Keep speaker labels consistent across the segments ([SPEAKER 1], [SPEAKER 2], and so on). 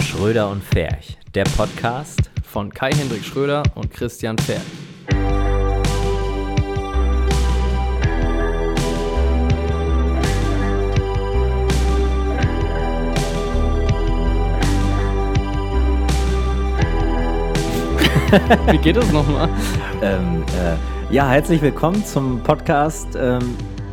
[SPEAKER 1] Schröder und Ferch, der Podcast.
[SPEAKER 2] Von Kai-Hendrik Schröder und Christian Pferd. Wie geht das nochmal?
[SPEAKER 1] Ähm, äh, ja, herzlich willkommen zum Podcast ähm,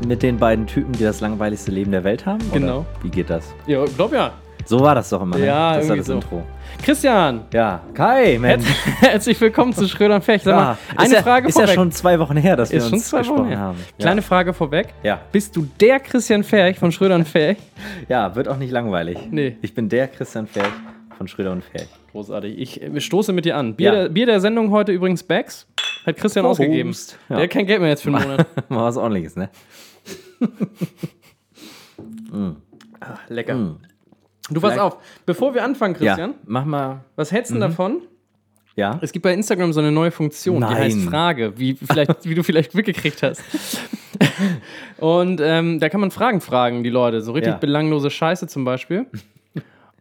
[SPEAKER 1] mit den beiden Typen, die das langweiligste Leben der Welt haben. oder?
[SPEAKER 2] Genau.
[SPEAKER 1] Wie geht das?
[SPEAKER 2] Ja, glaub ja.
[SPEAKER 1] So war das doch immer. ne?
[SPEAKER 2] Ja,
[SPEAKER 1] das war
[SPEAKER 2] irgendwie
[SPEAKER 1] das
[SPEAKER 2] so.
[SPEAKER 1] Intro.
[SPEAKER 2] Christian,
[SPEAKER 1] Ja, Kai, Mensch.
[SPEAKER 2] herzlich willkommen zu Schröder und Pech. Sag mal,
[SPEAKER 1] Ja, Ähm. Ah, ist
[SPEAKER 2] eine
[SPEAKER 1] ja,
[SPEAKER 2] Frage
[SPEAKER 1] Ist ja
[SPEAKER 2] vorweg.
[SPEAKER 1] schon zwei Wochen her, dass wir
[SPEAKER 2] ist
[SPEAKER 1] uns
[SPEAKER 2] schon zwei
[SPEAKER 1] gesprochen
[SPEAKER 2] Wochen her.
[SPEAKER 1] haben.
[SPEAKER 2] Kleine Frage vorweg.
[SPEAKER 1] Ja.
[SPEAKER 2] Bist du der Christian Ferch von Schröder und Ferch?
[SPEAKER 1] ja. ja, wird auch nicht langweilig.
[SPEAKER 2] Nee.
[SPEAKER 1] Ich bin der Christian Ferch von Schröder und Ferch.
[SPEAKER 2] Großartig. Ich äh, stoße mit dir an. Bier,
[SPEAKER 1] Ja.
[SPEAKER 2] der, Bier der Sendung heute übrigens Bags. Hat Christian
[SPEAKER 1] Prost.
[SPEAKER 2] ausgegeben.
[SPEAKER 1] Ja.
[SPEAKER 2] Der hat kein Geld mehr jetzt für einen Monat.
[SPEAKER 1] Mal was ordentliches, ne?
[SPEAKER 2] Lecker. Hm. Du pass
[SPEAKER 1] Vielleicht-
[SPEAKER 2] auf, bevor wir anfangen, Christian,
[SPEAKER 1] Ja, Mhm. mach mal.
[SPEAKER 2] was hältst du denn davon?
[SPEAKER 1] Ja.
[SPEAKER 2] Es gibt bei Instagram so eine neue Funktion, die
[SPEAKER 1] Nein.
[SPEAKER 2] heißt Frage, wie, vielleicht, wie du vielleicht mitgekriegt hast. Und ähm, da kann man Fragen fragen, die Leute. So richtig
[SPEAKER 1] Ja.
[SPEAKER 2] belanglose Scheiße zum Beispiel.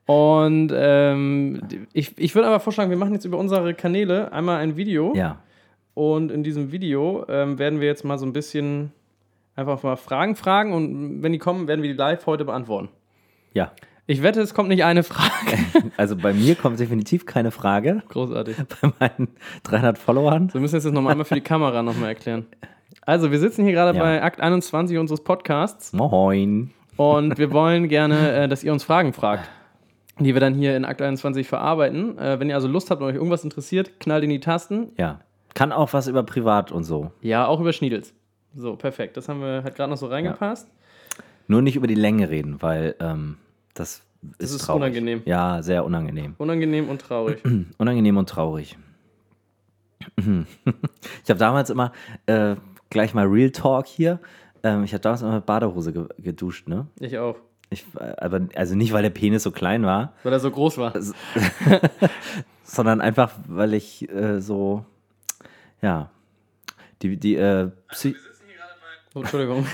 [SPEAKER 2] Und ähm, ich, ich würde aber vorschlagen, wir machen jetzt über unsere Kanäle einmal ein Video.
[SPEAKER 1] Ja.
[SPEAKER 2] Und in diesem Video ähm, werden wir jetzt mal so ein bisschen einfach mal Fragen fragen und wenn die kommen, werden wir die live heute beantworten.
[SPEAKER 1] Ja.
[SPEAKER 2] Ich wette, es kommt nicht eine Frage.
[SPEAKER 1] Also bei mir kommt definitiv keine Frage.
[SPEAKER 2] Großartig.
[SPEAKER 1] Bei meinen 300 Followern.
[SPEAKER 2] Wir müssen jetzt das nochmal einmal für die Kamera nochmal erklären. Also, wir sitzen hier gerade
[SPEAKER 1] Ja.
[SPEAKER 2] bei Akt 21 unseres Podcasts
[SPEAKER 1] Moin.
[SPEAKER 2] und wir wollen gerne, äh, dass ihr uns Fragen fragt, die wir dann hier in Akt 21 verarbeiten. Äh, wenn ihr also Lust habt und euch irgendwas interessiert, knallt in die Tasten.
[SPEAKER 1] Ja. Kann auch was über privat und so.
[SPEAKER 2] Ja, auch über Schniedels. So, perfekt. Das haben wir halt gerade noch so reingepasst.
[SPEAKER 1] Nur nicht über die Länge reden, weil ähm, das ist,
[SPEAKER 2] ist
[SPEAKER 1] traurig.
[SPEAKER 2] unangenehm.
[SPEAKER 1] Ja, sehr unangenehm.
[SPEAKER 2] Unangenehm und traurig.
[SPEAKER 1] Unangenehm und traurig. Ich habe damals immer, äh, gleich mal Real Talk hier, ähm, ich habe damals immer mit Badehose ge geduscht, ne?
[SPEAKER 2] Ich auch.
[SPEAKER 1] Ich, äh, aber, also nicht, weil der Penis so klein war,
[SPEAKER 2] Weil er so groß war.
[SPEAKER 1] sondern einfach, weil ich äh, so, ja, die, die äh, Psy
[SPEAKER 2] Oh, Entschuldigung.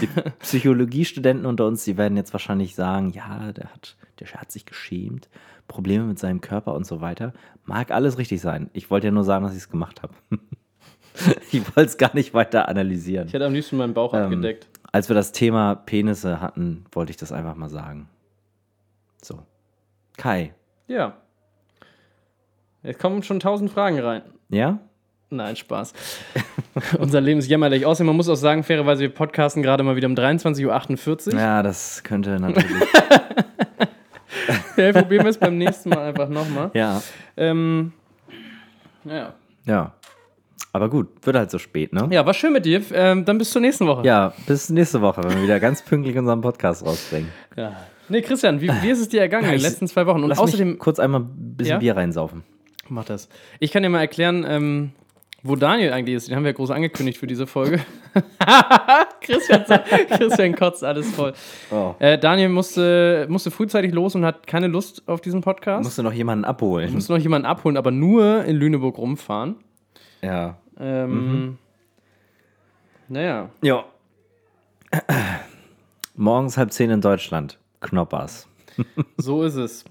[SPEAKER 1] Psychologiestudenten unter uns, die werden jetzt wahrscheinlich sagen, ja, der hat, der hat sich geschämt, Probleme mit seinem Körper und so weiter. Mag alles richtig sein. Ich wollte ja nur sagen, dass ich es gemacht habe. ich wollte es gar nicht weiter analysieren.
[SPEAKER 2] Ich hätte am liebsten meinen Bauch
[SPEAKER 1] Ähm.
[SPEAKER 2] abgedeckt.
[SPEAKER 1] Als wir das Thema Penisse hatten, wollte ich das einfach mal sagen. So. Kai,
[SPEAKER 2] Ja. Jetzt kommen schon tausend Fragen rein.
[SPEAKER 1] ja?
[SPEAKER 2] Nein, Spaß. Unser Leben ist jämmerlich aus. Man muss auch sagen, fairerweise, wir podcasten gerade mal wieder um 23.48 Uhr.
[SPEAKER 1] Ja, das könnte natürlich.
[SPEAKER 2] Ja, probieren wir es beim nächsten Mal einfach nochmal.
[SPEAKER 1] ja.
[SPEAKER 2] Ähm, naja.
[SPEAKER 1] Ja. Aber gut, wird halt so spät, ne?
[SPEAKER 2] Ja, war schön mit dir. Ähm, dann bis zur nächsten Woche.
[SPEAKER 1] Ja, bis nächste Woche, wenn wir wieder ganz pünktlich unseren Podcast rausbringen.
[SPEAKER 2] ja. Nee, Christian, wie, wie ist es dir ergangen in den
[SPEAKER 1] Ich-
[SPEAKER 2] letzten zwei Wochen? Und
[SPEAKER 1] Lass
[SPEAKER 2] außerdem,
[SPEAKER 1] mich kurz einmal ein bisschen
[SPEAKER 2] Ja?
[SPEAKER 1] Bier reinsaufen.
[SPEAKER 2] mach das. Ich kann dir mal erklären, ähm, wo Daniel eigentlich ist. Den haben wir ja groß angekündigt für diese Folge. Christian, Christian kotzt alles voll.
[SPEAKER 1] Oh.
[SPEAKER 2] Äh, Daniel musste, musste frühzeitig los und hat keine Lust auf diesen Podcast.
[SPEAKER 1] Musst du noch jemanden abholen?
[SPEAKER 2] Muss noch jemanden abholen, aber nur in Lüneburg rumfahren.
[SPEAKER 1] ja.
[SPEAKER 2] Ähm,
[SPEAKER 1] Mhm.
[SPEAKER 2] Naja,
[SPEAKER 1] Ja. Morgens halb zehn in Deutschland. Knoppers.
[SPEAKER 2] so ist es.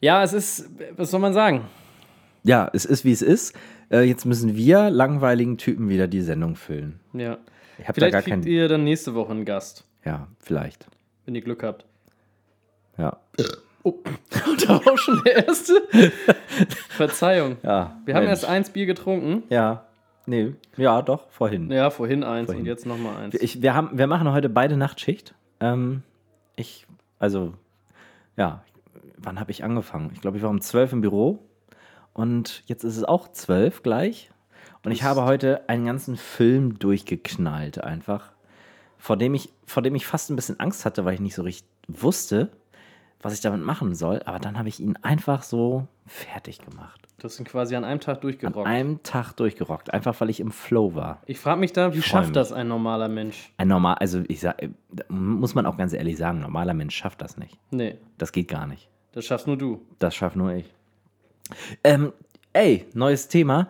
[SPEAKER 2] Ja, es ist, was soll man sagen?
[SPEAKER 1] Ja, es ist wie es ist. Äh, jetzt müssen wir langweiligen Typen wieder die Sendung füllen.
[SPEAKER 2] Ja.
[SPEAKER 1] Ich habe da
[SPEAKER 2] Vielleicht
[SPEAKER 1] gar
[SPEAKER 2] kriegt
[SPEAKER 1] keinen.
[SPEAKER 2] ihr dann nächste Woche einen Gast,
[SPEAKER 1] Ja, vielleicht.
[SPEAKER 2] wenn ihr Glück habt.
[SPEAKER 1] Ja.
[SPEAKER 2] Oh, da war auch schon der erste. Verzeihung.
[SPEAKER 1] ja
[SPEAKER 2] Wir haben
[SPEAKER 1] Mensch.
[SPEAKER 2] erst eins Bier getrunken.
[SPEAKER 1] Ja. Nee. Ja, doch, vorhin.
[SPEAKER 2] Ja, vorhin eins
[SPEAKER 1] Vorhin.
[SPEAKER 2] und jetzt nochmal eins.
[SPEAKER 1] Ich, wir, haben, wir machen heute beide Nachtschicht. Ähm, ich, also, ja, wann habe ich angefangen? Ich glaube, ich war um 12 im Büro und jetzt ist es auch 12 gleich. Und ich
[SPEAKER 2] Das-
[SPEAKER 1] habe heute einen ganzen Film durchgeknallt, einfach, vor dem, ich, vor dem ich fast ein bisschen Angst hatte, weil ich nicht so richtig wusste, was ich damit machen soll. Aber dann habe ich ihn einfach so fertig gemacht.
[SPEAKER 2] Das sind quasi an einem Tag
[SPEAKER 1] An
[SPEAKER 2] durchgerockt.
[SPEAKER 1] einem Tag durchgerockt, einfach weil ich im Flow war.
[SPEAKER 2] Ich frage mich da, wie
[SPEAKER 1] freu
[SPEAKER 2] schafft
[SPEAKER 1] mich.
[SPEAKER 2] das ein normaler Mensch?
[SPEAKER 1] Ein normal, also ich sag, da muss man auch ganz ehrlich sagen, ein normaler Mensch schafft das nicht.
[SPEAKER 2] Nee,
[SPEAKER 1] Das geht gar nicht.
[SPEAKER 2] das schaffst nur du.
[SPEAKER 1] Das schafft nur ich. Ähm, ey, neues Thema.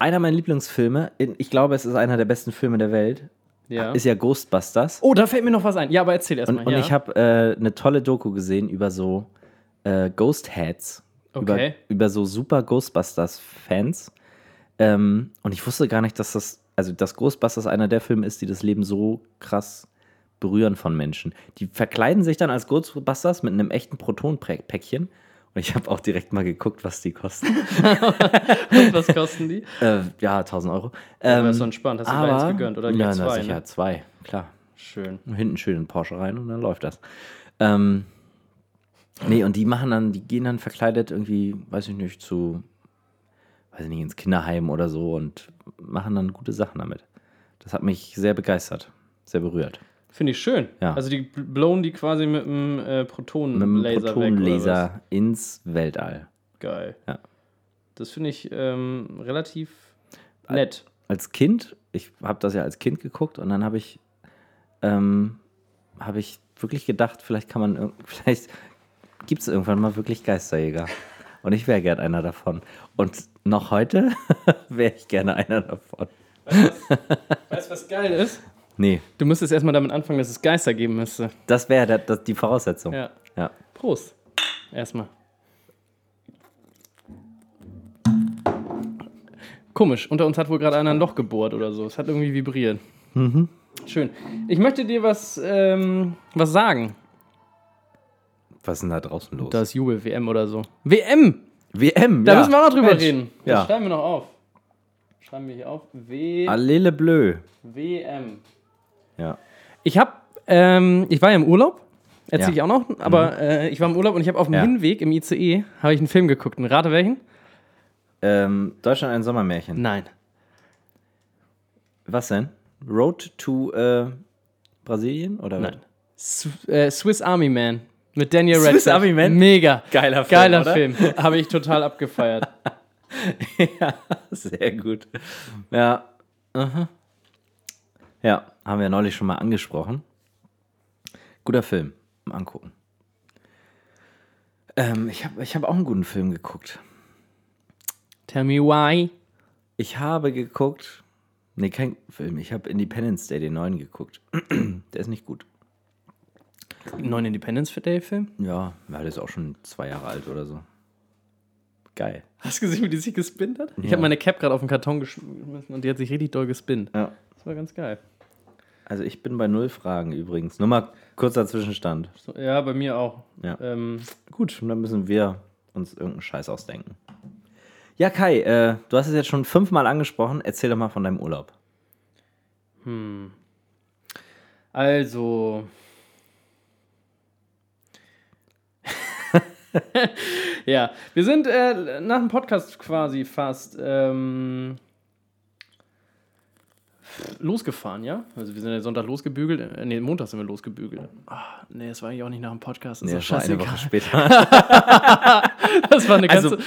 [SPEAKER 1] Einer meiner Lieblingsfilme, in- ich glaube, es ist einer der besten Filme der Welt,
[SPEAKER 2] Ja.
[SPEAKER 1] ist ja Ghostbusters.
[SPEAKER 2] Oh, da fällt mir noch was ein. Ja, aber erzähl erstmal.
[SPEAKER 1] Und, und
[SPEAKER 2] ja.
[SPEAKER 1] ich habe äh, eine tolle Doku gesehen über so äh, Ghost Heads.
[SPEAKER 2] Okay.
[SPEAKER 1] über, über so super Ghostbusters-Fans. Ähm, und ich wusste gar nicht, dass das, also dass Ghostbusters einer der Filme ist, die das Leben so krass berühren von Menschen. Die verkleiden sich dann als Ghostbusters mit einem echten Protonpäckchen. Und ich habe auch direkt mal geguckt, was die kosten.
[SPEAKER 2] Was kosten die?
[SPEAKER 1] äh, ja, 1000 Euro.
[SPEAKER 2] Ähm,
[SPEAKER 1] Ähm,
[SPEAKER 2] aber ist doch entspannt. Hast du aber, eins gegönnt oder
[SPEAKER 1] ja,
[SPEAKER 2] gleich
[SPEAKER 1] na,
[SPEAKER 2] zwei?
[SPEAKER 1] sicher,
[SPEAKER 2] Ne?
[SPEAKER 1] zwei, klar.
[SPEAKER 2] Schön.
[SPEAKER 1] Und hinten schön in den Porsche rein und dann läuft das. Ähm, nee, und die machen dann, die gehen dann verkleidet irgendwie, weiß ich nicht, zu, weiß ich nicht, ins Kinderheim oder so und machen dann gute Sachen damit. Das hat mich sehr begeistert, sehr berührt.
[SPEAKER 2] Finde ich schön.
[SPEAKER 1] Ja.
[SPEAKER 2] Also die bl- blown die quasi mit einem äh,
[SPEAKER 1] Mit einem
[SPEAKER 2] Protonenlaser weg. Oder
[SPEAKER 1] Protonenlaser ins Weltall.
[SPEAKER 2] was? Geil.
[SPEAKER 1] Ja.
[SPEAKER 2] Das finde ich ähm, relativ nett.
[SPEAKER 1] Als Kind, ich habe das ja als Kind geguckt und dann habe ich, ähm, habe ich wirklich gedacht, vielleicht kann man, irg- vielleicht gibt es irgendwann mal wirklich Geisterjäger. Und ich wäre gern einer davon. Und noch heute wäre ich gerne einer davon.
[SPEAKER 2] Weißt du, was geil ist?
[SPEAKER 1] Nee,
[SPEAKER 2] Du müsstest erstmal damit anfangen, dass es Geister geben müsste.
[SPEAKER 1] das wäre da- das- die Voraussetzung.
[SPEAKER 2] Ja.
[SPEAKER 1] ja.
[SPEAKER 2] Prost. Erstmal. Komisch, unter uns hat wohl gerade einer ein Loch gebohrt oder so. Es hat irgendwie vibriert.
[SPEAKER 1] Mhm.
[SPEAKER 2] Schön. Ich möchte dir was, ähm, was sagen.
[SPEAKER 1] Was ist denn da draußen los?
[SPEAKER 2] Da ist Jubel, WM oder so. WM!
[SPEAKER 1] WM,
[SPEAKER 2] Da
[SPEAKER 1] ja.
[SPEAKER 2] müssen wir auch noch drüber
[SPEAKER 1] Mensch,
[SPEAKER 2] reden. Das
[SPEAKER 1] Ja.
[SPEAKER 2] schreiben wir noch auf. Schreiben wir hier auf. W
[SPEAKER 1] Allele Bleu.
[SPEAKER 2] WM.
[SPEAKER 1] Ja.
[SPEAKER 2] Ich habe, ähm, ich war ja im Urlaub, erzähle
[SPEAKER 1] Ja.
[SPEAKER 2] ich auch noch, aber äh, ich war im Urlaub und ich habe auf dem
[SPEAKER 1] Ja.
[SPEAKER 2] Hinweg im ICE habe ich einen Film geguckt. Und rate welchen?
[SPEAKER 1] Ähm, Deutschland ein Sommermärchen.
[SPEAKER 2] Nein.
[SPEAKER 1] Was denn? Road to äh, Brasilien oder was?
[SPEAKER 2] Nein. Sw- äh, Swiss Army Man mit Daniel Radcliffe.
[SPEAKER 1] Swiss Army Man?
[SPEAKER 2] Mega.
[SPEAKER 1] Geiler Film,
[SPEAKER 2] Geiler
[SPEAKER 1] oder?
[SPEAKER 2] Film. Habe ich total abgefeiert.
[SPEAKER 1] Sehr gut. Ja. Aha. Ja, haben wir neulich schon mal angesprochen. Guter Film. Mal angucken. Ähm, ich habe ich hab auch einen guten Film geguckt.
[SPEAKER 2] Tell me why.
[SPEAKER 1] Ich habe geguckt. Nee, kein Film. Ich habe Independence Day, den neuen, geguckt. Der ist nicht gut.
[SPEAKER 2] Neuen Independence Day Film?
[SPEAKER 1] Ja, ja, der ist auch schon zwei Jahre alt oder so. Geil.
[SPEAKER 2] Hast du gesehen, wie die sich gespinnt hat? Ich habe meine Cap gerade auf den Karton geschmissen und die hat sich richtig doll gespinnt.
[SPEAKER 1] Ja.
[SPEAKER 2] Das war ganz geil.
[SPEAKER 1] Also ich bin bei null Fragen übrigens. Nur mal kurzer Zwischenstand.
[SPEAKER 2] So, ja, bei mir auch.
[SPEAKER 1] Ja.
[SPEAKER 2] Ähm,
[SPEAKER 1] Gut, dann müssen wir uns irgendeinen Scheiß ausdenken. Ja, Kai, äh, du hast es jetzt schon fünfmal angesprochen. Erzähl doch mal von deinem Urlaub.
[SPEAKER 2] also. ja, wir sind äh, nach dem Podcast quasi fast ähm, losgefahren, ja? Also wir sind ja Sonntag losgebügelt. Äh, nee, Montag sind wir losgebügelt. Ah, nee, das war eigentlich auch nicht nach dem Podcast. Das,
[SPEAKER 1] Nee,
[SPEAKER 2] nee,
[SPEAKER 1] das war eine Woche später.
[SPEAKER 2] das war eine ganze.
[SPEAKER 1] Also äh,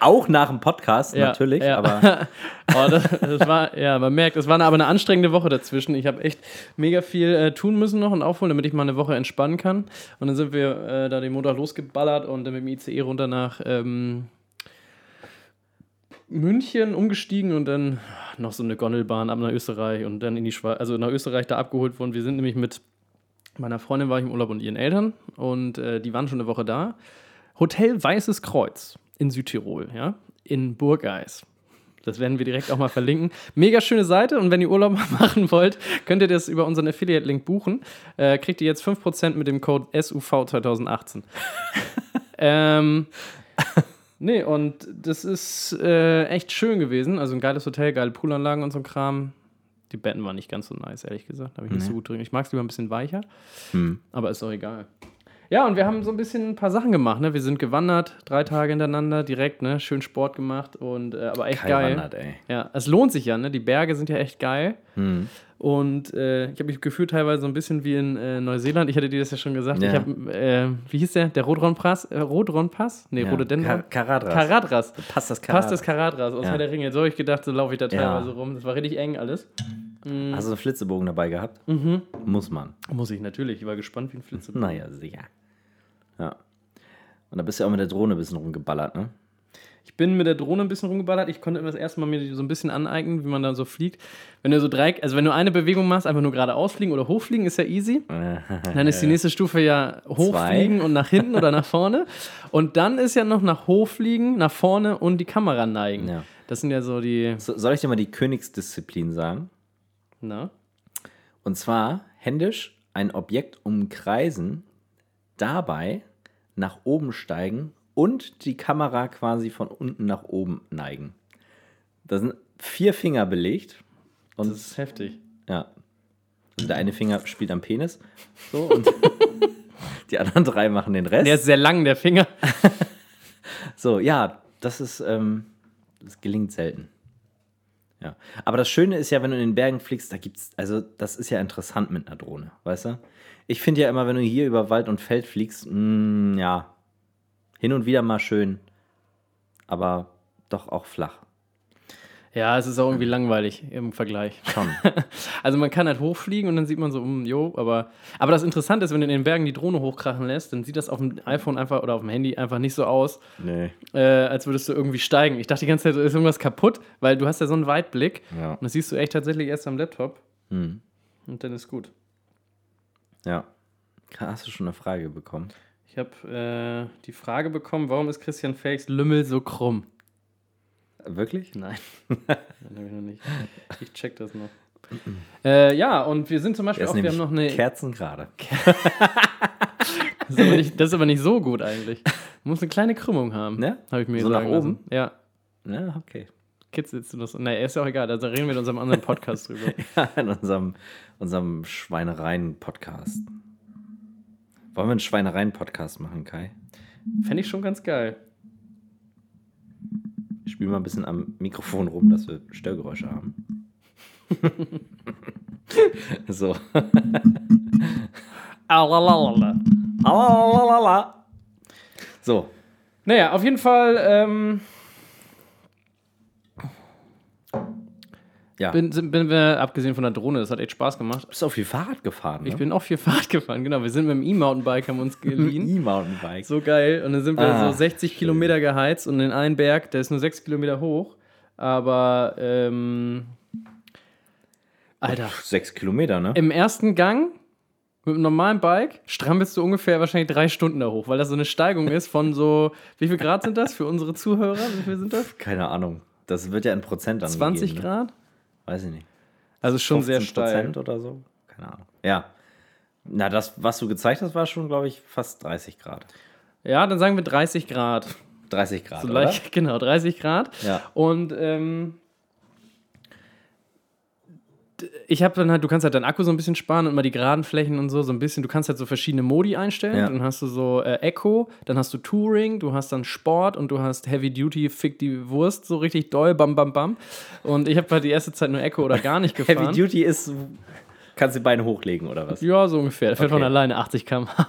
[SPEAKER 1] auch nach dem Podcast
[SPEAKER 2] Ja,
[SPEAKER 1] natürlich,
[SPEAKER 2] ja.
[SPEAKER 1] aber
[SPEAKER 2] Oh, das, das war, ja, man merkt, es war eine, aber eine anstrengende Woche dazwischen. Ich habe echt mega viel äh, tun müssen noch und aufholen, damit ich mal eine Woche entspannen kann. Und dann sind wir äh, da den Montag losgeballert und dann mit dem ICE runter nach ähm, München umgestiegen und dann noch so eine Gondelbahn ab nach Österreich und dann in die Schweiz, also nach Österreich da abgeholt worden. Wir sind nämlich mit meiner Freundin war ich im Urlaub und ihren Eltern und äh, die waren schon eine Woche da. Hotel Weißes Kreuz in Südtirol, ja, in Burgeis. Das werden wir direkt auch mal verlinken. Mega schöne Seite und wenn ihr Urlaub machen wollt, könnt ihr das über unseren Affiliate-Link buchen. Äh, kriegt ihr jetzt 5% mit dem Code SUV2018. ähm, nee, und das ist äh, echt schön gewesen. Also ein geiles Hotel, geile Poolanlagen und so ein Kram. Die Betten waren nicht ganz so nice, ehrlich gesagt. Habe ich nicht so gut drin. Ich mag es lieber ein bisschen weicher.
[SPEAKER 1] hm,
[SPEAKER 2] Aber ist doch egal. Ja, und wir haben so ein bisschen ein paar Sachen gemacht. Ne? Wir sind gewandert, drei Tage hintereinander, direkt, ne? Schön Sport gemacht und äh, aber echt
[SPEAKER 1] Kai
[SPEAKER 2] geil.
[SPEAKER 1] wandert, ey.
[SPEAKER 2] Ja, es lohnt sich ja, ne? Die Berge sind ja echt geil.
[SPEAKER 1] Hm.
[SPEAKER 2] Und äh, ich habe mich gefühlt teilweise so ein bisschen wie in äh, Neuseeland. Ich hatte dir das ja schon gesagt.
[SPEAKER 1] Ja.
[SPEAKER 2] Ich hab, äh, wie hieß der? Der Rodron-Pass? Äh, Rodron-Pass? Nee,
[SPEAKER 1] Ja.
[SPEAKER 2] Rhododendron?
[SPEAKER 1] Ka- Karadras.
[SPEAKER 2] Karadras.
[SPEAKER 1] passt das
[SPEAKER 2] Pass
[SPEAKER 1] Karadras.
[SPEAKER 2] des Karadras aus
[SPEAKER 1] Ja.
[SPEAKER 2] Herr der Ringe. So habe ich gedacht, so laufe ich da
[SPEAKER 1] Ja.
[SPEAKER 2] teilweise rum. Das war richtig eng alles.
[SPEAKER 1] Hast du einen Flitzebogen dabei gehabt? Muss man.
[SPEAKER 2] Muss ich natürlich. Ich war gespannt wie ein Flitze.
[SPEAKER 1] Naja, sicher. Ja. Und da bist du ja auch mit der Drohne ein bisschen rumgeballert, ne?
[SPEAKER 2] Ich bin mit der Drohne ein bisschen rumgeballert. Ich konnte immer das erste Mal mir so ein bisschen aneignen, wie man dann so fliegt. Wenn du so drei, also wenn du eine Bewegung machst, einfach nur geradeaus fliegen oder hochfliegen, ist ja easy. Dann ist die nächste Stufe ja hochfliegen und nach hinten oder nach vorne. Und dann ist ja noch nach hochfliegen, nach vorne und die Kamera neigen.
[SPEAKER 1] Ja.
[SPEAKER 2] Das sind ja so die.
[SPEAKER 1] So, soll ich dir mal die Königsdisziplin sagen?
[SPEAKER 2] Na?
[SPEAKER 1] Und zwar händisch ein Objekt umkreisen, dabei nach oben steigen und die Kamera quasi von unten nach oben neigen. Da sind vier Finger belegt. Und
[SPEAKER 2] Das ist heftig.
[SPEAKER 1] ja. Und der eine Finger spielt am Penis. So und die anderen drei machen den Rest.
[SPEAKER 2] Der ist sehr lang, der Finger.
[SPEAKER 1] So, ja, das ist, ähm, das gelingt selten. Ja. Aber das Schöne ist ja, wenn du in den Bergen fliegst, da gibt's, also das ist ja interessant mit einer Drohne, weißt du? Ich finde ja immer, wenn du hier über Wald und Feld fliegst, mm, ja, hin und wieder mal schön, aber doch auch flach.
[SPEAKER 2] Ja, es ist auch irgendwie langweilig im Vergleich.
[SPEAKER 1] Schon.
[SPEAKER 2] Also man kann halt hochfliegen und dann sieht man so, hm, jo, aber, aber das Interessante ist, wenn du in den Bergen die Drohne hochkrachen lässt, dann sieht das auf dem iPhone einfach oder auf dem Handy einfach nicht so aus,
[SPEAKER 1] nee.
[SPEAKER 2] äh, als würdest du irgendwie steigen. Ich dachte die ganze Zeit, so, ist irgendwas kaputt, weil du hast ja so einen Weitblick
[SPEAKER 1] Ja.
[SPEAKER 2] und das siehst du echt tatsächlich erst am Laptop
[SPEAKER 1] Hm.
[SPEAKER 2] und dann ist gut.
[SPEAKER 1] Ja. Hast du schon eine Frage bekommen?
[SPEAKER 2] Ich habe äh, die Frage bekommen, warum ist Christian Fakes Lümmel so krumm?
[SPEAKER 1] Wirklich?
[SPEAKER 2] Nein, das habe ich noch nicht. Ich check das noch. äh, ja, und wir sind zum Beispiel
[SPEAKER 1] Er ist
[SPEAKER 2] auch, wir
[SPEAKER 1] nämlich
[SPEAKER 2] haben noch eine
[SPEAKER 1] Kerzen gerade.
[SPEAKER 2] Das ist, aber nicht, das ist aber nicht so gut eigentlich. Muss eine kleine Krümmung haben.
[SPEAKER 1] Ne?
[SPEAKER 2] Habe ich mir
[SPEAKER 1] So
[SPEAKER 2] sagen
[SPEAKER 1] nach oben?
[SPEAKER 2] lassen. Ja.
[SPEAKER 1] Ja, ne, okay.
[SPEAKER 2] Kitzelst du das? Nee, ist ja auch egal. Da reden wir in unserem anderen Podcast drüber.
[SPEAKER 1] in unserem, unserem Schweinereien-Podcast. Wollen wir einen Schweinereien-Podcast machen, Kai?
[SPEAKER 2] Fände ich schon ganz geil.
[SPEAKER 1] Ich spiele mal ein bisschen am Mikrofon rum, dass wir Störgeräusche haben. so.
[SPEAKER 2] Alalala.
[SPEAKER 1] Alalala. So.
[SPEAKER 2] Naja, auf jeden Fall ähm,
[SPEAKER 1] Ja.
[SPEAKER 2] bin, sind, bin wir, abgesehen von der Drohne, das hat echt Spaß gemacht.
[SPEAKER 1] bist auch viel Fahrrad gefahren. Ne?
[SPEAKER 2] Ich bin auch viel Fahrt gefahren, genau. Wir sind mit dem E-Mountainbike, haben uns geliehen.
[SPEAKER 1] E-Mountainbike.
[SPEAKER 2] So geil. Und dann sind wir
[SPEAKER 1] Ah,
[SPEAKER 2] so 60 Kilometer geheizt und in einen Berg, der ist nur 6 Kilometer hoch. Aber, ähm, Alter,
[SPEAKER 1] Sechs Kilometer, ne?
[SPEAKER 2] im ersten Gang mit einem normalen Bike strampelst du ungefähr wahrscheinlich drei Stunden da hoch, weil das so eine Steigung ist von so, wie viel Grad sind das für unsere Zuhörer? Wie viel sind das?
[SPEAKER 1] Keine Ahnung. Das wird ja in Prozent angegeben.
[SPEAKER 2] 20
[SPEAKER 1] ne?
[SPEAKER 2] Grad?
[SPEAKER 1] Weiß ich nicht.
[SPEAKER 2] Also schon
[SPEAKER 1] 15%
[SPEAKER 2] sehr steil.
[SPEAKER 1] oder so. Keine Ahnung. Ja. Na, das, was du gezeigt hast, war schon, glaube ich, fast 30 Grad.
[SPEAKER 2] Ja, dann sagen wir 30 Grad.
[SPEAKER 1] 30 Grad,
[SPEAKER 2] So
[SPEAKER 1] oder?
[SPEAKER 2] leicht, genau, 30 Grad.
[SPEAKER 1] Ja.
[SPEAKER 2] Und ähm, d- ich habe dann halt, du kannst halt deinen Akku so ein bisschen sparen und mal die geraden Flächen und so, so ein bisschen. Du kannst halt so verschiedene Modi einstellen.
[SPEAKER 1] Ja.
[SPEAKER 2] Dann hast du so äh, Echo, dann hast du Touring, du hast dann Sport und du hast Heavy Duty, fick die Wurst, so richtig doll, bam, bam, bam. Und ich habe halt die erste Zeit nur Echo oder gar nicht gefahren.
[SPEAKER 1] Heavy Duty ist, kannst die Beine hochlegen oder was?
[SPEAKER 2] Ja, so ungefähr. Der fährt
[SPEAKER 1] Okay.
[SPEAKER 2] von alleine 80 km/h.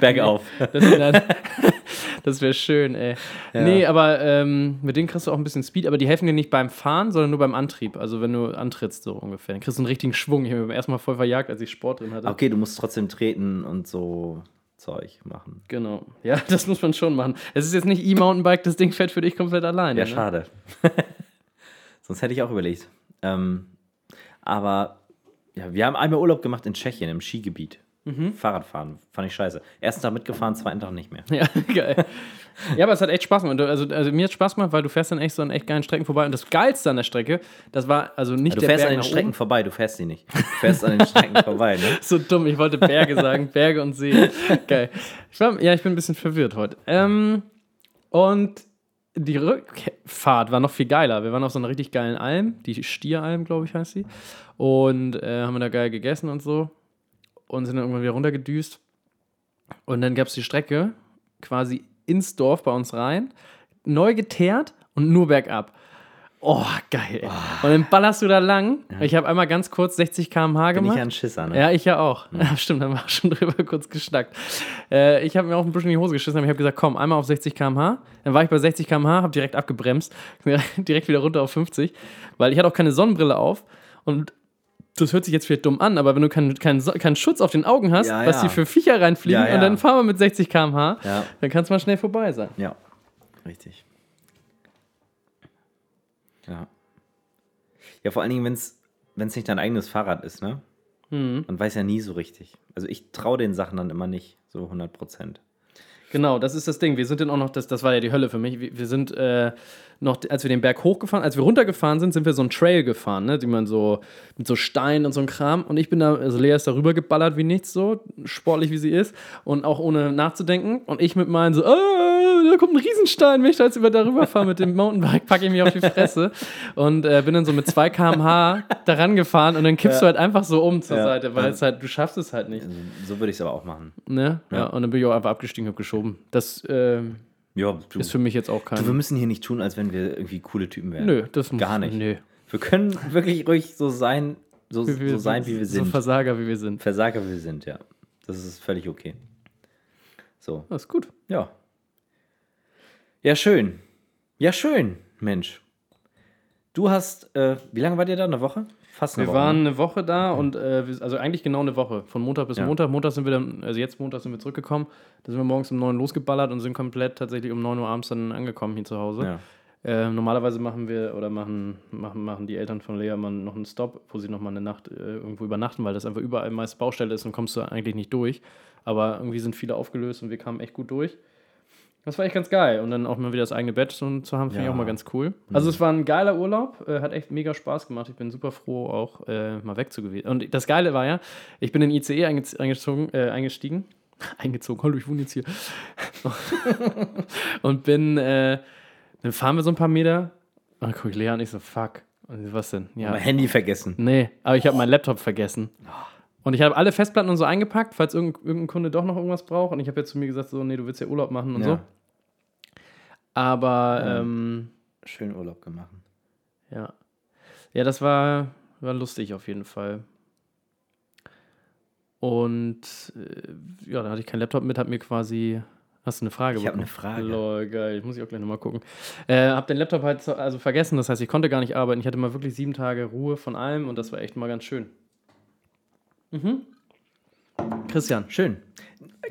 [SPEAKER 1] Bergauf.
[SPEAKER 2] Das, wär- das wäre schön, ey. Nee, aber ähm, mit denen kriegst du auch ein bisschen Speed, aber die helfen dir nicht beim Fahren, sondern nur beim Antrieb. Also wenn du antrittst, so ungefähr. Dann kriegst du einen richtigen Schwung. Ich habe mir erstmal voll verjagt, als ich Sport drin hatte.
[SPEAKER 1] Okay, du musst trotzdem treten und so Zeug machen.
[SPEAKER 2] Genau. Ja, das muss man schon machen. Es ist jetzt nicht E-Mountainbike, das Ding fährt für dich komplett alleine.
[SPEAKER 1] Ja,
[SPEAKER 2] ne?
[SPEAKER 1] schade. Sonst hätte ich auch überlegt. Ähm, aber ja, wir haben einmal Urlaub gemacht in Tschechien, im Skigebiet. Fahrradfahren, fand ich scheiße. Ersten Tag mitgefahren, zweiten Tag nicht mehr.
[SPEAKER 2] Ja, geil. ja, aber es hat echt Spaß gemacht. Also, also mir hat Spaß gemacht, weil du fährst dann echt so an echt geilen Strecken vorbei. Und das Geilste an der Strecke, das war also nicht
[SPEAKER 1] Du
[SPEAKER 2] der
[SPEAKER 1] fährst
[SPEAKER 2] Berg
[SPEAKER 1] an den
[SPEAKER 2] nach oben.
[SPEAKER 1] Strecken vorbei, du fährst sie nicht. Du fährst an den Strecken vorbei, ne?
[SPEAKER 2] So dumm, ich wollte Berge sagen, Berge und See. Geil. Ich war, ja, ich bin ein bisschen verwirrt heute. Ähm, und die Rückfahrt war noch viel geiler. Wir waren auf so einer richtig geilen Alm, die Stieralm, glaube ich, heißt sie. Und äh, haben da geil gegessen und so. Und sind dann irgendwann wieder runtergedüst. Und dann gab es die Strecke quasi ins Dorf bei uns rein, neu geteert und nur bergab. Oh, geil. ey. Und dann ballerst du da lang. Ich habe einmal ganz kurz 60 km/h
[SPEAKER 1] Bin ich
[SPEAKER 2] gemacht.
[SPEAKER 1] ja ein Schisser, ne?
[SPEAKER 2] Ja, ich ja auch. Ja, stimmt, haben wir auch schon drüber kurz geschnackt. Äh, ich habe mir auch ein bisschen in die Hose geschissen, aber ich habe gesagt, komm, einmal auf 60 km/h. Dann war ich bei 60 km/h, habe direkt abgebremst, direkt wieder runter auf 50, weil ich hatte auch keine Sonnenbrille auf und das hört sich jetzt vielleicht dumm an, aber wenn du keinen keinen So- keinen Schutz auf den Augen hast,
[SPEAKER 1] Ja,
[SPEAKER 2] was
[SPEAKER 1] ja.
[SPEAKER 2] die für Viecher reinfliegen
[SPEAKER 1] Ja, ja.
[SPEAKER 2] und dann fahren wir mit 60 km/h,
[SPEAKER 1] Ja.
[SPEAKER 2] dann kann es mal schnell vorbei sein.
[SPEAKER 1] Ja, richtig. Ja. Ja, vor allen Dingen, wenn es nicht dein eigenes Fahrrad ist, ne?
[SPEAKER 2] Mhm.
[SPEAKER 1] Man weiß ja nie so richtig. Also ich traue den Sachen dann immer nicht, so 100 Prozent.
[SPEAKER 2] Genau, das ist das Ding. Wir sind dann auch noch, das, das war ja die Hölle für mich. Wir, wir sind äh, noch, als wir den Berg hochgefahren, als wir runtergefahren sind, sind wir so einen Trail gefahren, ne, die man so mit so Steinen und so einem Kram. Und ich bin da, also Lea ist da rüber geballert wie nichts, so sportlich wie sie ist und auch ohne nachzudenken. Und ich mit meinen so, äh, da kommt ein Riesenstein, wenn ich da jetzt über darüber fahre mit dem Mountainbike, packe ich mich auf die Fresse und äh, bin dann so mit 2 km/h daran gefahren und dann kippst du halt einfach so um zur
[SPEAKER 1] Ja.
[SPEAKER 2] Seite, weil es halt, du schaffst es halt nicht.
[SPEAKER 1] Also, so würde ich es aber auch machen.
[SPEAKER 2] Ne? Ja. und dann bin ich auch einfach abgestiegen, hab geschoben. Das ähm,
[SPEAKER 1] Ja, du,
[SPEAKER 2] ist für mich jetzt auch kein.
[SPEAKER 1] du, wir müssen hier nicht tun, als wenn wir irgendwie coole Typen wären.
[SPEAKER 2] nö, das muss
[SPEAKER 1] Gar nicht.
[SPEAKER 2] Nö.
[SPEAKER 1] Wir können wirklich ruhig so sein, so, so sein, wie wir
[SPEAKER 2] So
[SPEAKER 1] sind.
[SPEAKER 2] Versager, wie wir sind.
[SPEAKER 1] Versager, wie wir sind, ja. Das ist völlig okay. So,
[SPEAKER 2] Das ist gut.
[SPEAKER 1] ja. Ja, schön. Ja, schön, Mensch. Du hast, äh, wie lange wart ihr da? Eine Woche? Fast eine
[SPEAKER 2] Wir
[SPEAKER 1] Woche. ne?
[SPEAKER 2] waren eine Woche da und äh, wir- also eigentlich genau eine Woche. Von Montag bis
[SPEAKER 1] Ja.
[SPEAKER 2] Montag. Montag sind wir dann, also jetzt Montag sind wir zurückgekommen. Da sind wir morgens um 9 losgeballert und sind komplett tatsächlich um 9 Uhr abends dann angekommen hier zu Hause.
[SPEAKER 1] ne? ja.
[SPEAKER 2] Äh, normalerweise machen wir oder machen, machen, machen die Eltern von Lea immer noch einen Stop, wo sie nochmal eine Nacht äh, irgendwo übernachten, weil das einfach überall meist Baustelle ist und kommst du eigentlich nicht durch. Aber irgendwie sind viele aufgelöst und wir kamen echt gut durch. Das war echt ganz geil. Und dann auch mal wieder das eigene Bett so zu haben, finde
[SPEAKER 1] Ja.
[SPEAKER 2] ich auch mal ganz cool. Also es war ein geiler Urlaub, äh, hat echt mega Spaß gemacht. Ich bin super froh, auch äh, mal weg zu gewesen. Und das Geile war ja, ich bin in ICE einge- eingezogen, äh, eingestiegen. Eingezogen, hallo, ich wohne jetzt hier. und bin äh, dann fahren wir so ein paar Meter. Und dann gucke ich Lea an, ich so, fuck. Und sie, was denn? Ja.
[SPEAKER 1] Mein Handy vergessen.
[SPEAKER 2] Nee, aber ich habe meinen Laptop vergessen.
[SPEAKER 1] Oh.
[SPEAKER 2] Und ich habe alle Festplatten und so eingepackt, falls irgend, irgendein Kunde doch noch irgendwas braucht. Und ich habe jetzt zu mir gesagt, so, nee, du willst ja Urlaub machen und
[SPEAKER 1] Ja.
[SPEAKER 2] so. Aber, ähm,
[SPEAKER 1] Schön Urlaub gemacht.
[SPEAKER 2] ja. Ja, das war, war lustig auf jeden Fall. Und äh, ja, da hatte ich keinen Laptop mit, hab mir quasi. Hast du eine Frage?
[SPEAKER 1] Ich hab eine
[SPEAKER 2] bekommen?
[SPEAKER 1] Frage.
[SPEAKER 2] Lol, Ah, geil. Ich muss ich auch gleich nochmal gucken. Äh, hab den Laptop halt so- also vergessen, das heißt, ich konnte gar nicht arbeiten. Ich hatte mal wirklich sieben Tage Ruhe von allem und das war echt mal ganz schön.
[SPEAKER 1] Christian, schön.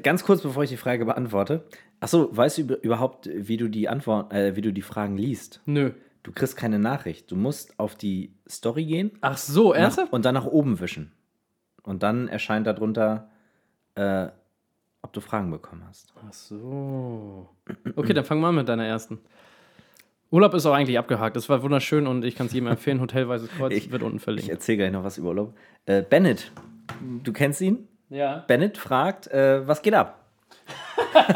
[SPEAKER 1] Ganz kurz, bevor ich die Frage beantworte. Achso, weißt du über- überhaupt, wie du die Antwort, äh, wie du die Fragen liest?
[SPEAKER 2] Nö.
[SPEAKER 1] Du kriegst keine Nachricht. Du musst auf die Story gehen
[SPEAKER 2] Ach so,
[SPEAKER 1] nach,
[SPEAKER 2] ernsthaft?
[SPEAKER 1] und dann nach oben wischen. Und dann erscheint darunter, äh, ob du Fragen bekommen hast.
[SPEAKER 2] Ach so. Okay, dann fang mal an mit deiner ersten. Urlaub ist auch eigentlich abgehakt. Das war wunderschön und ich kann es jedem empfehlen. Hotel Weißes Kreuz
[SPEAKER 1] Ich-
[SPEAKER 2] wird unten
[SPEAKER 1] Ich
[SPEAKER 2] verlinkt.
[SPEAKER 1] erzähle gleich noch was über Urlaub. Äh, Bennett, du kennst ihn?
[SPEAKER 2] Ja.
[SPEAKER 1] Bennett fragt, äh, was geht ab?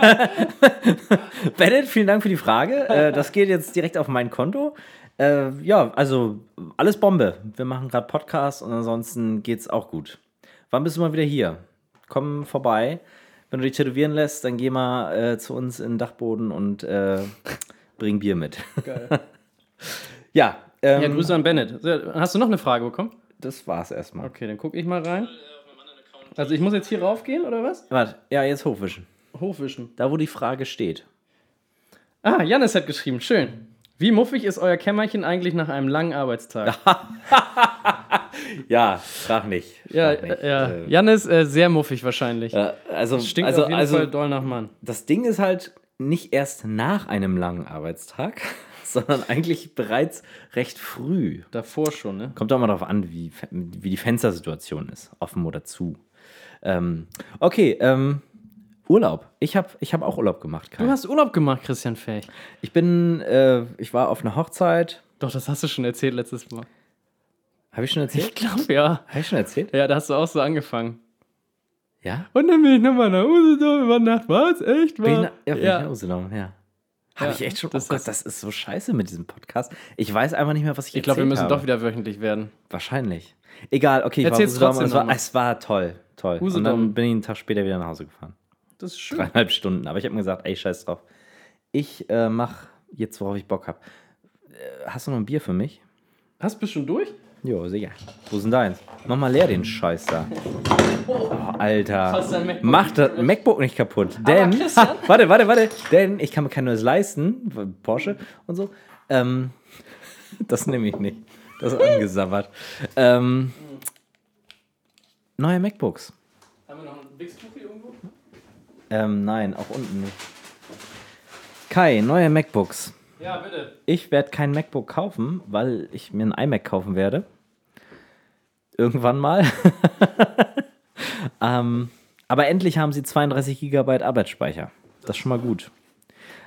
[SPEAKER 1] Bennett, vielen Dank für die Frage. Äh, das geht jetzt direkt auf mein Konto. Äh, ja, also alles Bombe. Wir machen gerade Podcast und ansonsten geht's auch gut. Wann bist du mal wieder hier? Komm vorbei. Wenn du dich tätowieren lässt, dann geh mal äh, zu uns in den Dachboden und äh, bring Bier mit.
[SPEAKER 2] Geil.
[SPEAKER 1] ja, ähm,
[SPEAKER 2] Ja, Grüße an Bennett. Sehr- Hast du noch eine Frage bekommen?
[SPEAKER 1] das war's erstmal.
[SPEAKER 2] Okay, dann gucke ich mal rein. Also ich muss jetzt hier raufgehen, oder was?
[SPEAKER 1] Warte, ja, jetzt hochwischen.
[SPEAKER 2] Hochwischen.
[SPEAKER 1] Da, wo die Frage steht.
[SPEAKER 2] Ah, Janis hat geschrieben, schön. Wie muffig ist euer Kämmerchen eigentlich nach einem langen Arbeitstag?
[SPEAKER 1] Ja, frag nicht.
[SPEAKER 2] Ja,
[SPEAKER 1] frag nicht.
[SPEAKER 2] äh, ja.
[SPEAKER 1] Äh,
[SPEAKER 2] Janis, äh, sehr muffig wahrscheinlich.
[SPEAKER 1] Äh, also,
[SPEAKER 2] Stinkt
[SPEAKER 1] also,
[SPEAKER 2] auf jeden
[SPEAKER 1] also
[SPEAKER 2] Fall doll nach Mann.
[SPEAKER 1] das Ding ist halt nicht erst nach einem langen Arbeitstag, sondern eigentlich bereits recht früh.
[SPEAKER 2] Davor schon, ne?
[SPEAKER 1] Kommt auch mal darauf an, wie, fe- wie die Fenstersituation ist, offen oder zu. Ähm, okay, ähm, Urlaub. Ich habe ich hab auch Urlaub gemacht, Kai.
[SPEAKER 2] Du hast Urlaub gemacht, Christian Fähig.
[SPEAKER 1] ich bin, äh, ich war auf einer Hochzeit.
[SPEAKER 2] Doch, das hast du schon erzählt letztes Mal.
[SPEAKER 1] Habe ich schon
[SPEAKER 2] Ich
[SPEAKER 1] erzählt?
[SPEAKER 2] glaube, ja.
[SPEAKER 1] Habe ich schon erzählt?
[SPEAKER 2] Ja, da hast du auch so angefangen.
[SPEAKER 1] Ja?
[SPEAKER 2] Und dann bin ich nochmal nach Usedom über Nacht. Was? Echt?
[SPEAKER 1] Bin ich
[SPEAKER 2] wahr?
[SPEAKER 1] na, ja, bin ja. ich nach Usedom, ja. Habe
[SPEAKER 2] Ja,
[SPEAKER 1] ich echt schon?
[SPEAKER 2] das
[SPEAKER 1] oh Gott,
[SPEAKER 2] hast-
[SPEAKER 1] das ist so scheiße mit diesem Podcast. Ich weiß einfach nicht mehr, was ich,
[SPEAKER 2] Ich glaube, wir
[SPEAKER 1] erzählt
[SPEAKER 2] müssen
[SPEAKER 1] habe.
[SPEAKER 2] doch wieder wöchentlich werden.
[SPEAKER 1] Wahrscheinlich. Egal, okay, ich
[SPEAKER 2] Erzähl's
[SPEAKER 1] war Usedom, und
[SPEAKER 2] trotzdem
[SPEAKER 1] es war,
[SPEAKER 2] nochmal.
[SPEAKER 1] es war toll, toll. Und
[SPEAKER 2] Usedom.
[SPEAKER 1] dann bin ich einen Tag später wieder nach Hause gefahren.
[SPEAKER 2] Das ist schön.
[SPEAKER 1] Dreieinhalb Stunden. Aber ich habe mir gesagt, ey, scheiß drauf. Ich äh, mach jetzt, worauf ich Bock habe. Äh, hast du noch ein Bier für mich?
[SPEAKER 2] Hast du schon durch?
[SPEAKER 1] Jo, sicher. Wo sind deins? Mach mal leer den Scheiß da. Oh,
[SPEAKER 2] Fast
[SPEAKER 1] Alter.
[SPEAKER 2] dein MacBook
[SPEAKER 1] Mach das MacBook nicht kaputt. Denn.
[SPEAKER 2] Christian-
[SPEAKER 1] Ha, warte, warte, warte. Denn ich kann mir kein neues leisten. weil Porsche und so. Ähm, das nehme ich nicht. Das ist angesabbert. ähm, neue MacBooks.
[SPEAKER 2] Haben wir noch ein Wichstuch hier irgendwo?
[SPEAKER 1] Ähm, nein, auch unten nicht. Kai, neue MacBooks.
[SPEAKER 2] Ja, bitte.
[SPEAKER 1] Ich werde kein MacBook kaufen, weil ich mir ein iMac kaufen werde. Irgendwann mal. ähm, aber endlich haben sie 32 GB Arbeitsspeicher. Das ist schon mal gut.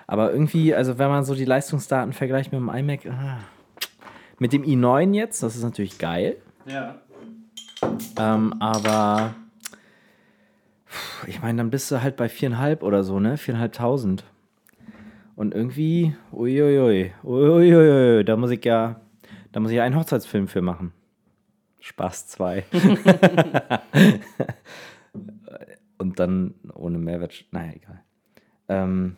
[SPEAKER 1] Aber irgendwie, also wenn man so die Leistungsdaten vergleicht mit dem iMac, ah. mit dem i9 jetzt, das ist natürlich geil.
[SPEAKER 2] Ja.
[SPEAKER 1] Ähm, aber pff, ich meine, dann bist du halt bei viereinhalb oder so, ne? Viereinhalbtausend. Und irgendwie, uiuiui, uiuiui, da muss ich ja, da muss ich ja einen Hochzeitsfilm für machen. Spaß zwei. Und dann ohne Mehrwert, naja, egal. Ähm,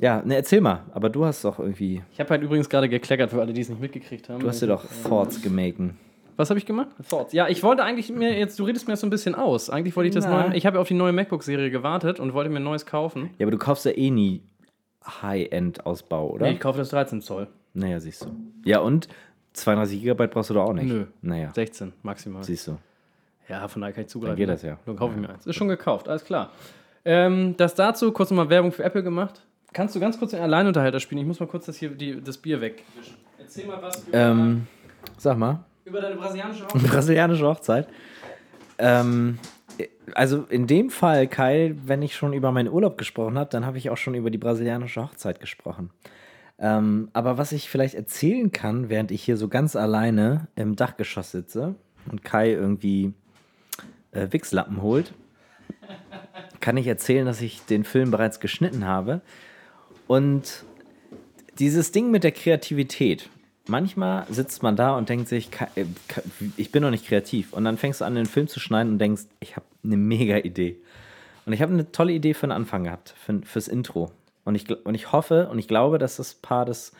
[SPEAKER 1] ja, ne, erzähl mal, aber du hast doch irgendwie,
[SPEAKER 2] Ich habe halt übrigens gerade gekleckert, für alle, die es nicht mitgekriegt haben.
[SPEAKER 1] du hast dir doch Thoughts gemaken.
[SPEAKER 2] Was habe ich gemacht? Thoughts. Ja, ich wollte eigentlich mir jetzt, du redest mir jetzt so ein bisschen aus. Eigentlich wollte ich das
[SPEAKER 1] Na.
[SPEAKER 2] neue, ich habe ja auf die neue MacBook-Serie gewartet und wollte mir ein neues kaufen.
[SPEAKER 1] Ja, aber du kaufst ja eh nie High-End-Ausbau, oder?
[SPEAKER 2] Nee, ich kaufe das 13 Zoll.
[SPEAKER 1] Naja, siehst du. Ja, und 32 GB brauchst du doch auch nicht.
[SPEAKER 2] Nö.
[SPEAKER 1] Naja,
[SPEAKER 2] 16 maximal.
[SPEAKER 1] siehst du.
[SPEAKER 2] Ja, von daher kann ich zugreifen.
[SPEAKER 1] Dann geht das ja.
[SPEAKER 2] Dann kaufe ich mir eins. Ist schon gekauft, alles klar. Ähm, das dazu, kurz nochmal Werbung für Apple gemacht. Kannst du ganz kurz den Alleinunterhalter spielen? Ich muss mal kurz das, hier, die, das Bier wegwischen. Erzähl mal was über,
[SPEAKER 1] Ähm, sag mal,
[SPEAKER 2] über deine brasilianische Hochzeit.
[SPEAKER 1] brasilianische Hochzeit. Ähm, also in dem Fall, Kai, wenn ich schon über meinen Urlaub gesprochen habe, dann habe ich auch schon über die brasilianische Hochzeit gesprochen. Ähm, aber was ich vielleicht erzählen kann, während ich hier so ganz alleine im Dachgeschoss sitze und Kai irgendwie äh, Wichslappen holt, kann ich erzählen, dass ich den Film bereits geschnitten habe. Und dieses Ding mit der Kreativität. Manchmal sitzt man da und denkt sich, "Ka- äh, ka- ich bin noch nicht kreativ. Und dann fängst du an, den Film zu schneiden und denkst, ich habe eine mega Idee. Und ich habe eine tolle Idee für den Anfang gehabt, für, fürs Intro. Und ich, gl- und ich hoffe und ich glaube, dass das Paar das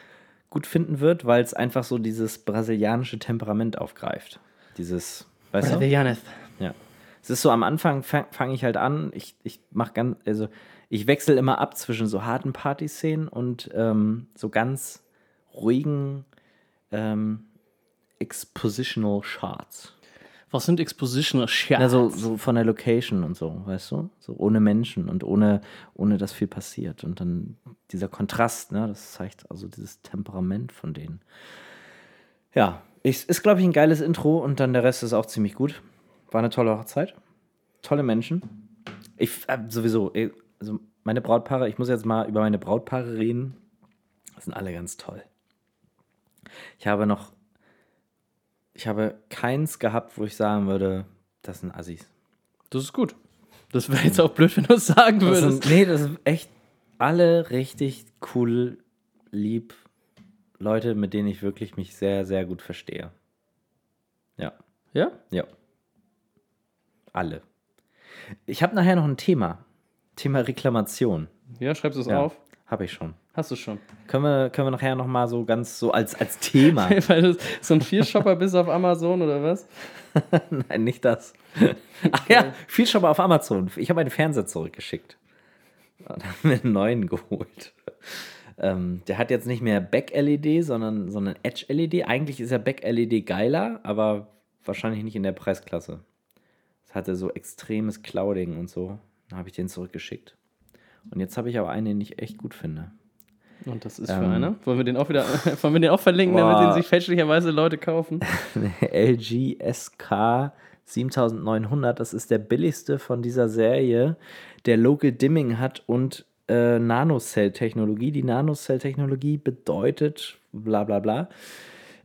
[SPEAKER 1] gut finden wird, weil es einfach so dieses brasilianische Temperament aufgreift. Dieses, weißt du?
[SPEAKER 2] Brasilianis.
[SPEAKER 1] Ja. Es ist so, am Anfang fange fang ich halt an, ich, ich mache ganz, also ich wechsle immer ab zwischen so harten Partyszenen und ähm, so ganz ruhigen ähm, Expositional Shots.
[SPEAKER 2] Was sind Expositioner Scherz?
[SPEAKER 1] Na, so, so von der Location und so, weißt du? So ohne Menschen und ohne, ohne dass viel passiert. Und dann dieser Kontrast, ne, das zeigt also dieses Temperament von denen. Ja, ich, ist, glaube ich, ein geiles Intro und dann der Rest ist auch ziemlich gut. War eine tolle Hochzeit. Tolle Menschen. Ich äh, sowieso, äh, also meine Brautpaare, ich muss jetzt mal über meine Brautpaare reden. Das sind alle ganz toll. Ich habe noch, ich habe keins gehabt, wo ich sagen würde, das sind Assis.
[SPEAKER 2] das ist gut. Das wäre jetzt auch blöd, wenn du es sagen
[SPEAKER 1] Das
[SPEAKER 2] würdest.
[SPEAKER 1] sind, nee, das sind echt alle richtig cool, lieb Leute, mit denen ich wirklich mich sehr, sehr gut verstehe. Ja,
[SPEAKER 2] Ja?
[SPEAKER 1] ja. Alle. Ich habe nachher noch ein Thema. Thema Reklamation.
[SPEAKER 2] Ja, schreibst du es
[SPEAKER 1] Ja,
[SPEAKER 2] auf?
[SPEAKER 1] Habe ich schon.
[SPEAKER 2] Hast du schon.
[SPEAKER 1] Können wir, können wir nachher noch mal so ganz so als, als Thema.
[SPEAKER 2] Weil du so ein Vier-Shopper bist auf Amazon oder was?
[SPEAKER 1] Nein, nicht das. Ach ja, viel schon mal auf Amazon. Ich habe meinen Fernseher zurückgeschickt. Und habe mir einen neuen geholt. Ähm, der hat jetzt nicht mehr Back-LED, sondern, sondern Edge-LED. Eigentlich ist ja Back-LED geiler, aber wahrscheinlich nicht in der Preisklasse. Es hatte so extremes Clouding und so. Dann habe ich den zurückgeschickt. Und jetzt habe ich aber einen, den ich echt gut finde.
[SPEAKER 2] Und das ist für
[SPEAKER 1] Ähm.
[SPEAKER 2] einer. Wollen wir den auch wieder, wollen wir den auch verlinken, damit
[SPEAKER 1] Boah.
[SPEAKER 2] den sich fälschlicherweise Leute kaufen?
[SPEAKER 1] LG SK 7900. Das ist der billigste von dieser Serie, der Local Dimming hat und äh, Nanocell-Technologie. Die Nanocell-Technologie bedeutet bla bla bla.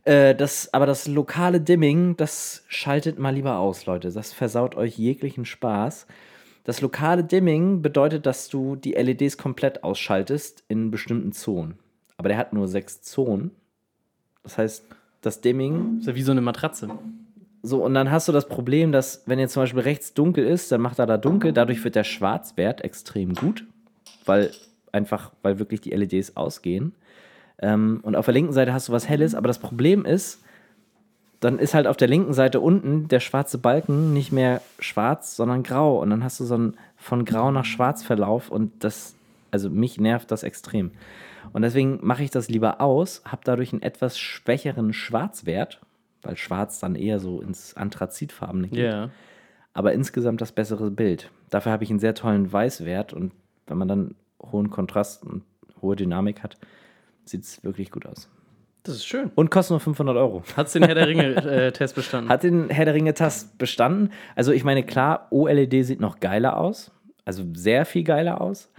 [SPEAKER 1] Äh, das, aber das lokale Dimming, das schaltet mal lieber aus, Leute. Das versaut euch jeglichen Spaß. Das lokale Dimming bedeutet, dass du die LEDs komplett ausschaltest in bestimmten Zonen. Aber der hat nur sechs Zonen. Das heißt, das Dimming
[SPEAKER 2] Ist ja wie so eine Matratze.
[SPEAKER 1] so, und dann hast du das Problem, dass, wenn jetzt zum Beispiel rechts dunkel ist, dann macht er da dunkel. Dadurch wird der Schwarzwert extrem gut, weil einfach, weil wirklich die LEDs ausgehen. Ähm, und auf der linken Seite hast du was Helles, aber das Problem ist, dann ist halt auf der linken Seite unten der schwarze Balken nicht mehr schwarz, sondern grau. Und dann hast du so einen von grau nach schwarz Verlauf und das, also mich nervt das extrem. Und deswegen mache ich das lieber aus, habe dadurch einen etwas schwächeren Schwarzwert, weil schwarz dann eher so ins Anthrazitfarbene geht
[SPEAKER 2] Ja.
[SPEAKER 1] aber insgesamt das bessere Bild. Dafür habe ich einen sehr tollen Weißwert und wenn man dann hohen Kontrast und hohe Dynamik hat, Sieht wirklich gut aus.
[SPEAKER 2] Das ist schön.
[SPEAKER 1] Und kostet nur 500 Euro.
[SPEAKER 2] Hat's den Herr der Ringe-Test bestanden?
[SPEAKER 1] Hat den Herr der Ringe-Tast bestanden? Also, ich meine, klar, OLED sieht noch geiler aus. Also sehr viel geiler aus.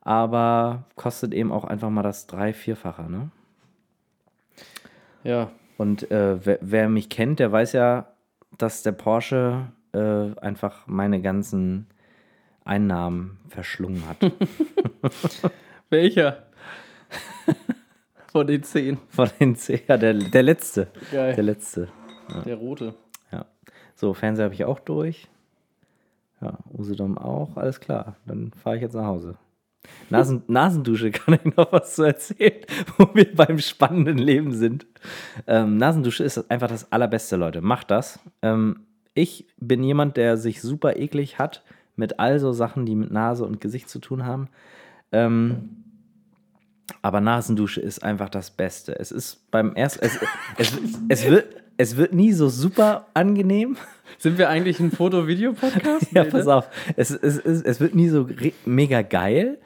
[SPEAKER 1] Aber kostet eben auch einfach mal das drei-, vierfache. Ne?
[SPEAKER 2] ja.
[SPEAKER 1] Und äh, wer, wer mich kennt, der weiß ja, dass der Porsche äh, einfach meine ganzen Einnahmen verschlungen hat.
[SPEAKER 2] Welcher? Von den zehn.
[SPEAKER 1] Von den zehn, ja, der, der letzte.
[SPEAKER 2] Geil.
[SPEAKER 1] Der letzte.
[SPEAKER 2] Der rote.
[SPEAKER 1] Ja. So, Fernseher habe ich auch durch. Ja, Usedom auch, alles klar. Dann fahre ich jetzt nach Hause. Nasen, Nasendusche kann ich noch was zu erzählen, wo wir beim spannenden Leben sind. Ähm, Nasendusche ist einfach das Allerbeste, Leute. Macht das. Ähm, ich bin jemand, der sich super eklig hat mit all so Sachen, die mit Nase und Gesicht zu tun haben. Ähm, aber Nasendusche ist einfach das Beste. Es ist beim ersten. Es, es, es, wird, es wird nie so super angenehm.
[SPEAKER 2] Sind wir eigentlich ein Foto-Video-Podcast?
[SPEAKER 1] Ja,
[SPEAKER 2] Nee,
[SPEAKER 1] pass
[SPEAKER 2] ne?
[SPEAKER 1] auf. Es, es, es, es wird nie so re- mega geil,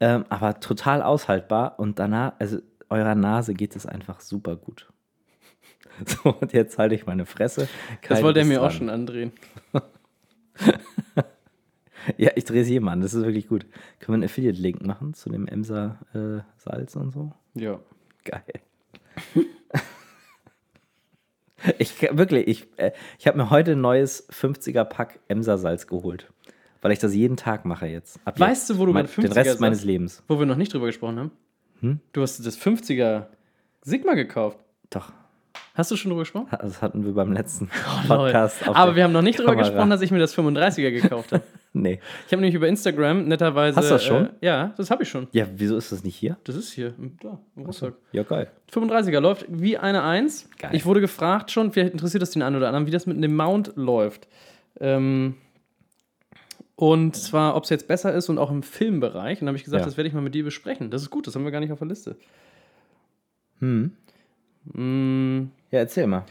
[SPEAKER 1] ähm, aber total aushaltbar. Und danach, also eurer Nase geht es einfach super gut. So, und jetzt halte ich meine Fresse.
[SPEAKER 2] Das
[SPEAKER 1] Kai,
[SPEAKER 2] wollte er
[SPEAKER 1] du bist
[SPEAKER 2] mir auch
[SPEAKER 1] dran.
[SPEAKER 2] schon andrehen.
[SPEAKER 1] Ja, ich drehe es jedem an. Das ist wirklich gut. Können wir einen Affiliate-Link machen zu dem Emser äh, Salz und so?
[SPEAKER 2] Ja.
[SPEAKER 1] Geil. ich wirklich, ich, äh, ich habe mir heute ein neues 50er Pack Emser Salz geholt, weil ich das jeden Tag mache jetzt. Ab
[SPEAKER 2] Weißt
[SPEAKER 1] jetzt.
[SPEAKER 2] du, wo du
[SPEAKER 1] mein,
[SPEAKER 2] mit
[SPEAKER 1] den Rest
[SPEAKER 2] 50er
[SPEAKER 1] meines
[SPEAKER 2] Salz-
[SPEAKER 1] Lebens.
[SPEAKER 2] Wo wir noch nicht drüber gesprochen haben.
[SPEAKER 1] Hm?
[SPEAKER 2] Du hast das 50er Sigma gekauft.
[SPEAKER 1] Doch,
[SPEAKER 2] Hast du schon drüber gesprochen?
[SPEAKER 1] ha- das hatten wir beim letzten
[SPEAKER 2] Oh, Lol.
[SPEAKER 1] Podcast. auf
[SPEAKER 2] Aber
[SPEAKER 1] der
[SPEAKER 2] wir haben noch nicht drüber
[SPEAKER 1] Kamera.
[SPEAKER 2] gesprochen, dass ich mir das 35er gekauft habe.
[SPEAKER 1] Nee.
[SPEAKER 2] Ich habe nämlich über Instagram netterweise.
[SPEAKER 1] Hast du das schon?
[SPEAKER 2] Äh, ja, das habe ich schon.
[SPEAKER 1] Ja, wieso ist das nicht hier?
[SPEAKER 2] Das ist hier, im- da, im Rucksack.
[SPEAKER 1] Ja, geil.
[SPEAKER 2] 35er läuft wie eine Eins.
[SPEAKER 1] Geil.
[SPEAKER 2] Ich wurde gefragt schon, vielleicht interessiert das den einen oder anderen, wie das mit einem Mount läuft. Ähm, und zwar, ob es jetzt besser ist und auch im Filmbereich. Und da habe ich gesagt,
[SPEAKER 1] Ja.
[SPEAKER 2] das werde ich mal mit dir besprechen. Das ist gut, das haben wir gar nicht auf der Liste.
[SPEAKER 1] Hm.
[SPEAKER 2] Mm,
[SPEAKER 1] Ja, erzähl mal.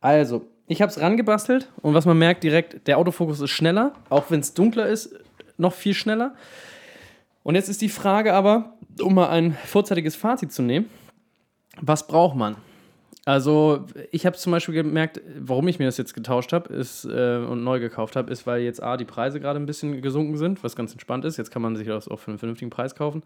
[SPEAKER 2] Also, ich habe es rangebastelt und was man merkt direkt, der Autofokus ist schneller, auch wenn es dunkler ist, noch viel schneller. Und jetzt ist die Frage aber, um mal ein vorzeitiges Fazit zu nehmen, was braucht man? Also, ich habe zum Beispiel gemerkt, warum ich mir das jetzt getauscht habe ist, äh, und neu gekauft habe, ist, weil jetzt A, die Preise gerade ein bisschen gesunken sind, was ganz entspannt ist. Jetzt kann man sich das auch für einen vernünftigen Preis kaufen.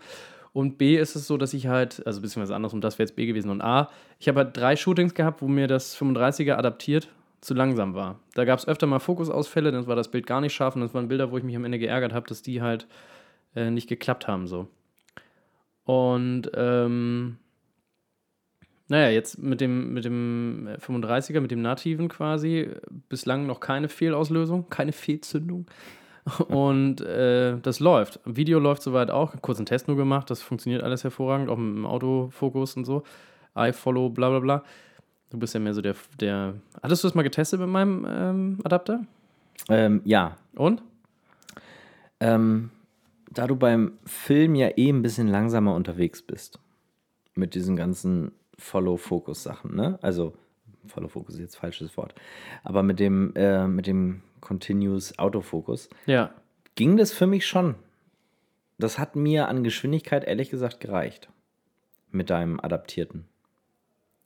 [SPEAKER 2] Und B ist es so, dass ich halt, also beziehungsweise andersrum, das wäre jetzt B gewesen. Und A, ich habe halt drei Shootings gehabt, wo mir das 35er adaptiert zu langsam war. Da gab es öfter mal Fokusausfälle, dann war das Bild gar nicht scharf und das waren Bilder, wo ich mich am Ende geärgert habe, dass die halt äh, nicht geklappt haben so. Und ähm, naja, jetzt mit dem, mit dem 35er, mit dem nativen quasi, äh, bislang noch keine Fehlauslösung, keine Fehlzündung. Und äh, das läuft. Video läuft soweit auch. Kurz einen Test nur gemacht. Das funktioniert alles hervorragend, auch mit dem Autofokus und so. iFollow, bla bla bla. Du bist ja mehr so der. der Hattest du das mal getestet mit meinem ähm, Adapter?
[SPEAKER 1] Ähm, ja,
[SPEAKER 2] Und?
[SPEAKER 1] Ähm, da du beim Film ja eh ein bisschen langsamer unterwegs bist, mit diesen ganzen Follow-Focus-Sachen, ne? Also, Follow-Focus ist jetzt falsches Wort. Aber mit dem, äh, mit dem Continuous Autofocus
[SPEAKER 2] Ja.
[SPEAKER 1] ging das für mich schon. Das hat mir an Geschwindigkeit ehrlich gesagt gereicht. Mit deinem adaptierten.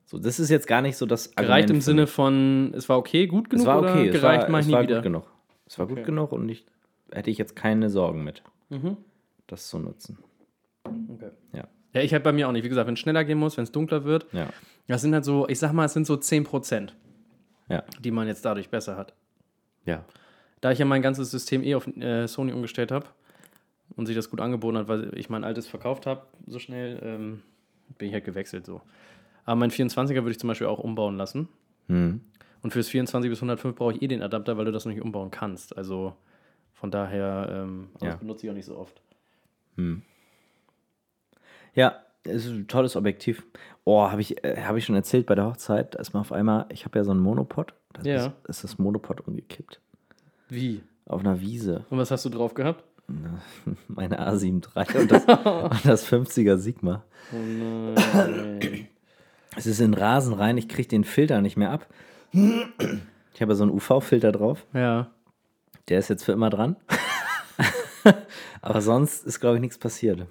[SPEAKER 1] So, das ist jetzt gar nicht so das
[SPEAKER 2] Gereicht
[SPEAKER 1] Argument
[SPEAKER 2] im
[SPEAKER 1] für
[SPEAKER 2] Sinne
[SPEAKER 1] mich.
[SPEAKER 2] von, es war okay, gut genug
[SPEAKER 1] es war okay,
[SPEAKER 2] oder
[SPEAKER 1] es war,
[SPEAKER 2] gereicht mach ich
[SPEAKER 1] es
[SPEAKER 2] nie
[SPEAKER 1] war
[SPEAKER 2] wieder.
[SPEAKER 1] gut genug. Es war
[SPEAKER 2] Okay.
[SPEAKER 1] gut genug und ich hätte ich jetzt keine Sorgen mit,
[SPEAKER 2] Mhm.
[SPEAKER 1] das zu nutzen. Ja.
[SPEAKER 2] Ja, ich halt bei mir auch nicht. Wie gesagt, wenn es schneller gehen muss, wenn es dunkler wird,
[SPEAKER 1] Ja.
[SPEAKER 2] das sind halt so, ich sag mal, es sind so 10%,
[SPEAKER 1] Ja.
[SPEAKER 2] die man jetzt dadurch besser hat.
[SPEAKER 1] Ja.
[SPEAKER 2] Da ich ja mein ganzes System eh auf äh, Sony umgestellt habe und sich das gut angeboten hat, weil ich mein altes verkauft habe, so schnell, ähm, bin ich halt gewechselt so. Aber mein 24er würde ich zum Beispiel auch umbauen lassen.
[SPEAKER 1] Hm.
[SPEAKER 2] Und fürs 24 bis 105 brauche ich eh den Adapter, weil du das noch nicht umbauen kannst. Also von daher, ähm, aber
[SPEAKER 1] Ja.
[SPEAKER 2] das benutze ich auch nicht so oft.
[SPEAKER 1] Ja, es ist ein tolles Objektiv. Oh, habe ich, äh, hab ich schon erzählt bei der Hochzeit, da ist mir auf einmal, ich habe ja so einen Monopod, da
[SPEAKER 2] Ja.
[SPEAKER 1] ist, ist das Monopod umgekippt.
[SPEAKER 2] Wie?
[SPEAKER 1] Auf einer Wiese,
[SPEAKER 2] Und was hast du drauf gehabt?
[SPEAKER 1] meine A73 und das, und das 50er Sigma.
[SPEAKER 2] Oh nein.
[SPEAKER 1] Es ist in Rasen rein, ich kriege den Filter nicht mehr ab. Ich habe ja so einen UV-Filter drauf,
[SPEAKER 2] ja.
[SPEAKER 1] der ist jetzt für immer dran. Aber sonst ist, glaube ich, nichts passiert.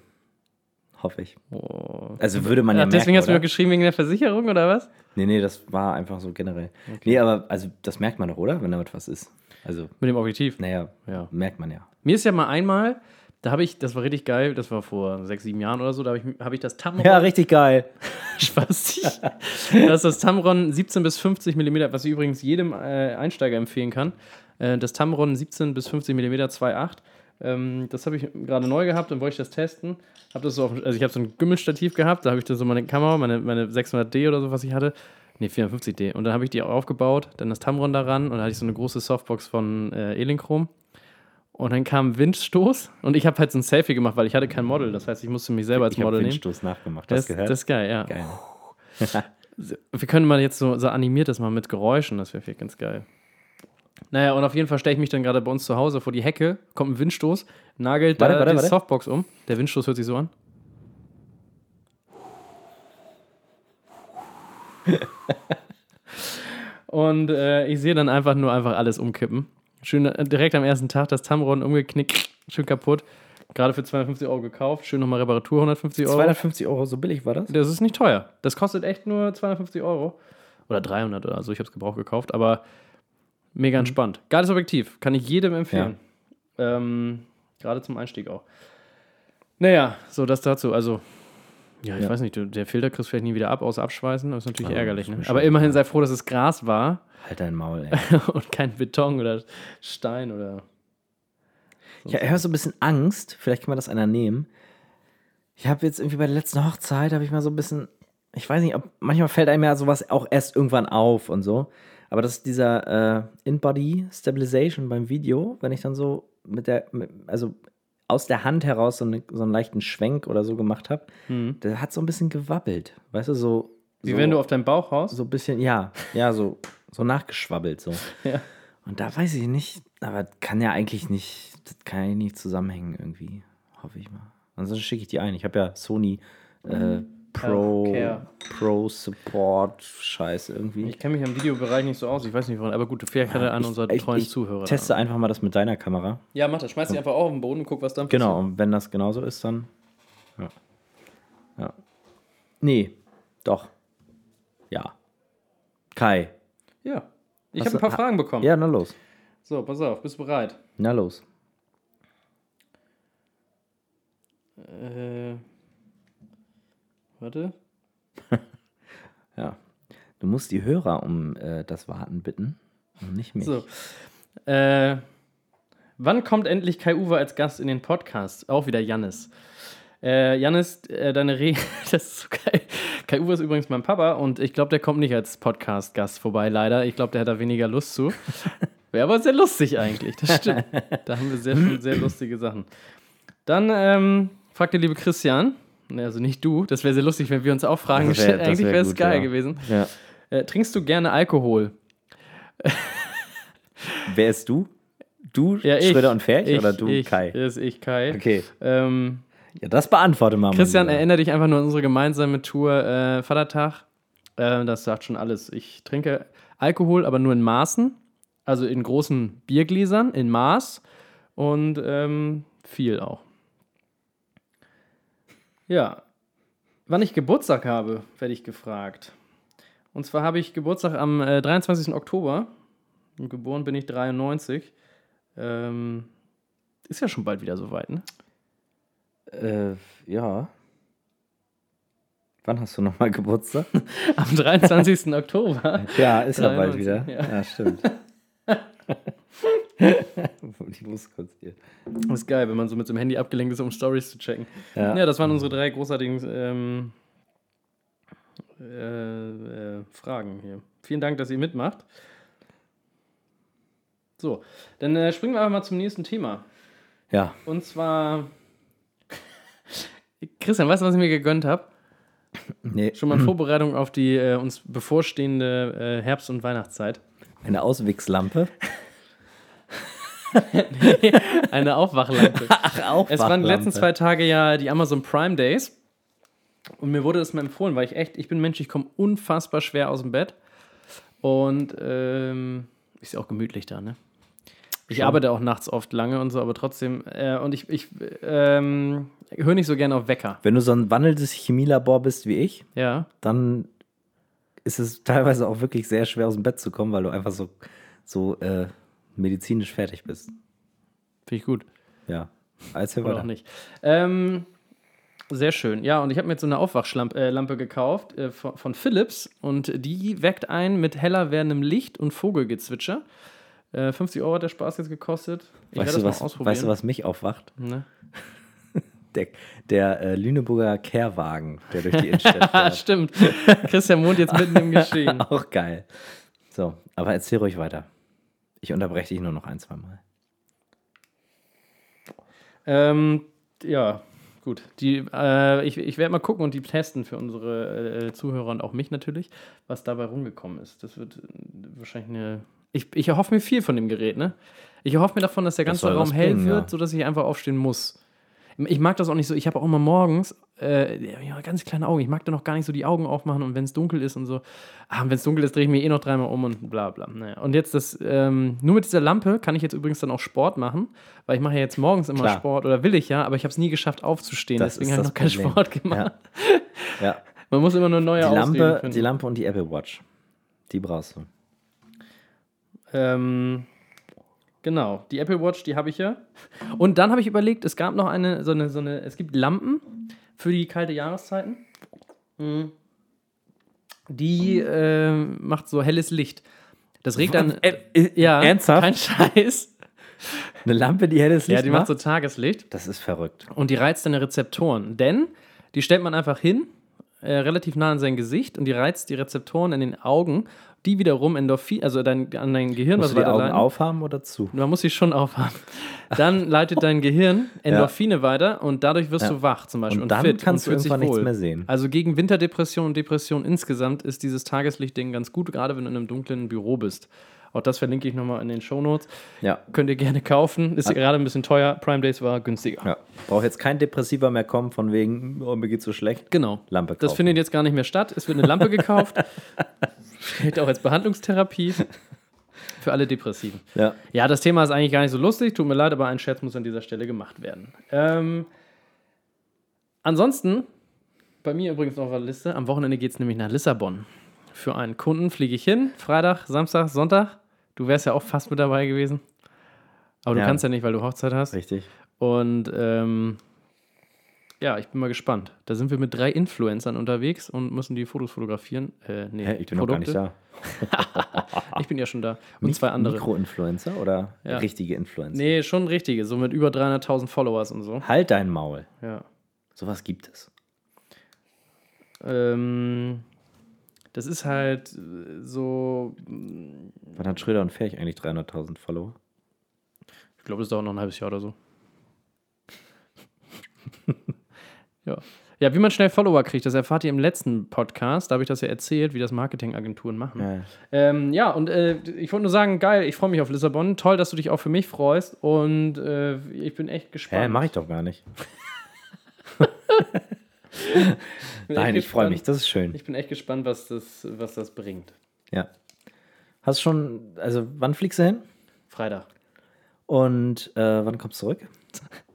[SPEAKER 1] Hoffe ich.
[SPEAKER 2] Oh, aber.
[SPEAKER 1] Also würde man ja,
[SPEAKER 2] Ach, deswegen
[SPEAKER 1] merken,
[SPEAKER 2] hast du mir
[SPEAKER 1] oder?
[SPEAKER 2] doch geschrieben wegen der Versicherung oder was?
[SPEAKER 1] Nee, nee, das war einfach so generell. Nee, aber also das merkt man doch, oder? Wenn damit was ist. Also,
[SPEAKER 2] Mit dem Objektiv.
[SPEAKER 1] naja,
[SPEAKER 2] Ja.
[SPEAKER 1] merkt man ja.
[SPEAKER 2] Mir ist ja mal einmal, da habe ich, das war richtig geil, das war vor sechs, sieben Jahren oder so, da habe ich, hab ich das Tamron
[SPEAKER 1] Ja, richtig geil.
[SPEAKER 2] Spasti. das ist das Tamron 17 bis 50 mm, was ich übrigens jedem äh, Einsteiger empfehlen kann. Äh, das Tamron 17 bis 50 mm 2.8. Ähm, das habe ich gerade neu gehabt und wollte ich das testen. Hab das so auf, also ich habe so ein Gümmelstativ gehabt, da habe ich dann so meine Kamera, meine, meine 600D oder so, was ich hatte. Ne, 450D. Und dann habe ich die aufgebaut, dann das Tamron daran und dann hatte ich so eine große Softbox von äh, Elinchrom. Und dann kam ein Windstoß und ich habe halt so ein Selfie gemacht, weil ich hatte kein Model. Das heißt, ich musste mich selber als
[SPEAKER 1] Ich habe
[SPEAKER 2] Model
[SPEAKER 1] den
[SPEAKER 2] nehmen.
[SPEAKER 1] Stoß nachgemacht.
[SPEAKER 2] Das,
[SPEAKER 1] Das,
[SPEAKER 2] das,
[SPEAKER 1] gehört.
[SPEAKER 2] ist geil, ja.
[SPEAKER 1] geil.
[SPEAKER 2] Wir können mal jetzt so, so animiert das mal mit Geräuschen, das wäre vielleicht ganz geil. Naja, und auf jeden Fall stelle ich mich dann gerade bei uns zu Hause vor die Hecke, kommt ein Windstoß, nagelt
[SPEAKER 1] Warte,
[SPEAKER 2] da
[SPEAKER 1] warte,
[SPEAKER 2] die
[SPEAKER 1] warte.
[SPEAKER 2] Softbox um. Der Windstoß hört sich so an. und äh, ich sehe dann einfach nur einfach alles umkippen. Schön äh, direkt am ersten Tag das Tamron umgeknickt, schön kaputt. Gerade für 250 Euro gekauft, schön nochmal Reparatur, 150 Euro.
[SPEAKER 1] 250 Euro, so billig war das?
[SPEAKER 2] Das ist nicht teuer. Das kostet echt nur 250 Euro. Oder 300 oder so. Ich habe es gebraucht gekauft, aber
[SPEAKER 1] Mhm.
[SPEAKER 2] mega entspannt. Geiles Objektiv. Kann ich jedem empfehlen. Ähm, Gerade zum Einstieg auch. Naja, so das dazu. Also, ja, ich
[SPEAKER 1] Ja.
[SPEAKER 2] weiß nicht, du- der Filter kriegst du vielleicht nie wieder ab, außer abschweißen. Das ist natürlich
[SPEAKER 1] Ja,
[SPEAKER 2] ärgerlich.
[SPEAKER 1] ist mir
[SPEAKER 2] Ne?
[SPEAKER 1] schon
[SPEAKER 2] Aber immerhin sei froh, dass es Gras war
[SPEAKER 1] Halt dein Maul, ey.
[SPEAKER 2] und kein Beton oder Stein oder.
[SPEAKER 1] Ich höre so ein bisschen Angst, vielleicht kann man das einer nehmen. Ich habe jetzt irgendwie bei der letzten Hochzeit, habe ich mal so ein bisschen, ich weiß nicht, ob manchmal fällt einem ja sowas auch erst irgendwann auf und so. Aber das ist dieser äh, In-Body Stabilization beim Video, wenn ich dann so mit der, mit, also aus der Hand heraus so, eine, so einen leichten Schwenk oder so gemacht habe,
[SPEAKER 2] Hm.
[SPEAKER 1] der hat so ein bisschen gewabbelt. Weißt du, so.
[SPEAKER 2] Wie
[SPEAKER 1] so,
[SPEAKER 2] wenn du auf deinem Bauch haust.
[SPEAKER 1] so ein bisschen, ja, ja, so, so nachgeschwabbelt. So.
[SPEAKER 2] Ja.
[SPEAKER 1] Und da weiß ich nicht, aber kann ja eigentlich nicht, das kann ja nicht zusammenhängen irgendwie, hoffe ich mal. Ansonsten schicke ich die ein. Ich habe ja Sony äh,
[SPEAKER 2] Mhm.
[SPEAKER 1] Pro,
[SPEAKER 2] Healthcare.
[SPEAKER 1] Pro Support Scheiß irgendwie.
[SPEAKER 2] Ich kenne mich im Videobereich nicht so aus. Ich weiß nicht, woran. Aber gut, vielleicht hat einer unserer
[SPEAKER 1] ich,
[SPEAKER 2] treuen
[SPEAKER 1] ich
[SPEAKER 2] Zuhörer. da.
[SPEAKER 1] teste einfach mal das mit deiner Kamera.
[SPEAKER 2] Ja, mach das. Schmeiß die einfach auf den Boden und guck, was dann passiert.
[SPEAKER 1] Genau, und wenn das genauso ist, dann. Ja. ja. Nee, doch. Ja. Kai.
[SPEAKER 2] Ja. Ich
[SPEAKER 1] Hast du-
[SPEAKER 2] habe ein paar
[SPEAKER 1] ha-
[SPEAKER 2] Fragen bekommen.
[SPEAKER 1] Ja, na los.
[SPEAKER 2] So, pass auf, bist du bereit?
[SPEAKER 1] Na los.
[SPEAKER 2] Äh, warte.
[SPEAKER 1] Ja. Du musst die Hörer um äh, das Warten bitten und nicht mich.
[SPEAKER 2] So. Äh, wann kommt endlich Kai Uwe als Gast in den Podcast? Auch wieder Jannis. Äh, Jannis, äh, deine Re das ist so geil. Kai Uwe ist übrigens mein Papa und ich glaube, der kommt nicht als Podcast-Gast vorbei, leider. Ich glaube, der hat da weniger Lust zu. Wäre aber sehr lustig eigentlich, das stimmt. Da haben wir sehr, viel- sehr lustige Sachen. Dann ähm, fragt der liebe Christian, Ne, also nicht du, das wäre sehr lustig, wenn wir uns auch Fragen
[SPEAKER 1] Das wär-
[SPEAKER 2] gestellt
[SPEAKER 1] das
[SPEAKER 2] Eigentlich
[SPEAKER 1] wär
[SPEAKER 2] wäre es
[SPEAKER 1] gut,
[SPEAKER 2] geil
[SPEAKER 1] ja.
[SPEAKER 2] gewesen.
[SPEAKER 1] Ja.
[SPEAKER 2] Äh, trinkst du gerne Alkohol?
[SPEAKER 1] Wer ist du? Du,
[SPEAKER 2] Ja, ich.
[SPEAKER 1] Schröder und Ferch
[SPEAKER 2] ich,
[SPEAKER 1] oder du,
[SPEAKER 2] ich,
[SPEAKER 1] Kai?
[SPEAKER 2] Ist ich, Kai.
[SPEAKER 1] Okay.
[SPEAKER 2] Ähm,
[SPEAKER 1] Ja, das beantworte mal. mein
[SPEAKER 2] Christian,
[SPEAKER 1] Lieber.
[SPEAKER 2] erinnere dich einfach nur an unsere gemeinsame Tour äh, Vatertag. Ähm, das sagt schon alles. Ich trinke Alkohol, aber nur in Maßen. Also in großen Biergläsern, in Maß und ähm, viel auch. Ja. Wann ich Geburtstag habe, werde ich gefragt. Und zwar habe ich Geburtstag am äh, 23. Oktober. Und geboren bin ich 93. Ähm, ist ja schon bald wieder soweit, ne?
[SPEAKER 1] Äh, ja. Wann hast du nochmal Geburtstag?
[SPEAKER 2] Am 23. Oktober.
[SPEAKER 1] ja, ist ja
[SPEAKER 2] 93,
[SPEAKER 1] bald wieder.
[SPEAKER 2] ja.
[SPEAKER 1] Ja, stimmt. ich muss kurz hier.
[SPEAKER 2] Das ist geil, wenn man so mit dem Handy abgelenkt ist, um Stories zu checken. Ja,
[SPEAKER 1] Ja.
[SPEAKER 2] das waren unsere drei großartigen ähm, äh, äh, Fragen hier. Vielen Dank, dass ihr mitmacht. So, dann äh, springen wir einfach mal zum nächsten Thema.
[SPEAKER 1] ja.
[SPEAKER 2] Und zwar. Christian, weißt du, was ich mir gegönnt habe?
[SPEAKER 1] Nee,
[SPEAKER 2] Schon mal in Vorbereitung auf die äh, uns bevorstehende äh, Herbst- und Weihnachtszeit.
[SPEAKER 1] eine Auswichslampe.
[SPEAKER 2] Eine Aufwachlampe.
[SPEAKER 1] Ach, auch
[SPEAKER 2] Es waren die letzten zwei Tage ja die Amazon Prime Days. Und mir wurde das mal empfohlen, weil ich echt, ich bin Mensch, ich komme unfassbar schwer aus dem Bett. Und ähm, ist ja auch gemütlich da, ne? Ich arbeite auch nachts oft lange und so, aber trotzdem. Äh, und ich, ich ähm, höre nicht so gerne auf Wecker.
[SPEAKER 1] Wenn du so ein wandelndes Chemielabor bist wie ich,
[SPEAKER 2] Ja.
[SPEAKER 1] dann ist es teilweise auch wirklich sehr schwer aus dem Bett zu kommen, weil du einfach so, so äh, medizinisch fertig bist.
[SPEAKER 2] Finde ich gut.
[SPEAKER 1] Ja. Als wir
[SPEAKER 2] Oder
[SPEAKER 1] weiter.
[SPEAKER 2] auch nicht. Ähm, sehr schön. Ja, und ich habe mir jetzt so eine Aufwachlampe äh, Lampe gekauft äh, von, von Philips und die weckt ein mit heller werdendem Licht und Vogelgezwitscher. Äh, 50 Euro hat der Spaß jetzt gekostet. Ich
[SPEAKER 1] Weißt
[SPEAKER 2] werde
[SPEAKER 1] du,
[SPEAKER 2] das mal
[SPEAKER 1] was,
[SPEAKER 2] ausprobieren.
[SPEAKER 1] weißt du, was mich aufwacht?
[SPEAKER 2] Ne?
[SPEAKER 1] Der, der äh, Lüneburger Kehrwagen, der durch die Innenstadt
[SPEAKER 2] Ah,
[SPEAKER 1] fährt.
[SPEAKER 2] stimmt. Christian Mond jetzt mitten im Geschehen.
[SPEAKER 1] auch geil. So, aber erzähl ruhig weiter. Ich unterbreche dich nur noch ein, zwei Mal.
[SPEAKER 2] Ähm, ja, gut. Die, äh, ich ich werde mal gucken und die testen für unsere äh, Zuhörer und auch mich natürlich, was dabei rumgekommen ist. Das wird äh, wahrscheinlich eine. Ich, ich erhoffe mir viel von dem Gerät, ne? Ich erhoffe mir davon, dass der
[SPEAKER 1] Das
[SPEAKER 2] ganze
[SPEAKER 1] soll was
[SPEAKER 2] Raum hell
[SPEAKER 1] bringen,
[SPEAKER 2] wird,
[SPEAKER 1] ja.
[SPEAKER 2] sodass ich einfach aufstehen muss. Ich mag das auch nicht so. Ich habe auch immer morgens äh, ja, ganz kleine Augen. Ich mag da noch gar nicht so die Augen aufmachen und wenn es dunkel ist und so. Ah, und wenn es dunkel ist, drehe ich mich eh noch dreimal um und bla bla. Naja. Und jetzt das, ähm, nur mit dieser Lampe kann ich jetzt übrigens dann auch Sport machen, weil ich mache ja jetzt morgens immer
[SPEAKER 1] Klar.
[SPEAKER 2] Sport oder will ich ja, aber ich habe es nie geschafft aufzustehen.
[SPEAKER 1] Das
[SPEAKER 2] Deswegen
[SPEAKER 1] ist
[SPEAKER 2] habe ich
[SPEAKER 1] das
[SPEAKER 2] noch keinen
[SPEAKER 1] Problem.
[SPEAKER 2] Sport gemacht.
[SPEAKER 1] Ja.
[SPEAKER 2] Man muss immer nur neue
[SPEAKER 1] Die,
[SPEAKER 2] Ausreden
[SPEAKER 1] Lampe,
[SPEAKER 2] finden.
[SPEAKER 1] die Lampe und die Apple Watch. Die brauchst du.
[SPEAKER 2] Ähm, genau, die Apple Watch, die habe ich ja. Und dann habe ich überlegt, es gab noch eine so, eine, so eine, es gibt Lampen für die kalte Jahreszeiten. Mhm. Die ähm, macht so helles Licht. Das regt dann. äh, ja,
[SPEAKER 1] ernsthaft?
[SPEAKER 2] Kein Scheiß.
[SPEAKER 1] Eine Lampe, die helles Licht
[SPEAKER 2] Ja, die macht so Tageslicht.
[SPEAKER 1] Das ist verrückt.
[SPEAKER 2] Und die reizt deine Rezeptoren. Denn die stellt man einfach hin, äh, relativ nah an sein Gesicht und die reizt die Rezeptoren in den Augen, die wiederum Endorphin, also dein, an dein Gehirn
[SPEAKER 1] Musst du die Augen
[SPEAKER 2] weiterleiten.
[SPEAKER 1] aufhaben oder zu?
[SPEAKER 2] Man muss sie schon aufhaben. Dann leitet dein Gehirn Endorphine weiter und dadurch wirst
[SPEAKER 1] Ja.
[SPEAKER 2] du wach zum Beispiel
[SPEAKER 1] Und dann
[SPEAKER 2] fit
[SPEAKER 1] kannst du
[SPEAKER 2] fühlst dich
[SPEAKER 1] irgendwann nichts
[SPEAKER 2] wohl.
[SPEAKER 1] mehr sehen.
[SPEAKER 2] Also gegen Winterdepression und Depression insgesamt ist dieses Tageslichtding ganz gut, gerade wenn du in einem dunklen Büro bist. Auch das verlinke ich nochmal in den Shownotes.
[SPEAKER 1] Ja.
[SPEAKER 2] Könnt ihr gerne kaufen. Ist gerade ein bisschen teuer. Prime Days war günstiger.
[SPEAKER 1] Ah. ja. Braucht jetzt kein Depressiver mehr kommen, von wegen, oh, mir geht's so schlecht.
[SPEAKER 2] Genau.
[SPEAKER 1] Lampe
[SPEAKER 2] Das
[SPEAKER 1] kaufen.
[SPEAKER 2] findet jetzt gar nicht mehr statt. Es wird eine Lampe gekauft. Vielleicht auch als Behandlungstherapie. Für alle Depressiven.
[SPEAKER 1] Ja.
[SPEAKER 2] Ja, das Thema ist eigentlich gar nicht so lustig. Tut mir leid, aber ein Scherz muss an dieser Stelle gemacht werden. Ähm, ansonsten, bei mir übrigens noch auf der Liste. Am Wochenende geht es nämlich nach Lissabon. Für einen Kunden fliege ich hin. Freitag, Samstag, Sonntag. Du wärst ja auch fast mit dabei gewesen. Aber
[SPEAKER 1] Ja.
[SPEAKER 2] du kannst ja nicht, weil du Hochzeit hast.
[SPEAKER 1] Richtig.
[SPEAKER 2] Und ähm, ja, ich bin mal gespannt. Da sind wir mit drei Influencern unterwegs und müssen die Fotos fotografieren. Äh, nee,
[SPEAKER 1] Hä, ich bin
[SPEAKER 2] Produkte.
[SPEAKER 1] noch gar nicht
[SPEAKER 2] da. Ich bin ja schon da. Und
[SPEAKER 1] da.
[SPEAKER 2] zwei andere.
[SPEAKER 1] Mikroinfluencer oder
[SPEAKER 2] Ja.
[SPEAKER 1] richtige Influencer?
[SPEAKER 2] Nee, schon richtige, so mit über 300.000 Followers und so.
[SPEAKER 1] Halt dein Maul.
[SPEAKER 2] Ja.
[SPEAKER 1] Sowas gibt es.
[SPEAKER 2] Ähm, das ist halt äh, so,
[SPEAKER 1] Wann hat Schröder und Ferch eigentlich 300.000 Follower?
[SPEAKER 2] ich glaube, das dauert noch ein halbes Jahr oder so. ja. ja, wie man schnell Follower kriegt, das erfahrt ihr im letzten Podcast. Da habe ich das ja erzählt, wie das Marketingagenturen machen.
[SPEAKER 1] Ja.
[SPEAKER 2] Ähm, ja, und äh, ich wollte nur sagen, geil, ich freue mich auf Lissabon. Toll, dass du dich auch für mich freust. Und äh, ich bin echt gespannt.
[SPEAKER 1] Hä, mach ich doch gar nicht.
[SPEAKER 2] bin echt
[SPEAKER 1] Nein, ich freue
[SPEAKER 2] gespannt.
[SPEAKER 1] mich, das ist schön.
[SPEAKER 2] Ich bin echt gespannt, was das, was das bringt.
[SPEAKER 1] Ja. Hast schon, also wann fliegst du hin?
[SPEAKER 2] Freitag.
[SPEAKER 1] Und äh, wann kommst du zurück?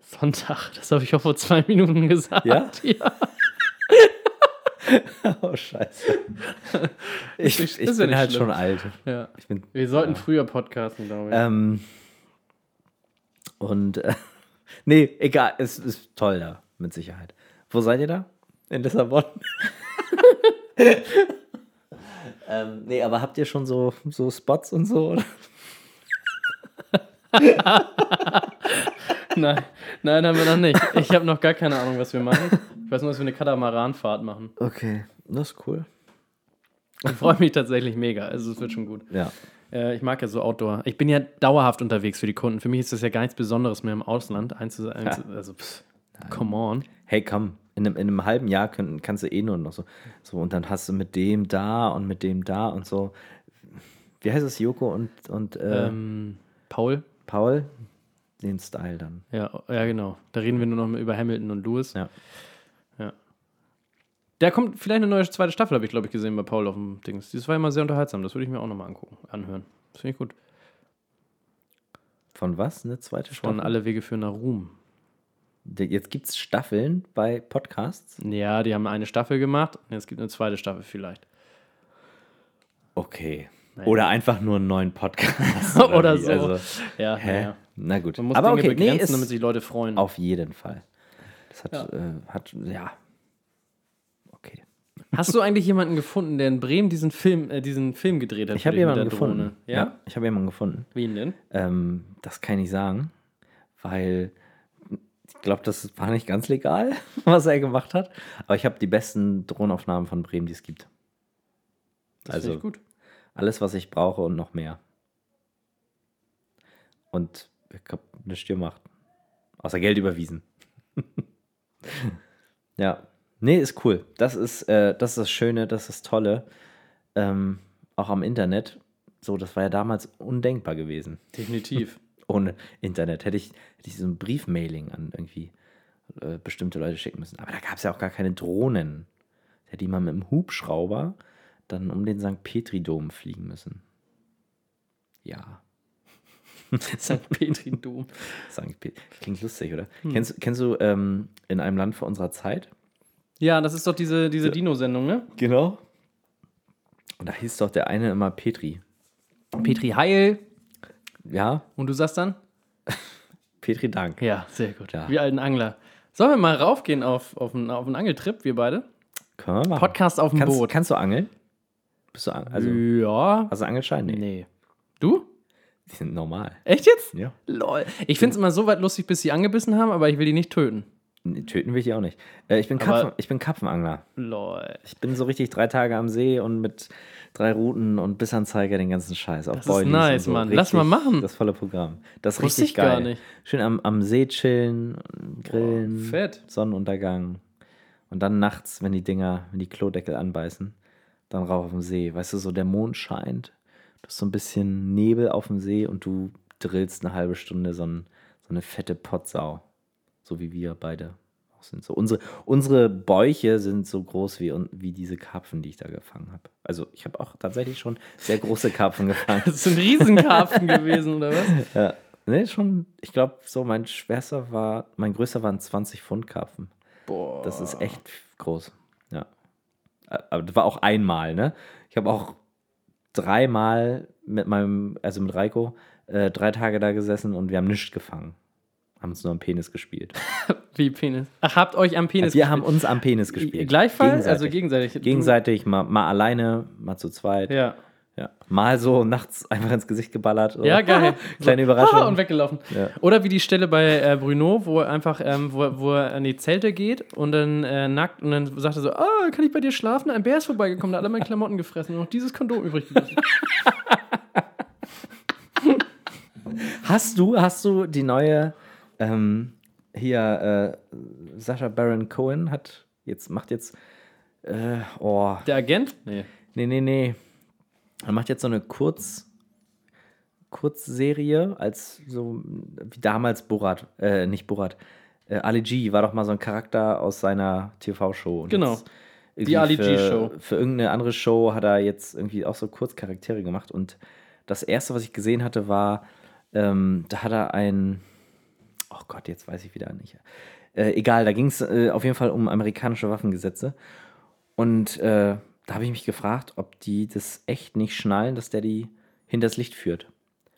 [SPEAKER 2] Sonntag, das habe ich auch vor zwei Minuten gesagt.
[SPEAKER 1] Ja?
[SPEAKER 2] ja.
[SPEAKER 1] Oh, scheiße. Ich,
[SPEAKER 2] Das ist
[SPEAKER 1] ich
[SPEAKER 2] ja
[SPEAKER 1] bin
[SPEAKER 2] nicht
[SPEAKER 1] halt
[SPEAKER 2] schlimm.
[SPEAKER 1] schon alt.
[SPEAKER 2] ja.
[SPEAKER 1] Ich bin,
[SPEAKER 2] Wir sollten früher podcasten, glaube ich.
[SPEAKER 1] ähm, und, äh, nee, egal, es ist toll da, mit Sicherheit. Wo seid ihr da? In Lissabon? ähm, nee, aber habt ihr schon so, so Spots und so? Oder?
[SPEAKER 2] Nein, nein, haben wir noch nicht. Ich habe noch gar keine Ahnung, was wir machen. Ich weiß nur, dass wir eine Katamaranfahrt machen.
[SPEAKER 1] Okay, das ist cool.
[SPEAKER 2] Ich freue mich tatsächlich mega. Also, es wird schon gut.
[SPEAKER 1] Ja.
[SPEAKER 2] Äh, ich mag ja so Outdoor. Ich bin ja dauerhaft unterwegs für die Kunden. Für mich ist das ja gar nichts Besonderes mehr im Ausland. Einzu einzu also, pff, come on.
[SPEAKER 1] hey, komm, in einem, in einem halben Jahr können, kannst du eh nur noch so, so. Und dann hast du mit dem da und mit dem da und so. Wie heißt es, Joko und, und äh,
[SPEAKER 2] Ähm, Paul?
[SPEAKER 1] Paul? Den Style dann.
[SPEAKER 2] Ja, ja, genau. Da reden wir nur noch über Hamilton und Lewis.
[SPEAKER 1] Ja.
[SPEAKER 2] ja. Da kommt vielleicht eine neue zweite Staffel, habe ich, glaube ich, gesehen bei Paul auf dem Dings. Das war immer sehr unterhaltsam. Das würde ich mir auch nochmal angucken, anhören. Das finde ich gut.
[SPEAKER 1] Von was? Eine zweite
[SPEAKER 2] Von
[SPEAKER 1] Staffel?
[SPEAKER 2] Alle Wege führen nach Ruhm.
[SPEAKER 1] Jetzt gibt es Staffeln bei Podcasts.
[SPEAKER 2] Ja, die haben eine Staffel gemacht. Jetzt gibt eine zweite Staffel vielleicht.
[SPEAKER 1] Okay.
[SPEAKER 2] Naja.
[SPEAKER 1] Oder einfach nur einen neuen Podcast.
[SPEAKER 2] Oder
[SPEAKER 1] wie?
[SPEAKER 2] so.
[SPEAKER 1] Also,
[SPEAKER 2] Ja,
[SPEAKER 1] hä?
[SPEAKER 2] naja.
[SPEAKER 1] Na gut.
[SPEAKER 2] Man muss
[SPEAKER 1] Aber
[SPEAKER 2] Dinge
[SPEAKER 1] okay, nee,
[SPEAKER 2] begrenzen,
[SPEAKER 1] ist
[SPEAKER 2] damit sich Leute freuen.
[SPEAKER 1] auf jeden Fall. Das hat,
[SPEAKER 2] Ja.
[SPEAKER 1] äh, hat, ja. Okay.
[SPEAKER 2] Hast du eigentlich jemanden gefunden, der in Bremen diesen Film, äh, diesen Film gedreht hat?
[SPEAKER 1] Ich
[SPEAKER 2] für
[SPEAKER 1] habe
[SPEAKER 2] dich mit
[SPEAKER 1] jemanden
[SPEAKER 2] der Drohne?
[SPEAKER 1] gefunden.
[SPEAKER 2] Ja?
[SPEAKER 1] ich habe jemanden gefunden.
[SPEAKER 2] Wen denn?
[SPEAKER 1] Ähm, das kann ich nicht sagen, weil ich glaube, das war nicht ganz legal, was er gemacht hat. Aber ich habe die besten Drohnenaufnahmen von Bremen, die es gibt.
[SPEAKER 2] Das
[SPEAKER 1] Also-
[SPEAKER 2] finde ich gut.
[SPEAKER 1] Alles, was ich brauche und noch mehr. Und ich habe nichts gemacht. Außer Geld überwiesen. ja. Nee, ist cool. Das ist, äh, das ist das Schöne, das ist das Tolle. Ähm, auch am Internet. So, das war ja damals undenkbar gewesen.
[SPEAKER 2] Definitiv.
[SPEAKER 1] Ohne Internet. Hätte ich, hätte ich so ein Briefmailing an irgendwie äh, bestimmte Leute schicken müssen. Aber da gab es ja auch gar keine Drohnen. Da hätte man mit dem Hubschrauber dann um den St. Petri-Dom fliegen müssen. Ja.
[SPEAKER 2] St. Petri Dom.
[SPEAKER 1] St. Petri. Klingt lustig, oder?
[SPEAKER 2] Hm.
[SPEAKER 1] Kennst, kennst du ähm, in einem Land vor unserer Zeit?
[SPEAKER 2] Ja, das ist doch diese, diese Dino-Sendung, ne?
[SPEAKER 1] Genau. Und da hieß doch der eine immer Petri.
[SPEAKER 2] Petri Heil.
[SPEAKER 1] Ja,
[SPEAKER 2] Und du sagst dann?
[SPEAKER 1] Petri Dank.
[SPEAKER 2] Ja, sehr gut.
[SPEAKER 1] Ja.
[SPEAKER 2] Wir alten Angler. Sollen wir mal raufgehen auf, auf, einen, auf einen Angeltrip, wir beide?
[SPEAKER 1] Können wir machen.
[SPEAKER 2] Podcast auf dem
[SPEAKER 1] Ah. kannst,
[SPEAKER 2] Boot.
[SPEAKER 1] kannst du angeln? Bist du an, also,
[SPEAKER 2] ja.
[SPEAKER 1] hast du Angelschein? Nee.
[SPEAKER 2] Nee. Du?
[SPEAKER 1] Die sind normal.
[SPEAKER 2] Echt jetzt?
[SPEAKER 1] Ja.
[SPEAKER 2] Lol. Ich finde es immer so weit lustig, bis sie angebissen haben, aber ich will die nicht töten.
[SPEAKER 1] Nee, Töten will ich die auch nicht. Äh, ich, bin
[SPEAKER 2] Aber-
[SPEAKER 1] Karpfen, ich bin Karpfenangler.
[SPEAKER 2] Lol.
[SPEAKER 1] Ich bin so richtig drei Tage am See und mit drei Routen und Bissanzeiger den ganzen Scheiß. Auch
[SPEAKER 2] Das ist
[SPEAKER 1] Boilies
[SPEAKER 2] nice,
[SPEAKER 1] und so.
[SPEAKER 2] Mann. Lass mal machen.
[SPEAKER 1] Das volle Programm. Das ist
[SPEAKER 2] Wusste
[SPEAKER 1] richtig
[SPEAKER 2] ich
[SPEAKER 1] geil.
[SPEAKER 2] gar nicht.
[SPEAKER 1] Schön am, am See chillen, grillen,
[SPEAKER 2] Oh, fett.
[SPEAKER 1] Sonnenuntergang. Und dann nachts, wenn die Dinger, wenn die Klodeckel anbeißen, dann rauf auf dem See. Weißt du, so der Mond scheint, du hast so ein bisschen Nebel auf dem See und du drillst eine halbe Stunde so, ein, so eine fette Potsau. So wie wir beide auch sind. So unsere, unsere Bäuche sind so groß wie, wie diese Karpfen, die ich da gefangen habe. Also ich habe auch tatsächlich schon sehr große Karpfen gefangen.
[SPEAKER 2] Das sind Riesenkarpfen gewesen, oder was?
[SPEAKER 1] Ja. Nee, schon, ich glaube, so mein schwerster war, mein größter waren 20 Pfund Karpfen.
[SPEAKER 2] Boah.
[SPEAKER 1] Das ist echt groß. Ja. Ä- Aber das war auch einmal, ne? Ich habe auch dreimal mit meinem, also mit Reiko, äh, drei Tage da gesessen und wir haben nichts gefangen. Haben uns nur am Penis gespielt. Also
[SPEAKER 2] Wie Penis. Ach, habt euch am Penis
[SPEAKER 1] wir haben uns am Penis gespielt.
[SPEAKER 2] Gleichfalls?
[SPEAKER 1] Gegenseitig.
[SPEAKER 2] Also gegenseitig. Du-
[SPEAKER 1] Gegenseitig, mal, mal alleine, mal zu zweit.
[SPEAKER 2] Ja.
[SPEAKER 1] Ja. Mal so nachts einfach ins Gesicht geballert. So.
[SPEAKER 2] Ja, geil.
[SPEAKER 1] Kleine
[SPEAKER 2] So, Ah,
[SPEAKER 1] Überraschung.
[SPEAKER 2] Und weggelaufen.
[SPEAKER 1] Ja.
[SPEAKER 2] Oder wie die Stelle bei äh, Bruno, wo er einfach, ähm, wo, wo er an die Zelte geht und dann äh, nackt und dann sagt er so, ah, kann ich bei dir schlafen? Ein Bär ist vorbeigekommen, der hat alle meine Klamotten gefressen und noch dieses Kondom übrig geblieben.
[SPEAKER 1] Hast du, hast du die neue ähm, hier äh, Sascha Baron Cohen hat jetzt macht jetzt äh, oh
[SPEAKER 2] Der Agent? Nee.
[SPEAKER 1] nee nee nee er macht jetzt so eine Kurz Kurzserie als so wie damals Borat äh, nicht Borat äh, Ali G war doch mal so ein Charakter aus seiner TV-Show Und
[SPEAKER 2] Genau.
[SPEAKER 1] jetzt irgendwie
[SPEAKER 2] Ali
[SPEAKER 1] für-
[SPEAKER 2] G-Show.
[SPEAKER 1] Für irgendeine andere Show hat er jetzt irgendwie auch so Kurzcharaktere gemacht und das erste, was ich gesehen hatte, war, ähm, da hat er ein, oh Gott, jetzt weiß ich wieder nicht. Äh, egal, da ging es äh, auf jeden Fall um amerikanische Waffengesetze. Und äh, da habe ich mich gefragt, ob die das echt nicht schnallen, dass der die hinters Licht führt.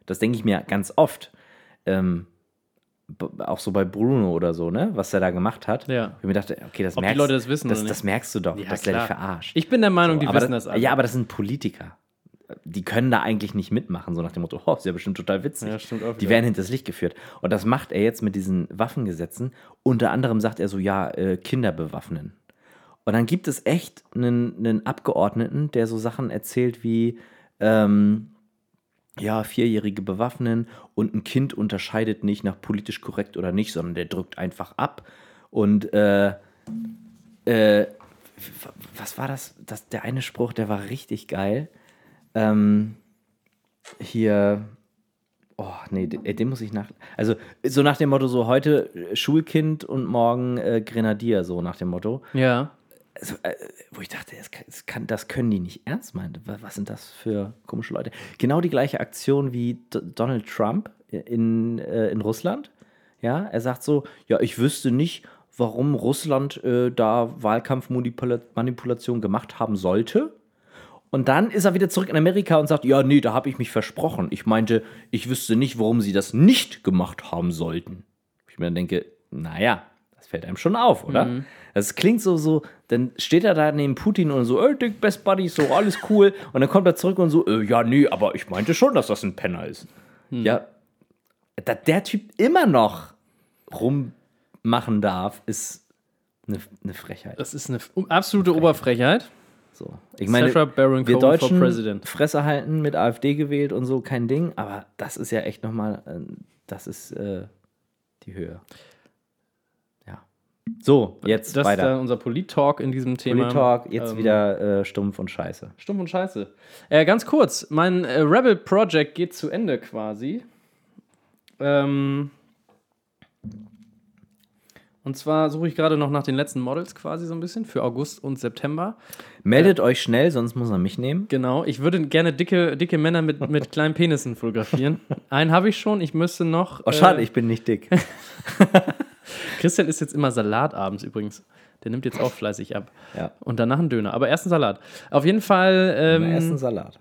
[SPEAKER 1] Das denke ich mir ganz oft. Ähm, b- auch so bei Bruno oder so, ne? Was er da gemacht hat.
[SPEAKER 2] Ja.
[SPEAKER 1] Ich mir dachte, okay, das
[SPEAKER 2] Ob die
[SPEAKER 1] merkst
[SPEAKER 2] Leute das wissen
[SPEAKER 1] das,
[SPEAKER 2] oder nicht.
[SPEAKER 1] das merkst du doch,
[SPEAKER 2] Ja,
[SPEAKER 1] dass der
[SPEAKER 2] klar.
[SPEAKER 1] dich verarscht.
[SPEAKER 2] Ich bin der Meinung, die
[SPEAKER 1] aber
[SPEAKER 2] wissen
[SPEAKER 1] das,
[SPEAKER 2] das alle.
[SPEAKER 1] Ja, aber das sind Politiker. Die können da eigentlich nicht mitmachen, so nach dem Motto, oh, ist ja bestimmt total witzig.
[SPEAKER 2] Ja, stimmt auch
[SPEAKER 1] die
[SPEAKER 2] wieder.
[SPEAKER 1] werden hinters Licht geführt. Und das macht er jetzt mit diesen Waffengesetzen. Unter anderem sagt er so, ja, äh, Kinder bewaffnen. Und dann gibt es echt einen, einen Abgeordneten, der so Sachen erzählt wie, ähm, ja, Vierjährige bewaffnen und ein Kind unterscheidet nicht nach politisch korrekt oder nicht, sondern der drückt einfach ab. Und äh, äh, w- was war das? das? Der eine Spruch, der war richtig geil. Ähm, hier. Oh, nee, den, äh, den muss ich nach. Also, so nach dem Motto, so heute äh, Schulkind und morgen äh, Grenadier, so nach dem Motto.
[SPEAKER 2] ja.
[SPEAKER 1] also, äh, wo ich dachte, das, kann, das, kann, das können die nicht ernst meinen. Wa- Was sind das für komische Leute? Genau die gleiche Aktion wie D Donald Trump in, äh, in Russland. Ja, er sagt so, ja, ich wüsste nicht, warum Russland äh, da Wahlkampfmanipulation gemacht haben sollte. Und dann ist er wieder zurück in Amerika und sagt, ja, nee, da habe ich mich versprochen. Ich meinte, ich wüsste nicht, warum sie das nicht gemacht haben sollten. Wo Ich mir dann denke, naja, das fällt einem schon auf, oder? Das klingt so, so, dann steht er da neben Putin und so, ey, Dick, Best Buddy, so, alles cool. Und dann kommt er zurück und so, äh, ja, nee, aber ich meinte schon, dass das ein Penner ist. Ja, dass der Typ immer noch rummachen darf, ist eine, eine Frechheit.
[SPEAKER 2] Das ist eine absolute Oberfrechheit.
[SPEAKER 1] So. Ich meine,
[SPEAKER 2] Sacha Baron
[SPEAKER 1] wir
[SPEAKER 2] Cohen for
[SPEAKER 1] Deutschen
[SPEAKER 2] President.
[SPEAKER 1] Fresse halten, mit AfD gewählt und so, kein Ding. Aber das ist ja echt nochmal, äh, das ist äh, die Höhe. Ja. So, jetzt
[SPEAKER 2] das ist
[SPEAKER 1] weiter.
[SPEAKER 2] dann unser Polit-Talk in diesem Thema.
[SPEAKER 1] Polit-Talk, jetzt
[SPEAKER 2] Ähm,
[SPEAKER 1] wieder äh, stumpf und scheiße.
[SPEAKER 2] Stumpf und scheiße. Äh, ganz kurz, mein äh, Rebel Project geht zu Ende quasi. Ähm, und zwar suche ich gerade noch nach den letzten Models quasi so ein bisschen für August und September.
[SPEAKER 1] Meldet euch schnell, sonst muss er mich nehmen.
[SPEAKER 2] Genau, ich würde gerne dicke, dicke Männer mit, mit kleinen Penissen fotografieren. Einen habe ich schon, ich müsste noch. äh,
[SPEAKER 1] Oh, schade, ich bin nicht dick.
[SPEAKER 2] Christian isst jetzt immer Salat abends übrigens. Der nimmt jetzt auch fleißig ab.
[SPEAKER 1] Ja.
[SPEAKER 2] Und danach einen Döner. Aber erst einen Salat. Auf jeden Fall.
[SPEAKER 1] Ähm, Essen
[SPEAKER 2] Ähm,
[SPEAKER 1] Salat.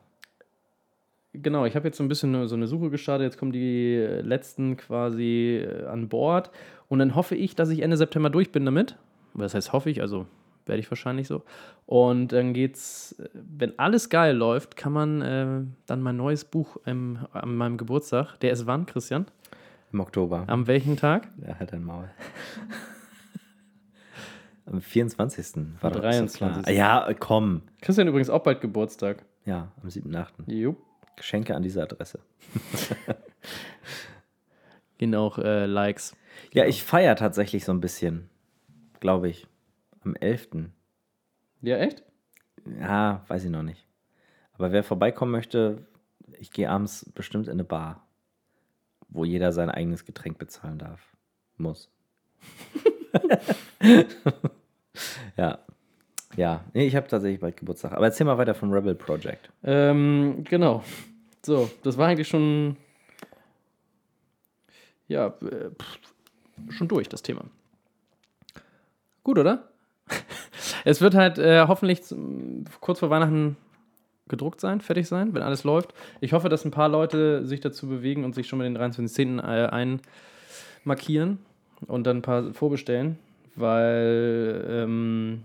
[SPEAKER 2] genau, ich habe jetzt so ein bisschen so eine Suche gestartet. Jetzt kommen die äh, letzten quasi äh, an Bord. Und dann hoffe ich, dass ich Ende September durch bin damit. Oder Das heißt, hoffe ich, also werde ich wahrscheinlich so. Und dann geht's, äh, wenn alles geil läuft, kann man äh, dann mein neues Buch ähm, an meinem Geburtstag. Der ist wann, Christian?
[SPEAKER 1] Im Oktober.
[SPEAKER 2] Am welchen Tag?
[SPEAKER 1] Er hat ein Maul. Am 24. war
[SPEAKER 2] Am
[SPEAKER 1] doch das so
[SPEAKER 2] 23..
[SPEAKER 1] klar. Ja, komm.
[SPEAKER 2] Christian übrigens auch bald Geburtstag.
[SPEAKER 1] Ja, am 7.8.
[SPEAKER 2] Jupp.
[SPEAKER 1] Geschenke an diese Adresse.
[SPEAKER 2] Gehen auch äh, Likes.
[SPEAKER 1] Ja,
[SPEAKER 2] Genau.
[SPEAKER 1] ich feiere tatsächlich so ein bisschen. Glaube ich. Am 11.
[SPEAKER 2] Ja, echt?
[SPEAKER 1] Ja, weiß ich noch nicht. Aber wer vorbeikommen möchte, ich gehe abends bestimmt in eine Bar, wo jeder sein eigenes Getränk bezahlen darf. Muss. ja. Ja. Nee, ich habe tatsächlich bald Geburtstag. Aber erzähl mal weiter vom Rebel Project.
[SPEAKER 2] Ähm, genau. So, das war eigentlich schon. Ja, äh, pff, schon durch, das Thema. Gut, oder? es wird halt äh, hoffentlich zum, kurz vor Weihnachten gedruckt sein, fertig sein, wenn alles läuft. Ich hoffe, dass ein paar Leute sich dazu bewegen und sich schon mal den 23.10. ein markieren und dann ein paar vorbestellen, weil ähm,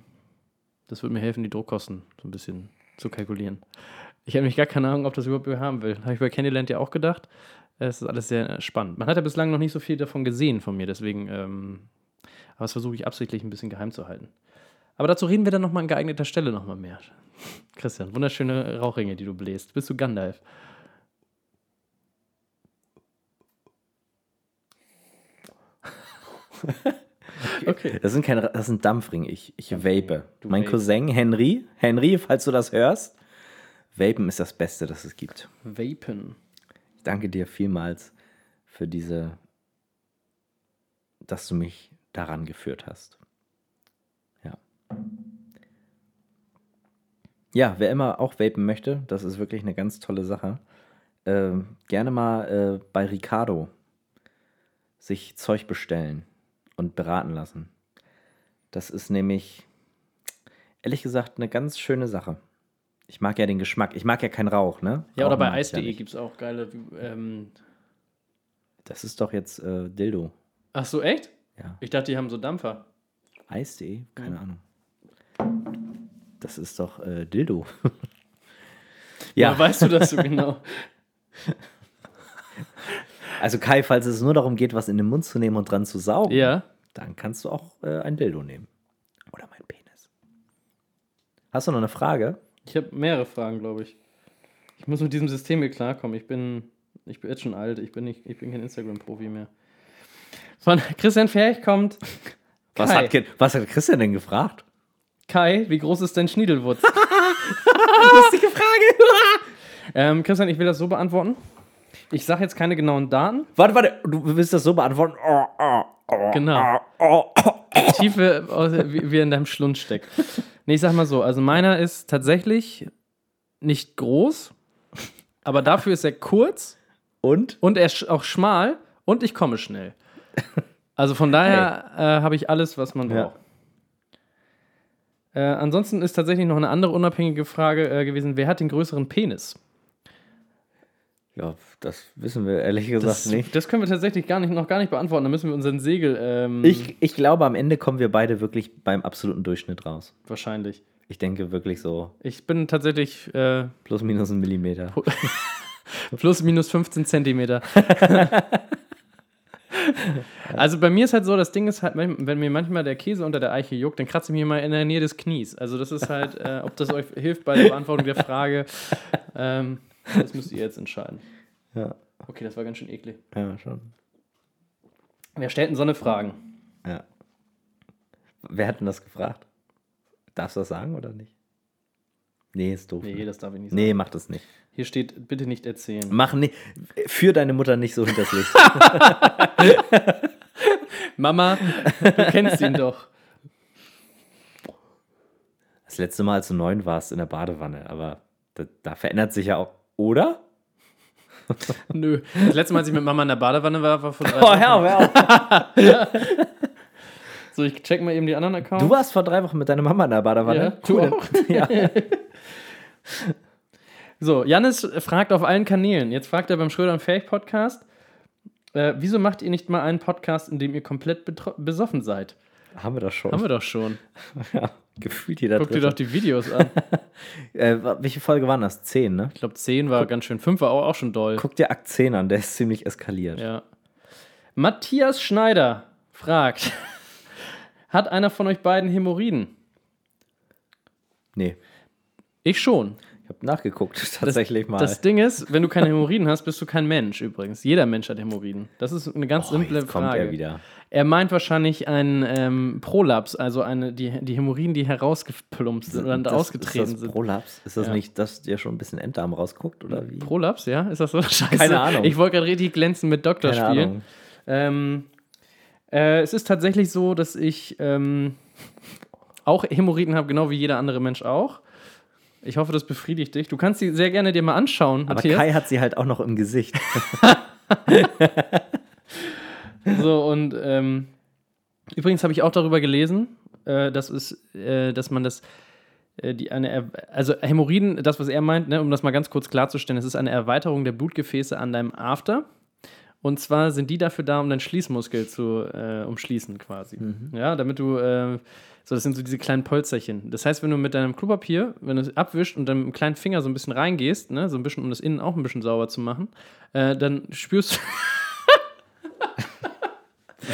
[SPEAKER 2] das wird mir helfen, die Druckkosten so ein bisschen zu kalkulieren. Ich habe mich gar keine Ahnung, ob das überhaupt wer haben will. Habe ich bei Candyland ja auch gedacht. Es ist alles sehr äh, spannend. Man hat ja bislang noch nicht so viel davon gesehen von mir, deswegen. Ähm, aber das versuche ich absichtlich ein bisschen geheim zu halten. Aber dazu reden wir dann nochmal an geeigneter Stelle nochmal mehr. Christian, wunderschöne Rauchringe, die du bläst. Bist du Gandalf? okay.
[SPEAKER 1] Das sind keine, das sind Dampfringe. Ich, ich vape.
[SPEAKER 2] du
[SPEAKER 1] mein
[SPEAKER 2] vapest.
[SPEAKER 1] Cousin Henry, Henry, falls du das hörst, Vapen ist das Beste, das es gibt.
[SPEAKER 2] Vapen.
[SPEAKER 1] Ich danke dir vielmals für diese, dass du mich daran geführt hast. Ja. Ja, wer immer auch vapen möchte, das ist wirklich eine ganz tolle Sache. Ähm, gerne mal äh, bei Ricardo sich Zeug bestellen und beraten lassen. Das ist nämlich, ehrlich gesagt, eine ganz schöne Sache. Ich mag ja den Geschmack. Ich mag ja keinen Rauch, ne?
[SPEAKER 2] Ja, oder
[SPEAKER 1] Rauchen
[SPEAKER 2] bei E
[SPEAKER 1] mag ich ja
[SPEAKER 2] Eis.de
[SPEAKER 1] nicht.
[SPEAKER 2] gibt es auch geile. Ähm,
[SPEAKER 1] Das ist doch jetzt äh, Dildo.
[SPEAKER 2] ach so, echt?
[SPEAKER 1] Ja.
[SPEAKER 2] Ich dachte, die haben so Dampfer.
[SPEAKER 1] Eis.de? Keine Ahnung. Das ist doch äh, Dildo.
[SPEAKER 2] Ja.
[SPEAKER 1] ja,
[SPEAKER 2] weißt du das so genau?
[SPEAKER 1] also Kai, falls es nur darum geht, was in den Mund zu nehmen und dran zu saugen,
[SPEAKER 2] ja.
[SPEAKER 1] dann kannst du auch äh, ein Dildo nehmen. Oder mein Penis. Hast du noch eine Frage?
[SPEAKER 2] Ich habe mehrere Fragen, glaube ich. Ich muss mit diesem System hier klarkommen. Ich bin, ich bin jetzt schon alt. Ich bin, nicht, ich bin kein Instagram-Profi mehr. Von Christian Ferch kommt
[SPEAKER 1] Was
[SPEAKER 2] Kai.
[SPEAKER 1] hat, Ki- was hat Christian denn gefragt?
[SPEAKER 2] Kai, wie groß ist dein Schniedelwurz?
[SPEAKER 1] Lustige Frage.
[SPEAKER 2] ähm, Christian, ich will das so beantworten. Ich sage jetzt keine genauen Daten.
[SPEAKER 1] warte, warte, du willst das so beantworten. Oh, oh, oh,
[SPEAKER 2] Genau.
[SPEAKER 1] oh, oh.
[SPEAKER 2] Tiefe, aus- wie, wie in deinem Schlund steckt. Nee, ich sag mal so, also meiner ist tatsächlich nicht groß, aber dafür ist er kurz
[SPEAKER 1] Und?
[SPEAKER 2] und er ist auch schmal und ich komme schnell. Also von daher äh, habe ich alles, was man
[SPEAKER 1] Ja.
[SPEAKER 2] braucht. Äh, ansonsten ist tatsächlich noch eine andere unabhängige Frage äh, gewesen, wer hat den größeren Penis?
[SPEAKER 1] Ja, das wissen wir ehrlich gesagt
[SPEAKER 2] Das,
[SPEAKER 1] nicht.
[SPEAKER 2] das können wir tatsächlich gar nicht, noch gar nicht beantworten, da müssen wir unseren Segel ähm,
[SPEAKER 1] Ich, ich glaube, am Ende kommen wir beide wirklich beim absoluten Durchschnitt raus.
[SPEAKER 2] wahrscheinlich.
[SPEAKER 1] Ich denke wirklich so
[SPEAKER 2] Ich bin tatsächlich äh,
[SPEAKER 1] plus minus ein Millimeter.
[SPEAKER 2] plus minus 15 Zentimeter. also bei mir ist halt so, das Ding ist halt, wenn wenn mir manchmal der Käse unter der Eiche juckt, dann kratze ich mir mal in der Nähe des Knies. Also das ist halt, äh, ob das euch hilft bei der Beantwortung der Frage, ähm, das müsst ihr jetzt entscheiden.
[SPEAKER 1] Ja,
[SPEAKER 2] Okay, das war ganz schön eklig.
[SPEAKER 1] ja schon.
[SPEAKER 2] Wer stellt denn so eine Fragen?
[SPEAKER 1] Ja. Wer hat denn das gefragt? Darfst du das sagen oder nicht? Nee, ist doof.
[SPEAKER 2] Nee,
[SPEAKER 1] ne?
[SPEAKER 2] das darf ich nicht sagen.
[SPEAKER 1] nee mach das nicht.
[SPEAKER 2] Hier steht, bitte nicht erzählen.
[SPEAKER 1] Mach nicht. Führ deine Mutter nicht so hinters Licht.
[SPEAKER 2] Mama, du kennst ihn doch.
[SPEAKER 1] Das letzte Mal, als du neun warst, in der Badewanne, aber da, da verändert sich ja auch. Oder?
[SPEAKER 2] Nö. Das letzte Mal, als ich mit Mama in der Badewanne war, war vor drei
[SPEAKER 1] Oh,
[SPEAKER 2] Wochen.
[SPEAKER 1] hör auf, hör auf.
[SPEAKER 2] So, ich check mal eben die anderen Accounts.
[SPEAKER 1] Du warst vor drei Wochen mit deiner Mama in der Badewanne.
[SPEAKER 2] Ja, du auch.
[SPEAKER 1] Ja.
[SPEAKER 2] So, Jannis fragt auf allen Kanälen. Jetzt fragt er beim Schröder und Fähig Podcast, äh, wieso macht ihr nicht mal einen Podcast, in dem ihr komplett betro- besoffen seid?
[SPEAKER 1] Haben wir das schon.
[SPEAKER 2] Haben wir doch schon.
[SPEAKER 1] Ja, gefühlt jeder
[SPEAKER 2] Guck dir doch
[SPEAKER 1] dritte.
[SPEAKER 2] die Videos an.
[SPEAKER 1] Äh, wa- welche Folge waren das? Zehn, ne?
[SPEAKER 2] Ich glaube, 10 war ganz schön. 5 war auch, auch schon doll.
[SPEAKER 1] Guck dir Akt 10 an, der ist ziemlich eskaliert.
[SPEAKER 2] Ja. Matthias Schneider fragt, hat einer von euch beiden Hämorrhoiden?
[SPEAKER 1] Nee,
[SPEAKER 2] Ich schon.
[SPEAKER 1] ich habe nachgeguckt, tatsächlich mal.
[SPEAKER 2] Das Ding ist, wenn du keine Hämorrhoiden hast, bist du kein Mensch übrigens. Jeder Mensch hat Hämorrhoiden. Das ist eine ganz
[SPEAKER 1] Oh,
[SPEAKER 2] simple
[SPEAKER 1] jetzt kommt
[SPEAKER 2] Frage.
[SPEAKER 1] er wieder.
[SPEAKER 2] Er meint wahrscheinlich einen ähm, Prolaps, also eine, die, die Hämorrhoiden, die herausgeplumpst sind oder
[SPEAKER 1] Das-
[SPEAKER 2] ausgetreten
[SPEAKER 1] ist das
[SPEAKER 2] sind.
[SPEAKER 1] Prolaps? Ist das
[SPEAKER 2] Ja.
[SPEAKER 1] nicht, dass dir schon ein bisschen Enddarm rausguckt oder wie?
[SPEAKER 2] Prolaps, ja? Ist das so? Scheiße.
[SPEAKER 1] Keine Ahnung.
[SPEAKER 2] Ich wollte gerade richtig glänzen mit Doktor
[SPEAKER 1] Keine
[SPEAKER 2] spielen.
[SPEAKER 1] Ahnung.
[SPEAKER 2] Ähm, äh, es ist tatsächlich so, dass ich ähm, auch Hämorrhoiden habe, genau wie jeder andere Mensch auch. Ich hoffe, das befriedigt dich. Du kannst sie sehr gerne dir mal anschauen,
[SPEAKER 1] Aber
[SPEAKER 2] Matthias.
[SPEAKER 1] Kai hat sie halt auch noch im Gesicht.
[SPEAKER 2] So, und ähm, übrigens habe ich auch darüber gelesen, äh, dass, es, äh, dass man das, äh, die, eine, Er- also Hämorrhoiden, das, was er meint, ne, um das mal ganz kurz klarzustellen, es ist eine Erweiterung der Blutgefäße an deinem After. Und zwar sind die dafür da, um deinen Schließmuskel zu äh, umschließen, quasi. Ja, damit du, äh, so, das sind so diese kleinen Polsterchen. Das heißt, wenn du mit deinem Klopapier, wenn du es abwischst und dann mit dem kleinen Finger so ein bisschen reingehst, ne, so ein bisschen, um das Innen auch ein bisschen sauber zu machen, äh, dann spürst du.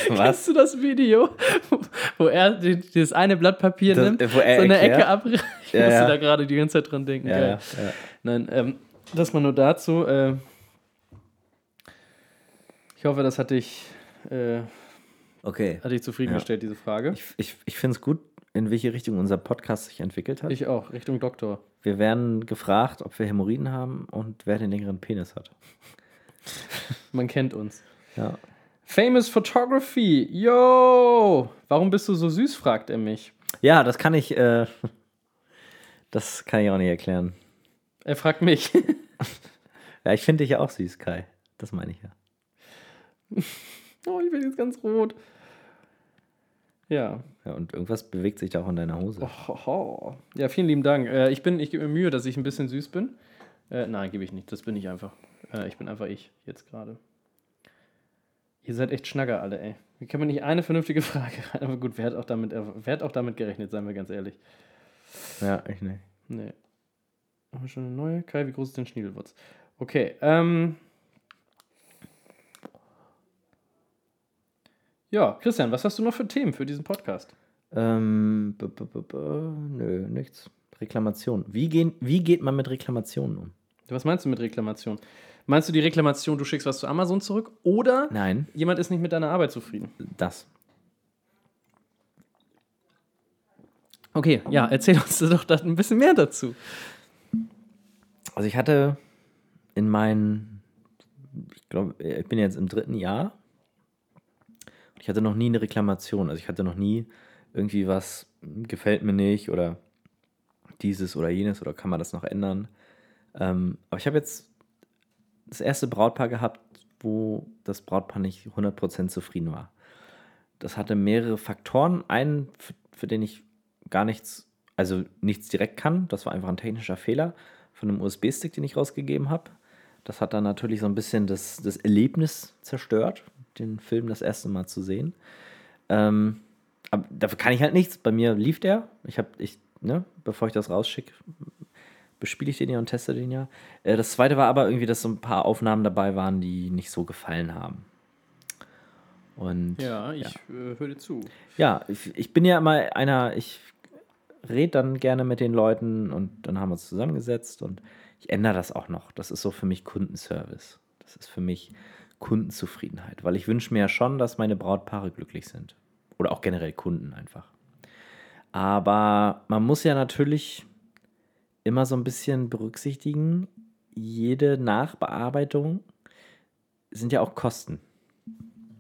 [SPEAKER 1] Was?
[SPEAKER 2] Hast du das Video, wo er den, dieses eine Blatt Papier
[SPEAKER 1] Das- äh,
[SPEAKER 2] nimmt,
[SPEAKER 1] wo er
[SPEAKER 2] so eine
[SPEAKER 1] erklärt?
[SPEAKER 2] Ecke abreißt? Ich
[SPEAKER 1] Ja,
[SPEAKER 2] musste
[SPEAKER 1] ja.
[SPEAKER 2] da gerade die ganze Zeit dran denken.
[SPEAKER 1] Ja,
[SPEAKER 2] Geil.
[SPEAKER 1] ja, ja.
[SPEAKER 2] Nein, ähm, das mal nur dazu. Äh, ich hoffe, das hat dich, äh,
[SPEAKER 1] Okay.
[SPEAKER 2] hat dich zufriedengestellt, diese Frage.
[SPEAKER 1] Ich, ich, ich finde es gut, in welche Richtung unser Podcast sich entwickelt hat.
[SPEAKER 2] Ich auch, Richtung Doktor.
[SPEAKER 1] Wir werden gefragt, ob wir Hämorrhoiden haben und wer den längeren Penis hat.
[SPEAKER 2] Man kennt uns.
[SPEAKER 1] Ja.
[SPEAKER 2] Famous Photography, yo! Warum bist du so süß, fragt er mich.
[SPEAKER 1] Ja, das kann ich, äh, das kann ich auch nicht erklären.
[SPEAKER 2] Er fragt mich.
[SPEAKER 1] Ja, ich finde dich ja auch süß, Kai. Das meine ich ja.
[SPEAKER 2] oh, ich bin jetzt ganz rot. Ja,
[SPEAKER 1] ja. Und irgendwas bewegt sich da auch in deiner Hose.
[SPEAKER 2] Oh. Hoho. Ja, vielen lieben Dank. Äh, ich bin, ich gebe mir Mühe, dass ich ein bisschen süß bin. Äh, nein, gebe ich nicht. Das bin ich einfach. Äh, ich bin einfach ich jetzt gerade. Ihr seid echt Schnacker alle, ey. Wie kann man nicht eine vernünftige Frage rein? Aber gut, wer hat auch damit, äh, wer hat auch damit gerechnet, seien wir ganz ehrlich.
[SPEAKER 1] Ja, ich nicht.
[SPEAKER 2] Nee. Haben wir schon eine neue? Kai, wie groß ist denn Schniedelwurz? Okay, ähm. Ja, Christian, was hast du noch für Themen für diesen Podcast?
[SPEAKER 1] Ähm, b -b -b -b nö, nichts. Reklamation. Wie, gehen, wie geht man mit Reklamationen um?
[SPEAKER 2] Was meinst du mit Reklamation? Meinst du die Reklamation, du schickst was zu Amazon zurück oder
[SPEAKER 1] Nein,
[SPEAKER 2] jemand ist nicht mit deiner Arbeit zufrieden?
[SPEAKER 1] das.
[SPEAKER 2] Okay, ja, erzähl uns doch da ein bisschen mehr dazu.
[SPEAKER 1] Also ich hatte in meinen, ich glaube, ich bin jetzt im dritten Jahr. Ich hatte noch nie eine Reklamation. Also ich hatte noch nie irgendwie was, hm, gefällt mir nicht oder dieses oder jenes oder kann man das noch ändern. Ähm, aber ich habe jetzt das erste Brautpaar gehabt, wo das Brautpaar nicht 100% zufrieden war. Das hatte mehrere Faktoren. Einen, für, für den ich gar nichts, also nichts direkt kann. Das war einfach ein technischer Fehler von einem USB-Stick, den ich rausgegeben habe. Das hat dann natürlich so ein bisschen das, das Erlebnis zerstört, den Film das erste Mal zu sehen. Ähm, aber dafür kann ich halt nichts. Bei mir lief der. Ich habe, ich, ne, bevor ich das rausschicke, bespiele ich den ja und teste den ja. Äh, das zweite war aber irgendwie, dass so ein paar Aufnahmen dabei waren, die nicht so gefallen haben. Und
[SPEAKER 2] Ja, ich Äh, höre dir zu.
[SPEAKER 1] ja, ich, ich bin ja immer einer, ich rede dann gerne mit den Leuten und dann haben wir uns zusammengesetzt und ich ändere das auch noch. Das ist so für mich Kundenservice. Das ist für mich Kundenzufriedenheit, weil ich wünsche mir ja schon, dass meine Brautpaare glücklich sind. Oder auch generell Kunden einfach. Aber man muss ja natürlich immer so ein bisschen berücksichtigen, jede Nachbearbeitung sind ja auch Kosten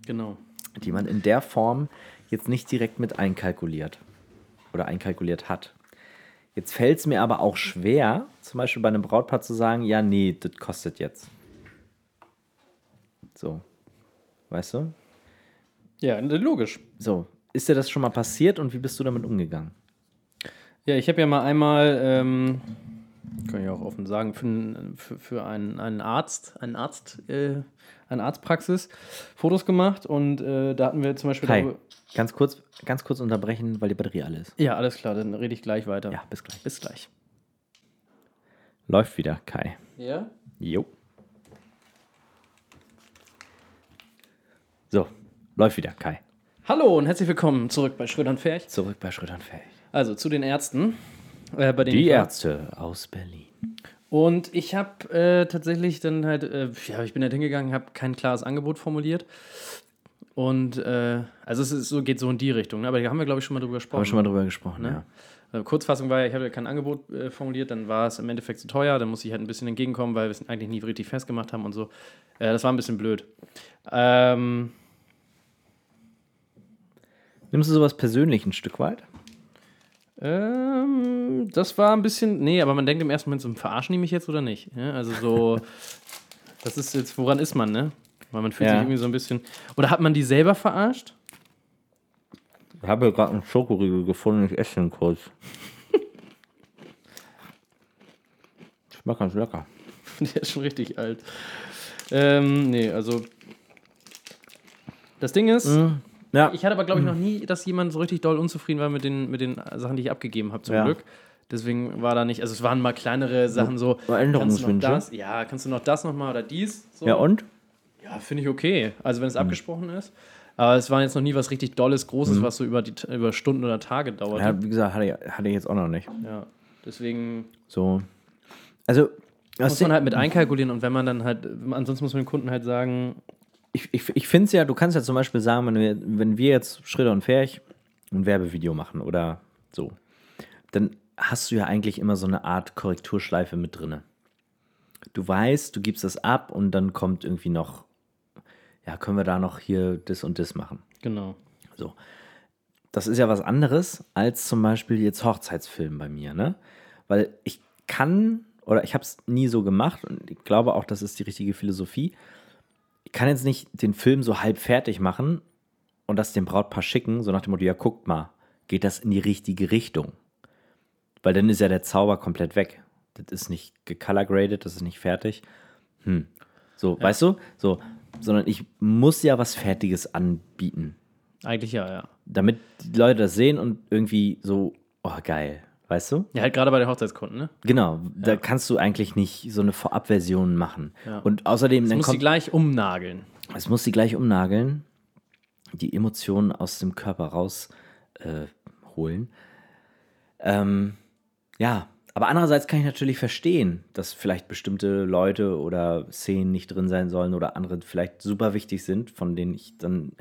[SPEAKER 2] Genau.
[SPEAKER 1] die man in der Form jetzt nicht direkt mit einkalkuliert oder einkalkuliert hat. Jetzt fällt es mir aber auch schwer, zum Beispiel bei einem Brautpaar zu sagen, ja, nee, das kostet jetzt. So. Weißt du?
[SPEAKER 2] Ja, äh, logisch.
[SPEAKER 1] So. Ist dir das schon mal passiert und wie bist du damit umgegangen?
[SPEAKER 2] Ja, ich habe ja mal einmal, ähm, kann ich auch offen sagen, für, n- für, für einen, einen Arzt, einen Arzt, äh, eine Arztpraxis Fotos gemacht und äh, da hatten wir zum Beispiel.
[SPEAKER 1] Kai,
[SPEAKER 2] darüber-
[SPEAKER 1] ganz kurz, ganz kurz unterbrechen, weil die Batterie alle ist.
[SPEAKER 2] Ja, alles klar, dann rede ich gleich weiter.
[SPEAKER 1] Ja, bis gleich.
[SPEAKER 2] Bis gleich.
[SPEAKER 1] Läuft wieder, Kai.
[SPEAKER 2] Ja?
[SPEAKER 1] Jo. So, läuft wieder, Kai.
[SPEAKER 2] Hallo und herzlich willkommen zurück bei Schröder und Ferch.
[SPEAKER 1] Zurück bei Schröder und Fähig.
[SPEAKER 2] Also zu den Ärzten. Äh, bei denen
[SPEAKER 1] Die
[SPEAKER 2] ich war.
[SPEAKER 1] Ärzte aus Berlin.
[SPEAKER 2] Und ich habe äh, tatsächlich dann halt, äh, ja, ich bin halt hingegangen, habe kein klares Angebot formuliert. Und äh, also es ist so, geht so in die Richtung, ne? aber da haben wir, glaube ich, schon mal drüber gesprochen.
[SPEAKER 1] Haben wir schon mal drüber gesprochen,
[SPEAKER 2] Ne? Also Kurzfassung war, ja, ich hatte kein Angebot äh, formuliert, dann war es im Endeffekt zu teuer, dann musste ich halt ein bisschen entgegenkommen, weil wir es eigentlich nie richtig festgemacht haben und so. Äh, das war ein bisschen blöd. Ähm,
[SPEAKER 1] ja. Nimmst du sowas persönlich ein Stück weit?
[SPEAKER 2] ähm, das war ein bisschen, nee, aber man denkt im ersten Moment so, verarschen die mich jetzt oder nicht? Ja, also so, das ist jetzt, woran ist man, ne? Weil man fühlt
[SPEAKER 1] Ja.
[SPEAKER 2] sich irgendwie so ein bisschen, oder hat man die selber verarscht?
[SPEAKER 1] Ich habe gerade einen Schokoriegel gefunden, ich esse den kurz. Schmeckt ganz lecker.
[SPEAKER 2] Der ist schon richtig alt. Ähm, nee, also, das Ding ist,
[SPEAKER 1] Mhm. Ja,
[SPEAKER 2] Ich hatte aber, glaube ich, noch nie, dass jemand so richtig doll unzufrieden war mit den, mit den Sachen, die ich abgegeben habe, zum
[SPEAKER 1] Ja.
[SPEAKER 2] Glück. Deswegen war da nicht, also es waren mal kleinere Sachen so.
[SPEAKER 1] so Änderungswünsche.
[SPEAKER 2] Kannst du noch das, ja, kannst du noch das nochmal oder dies? So.
[SPEAKER 1] ja und?
[SPEAKER 2] Ja, finde ich okay. Also wenn
[SPEAKER 1] Mhm.
[SPEAKER 2] es abgesprochen ist. Aber es war jetzt noch nie was richtig Dolles, Großes,
[SPEAKER 1] Mhm.
[SPEAKER 2] was so über, die, über Stunden oder Tage dauerte. Ja.
[SPEAKER 1] Ja, wie gesagt, hatte ich, hatte ich jetzt auch noch nicht.
[SPEAKER 2] Deswegen
[SPEAKER 1] So. Also,
[SPEAKER 2] muss man halt mit einkalkulieren und wenn man dann halt, ansonsten muss man dem Kunden halt sagen,
[SPEAKER 1] ich, ich, ich finde es ja, du kannst ja zum Beispiel sagen, wenn wir, wenn wir jetzt Schritte und Ferch ein Werbevideo machen oder so, dann hast du ja eigentlich immer so eine Art Korrekturschleife mit drinne. Du weißt, du gibst das ab und dann kommt irgendwie noch, ja, können wir da noch hier das und das machen.
[SPEAKER 2] genau.
[SPEAKER 1] So. Das ist ja was anderes als zum Beispiel jetzt Hochzeitsfilm bei mir, ne? Weil ich kann oder ich habe es nie so gemacht und ich glaube auch, das ist die richtige Philosophie. Ich kann jetzt nicht den Film so halb fertig machen und das dem Brautpaar schicken, so nach dem Motto, ja, guckt mal, geht das in die richtige Richtung? Weil dann ist ja der Zauber komplett weg. Das ist nicht gecolorgraded, das ist nicht fertig. Hm. So, weißt du? So, sondern ich muss ja was Fertiges anbieten
[SPEAKER 2] Eigentlich ja, ja.
[SPEAKER 1] damit die Leute das sehen und irgendwie so, oh geil, weißt du?
[SPEAKER 2] Ja, halt gerade bei den Hochzeitskunden, ne?
[SPEAKER 1] Genau, da kannst du eigentlich nicht so eine Vorabversion machen.
[SPEAKER 2] Ja.
[SPEAKER 1] Und außerdem,
[SPEAKER 2] Du
[SPEAKER 1] dann
[SPEAKER 2] musst die
[SPEAKER 1] kommt,
[SPEAKER 2] gleich umnageln.
[SPEAKER 1] es muss sie gleich umnageln, die Emotionen aus dem Körper rausholen. Äh, holen. ähm, ja, aber andererseits kann ich natürlich verstehen, dass vielleicht bestimmte Leute oder Szenen nicht drin sein sollen oder andere vielleicht super wichtig sind, von denen ich dann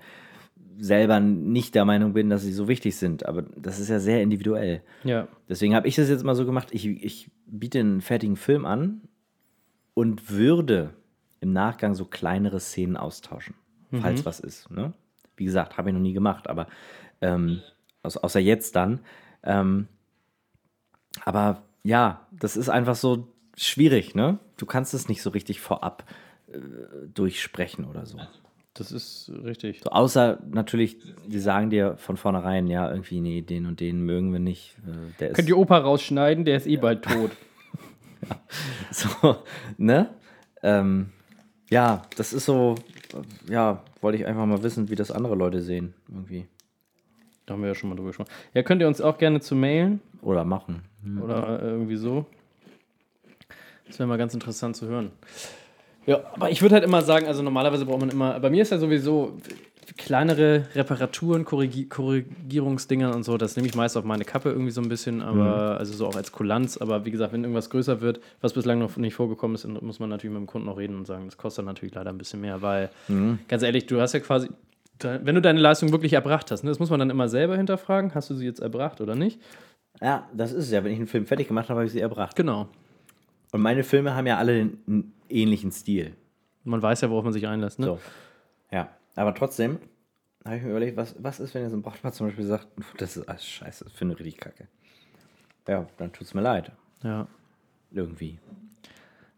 [SPEAKER 1] selber nicht der Meinung bin, dass sie so wichtig sind. Aber das ist ja sehr individuell.
[SPEAKER 2] Ja.
[SPEAKER 1] Deswegen habe ich das jetzt mal so gemacht. Ich, ich biete einen fertigen Film an und würde im Nachgang so kleinere Szenen austauschen, falls was ist. Ne? Wie gesagt, habe ich noch nie gemacht, aber ähm, aus, außer jetzt dann. Ähm, aber Ja, das ist einfach so schwierig, ne? Du kannst es nicht so richtig vorab äh, durchsprechen oder so.
[SPEAKER 2] Das ist richtig.
[SPEAKER 1] So, außer natürlich, die sagen dir von vornherein, ja, irgendwie, nee, den und den mögen wir nicht. Äh, Der
[SPEAKER 2] Könnt
[SPEAKER 1] ist
[SPEAKER 2] ihr Opa rausschneiden, der ist eh bald tot.
[SPEAKER 1] so, ne? Ähm, ja, das ist so, äh, ja, wollte ich einfach mal wissen, wie das andere Leute sehen, irgendwie.
[SPEAKER 2] da haben wir ja schon mal drüber gesprochen. Ja, könnt ihr uns auch gerne zu mailen
[SPEAKER 1] Oder machen.
[SPEAKER 2] oder äh, irgendwie so. Das wäre mal ganz interessant zu hören. Ja, aber ich würde halt immer sagen, also normalerweise braucht man immer, bei mir ist ja sowieso kleinere Reparaturen, Korrigi Korrigierungsdinger und so, das nehme ich meist auf meine Kappe irgendwie so ein bisschen, aber also so auch als Kulanz, aber wie gesagt, wenn irgendwas größer wird, was bislang noch nicht vorgekommen ist, dann muss man natürlich mit dem Kunden auch reden und sagen, das kostet natürlich leider ein bisschen mehr, weil ganz ehrlich, du hast ja quasi, wenn du deine Leistung wirklich erbracht hast, ne, das muss man dann immer selber hinterfragen, hast du sie jetzt erbracht oder nicht?
[SPEAKER 1] Ja, das ist es ja. Wenn ich einen Film fertig gemacht habe, habe ich sie erbracht.
[SPEAKER 2] Genau.
[SPEAKER 1] Und meine Filme haben ja alle einen ähnlichen Stil.
[SPEAKER 2] Man weiß ja, worauf man sich einlässt, ne?
[SPEAKER 1] So. Ja, aber trotzdem habe ich mir überlegt, was, was ist, wenn jetzt ein Brautpaar zum Beispiel sagt, das ist alles scheiße, das finde ich richtig kacke. Ja, dann tut es mir leid.
[SPEAKER 2] Ja.
[SPEAKER 1] Irgendwie.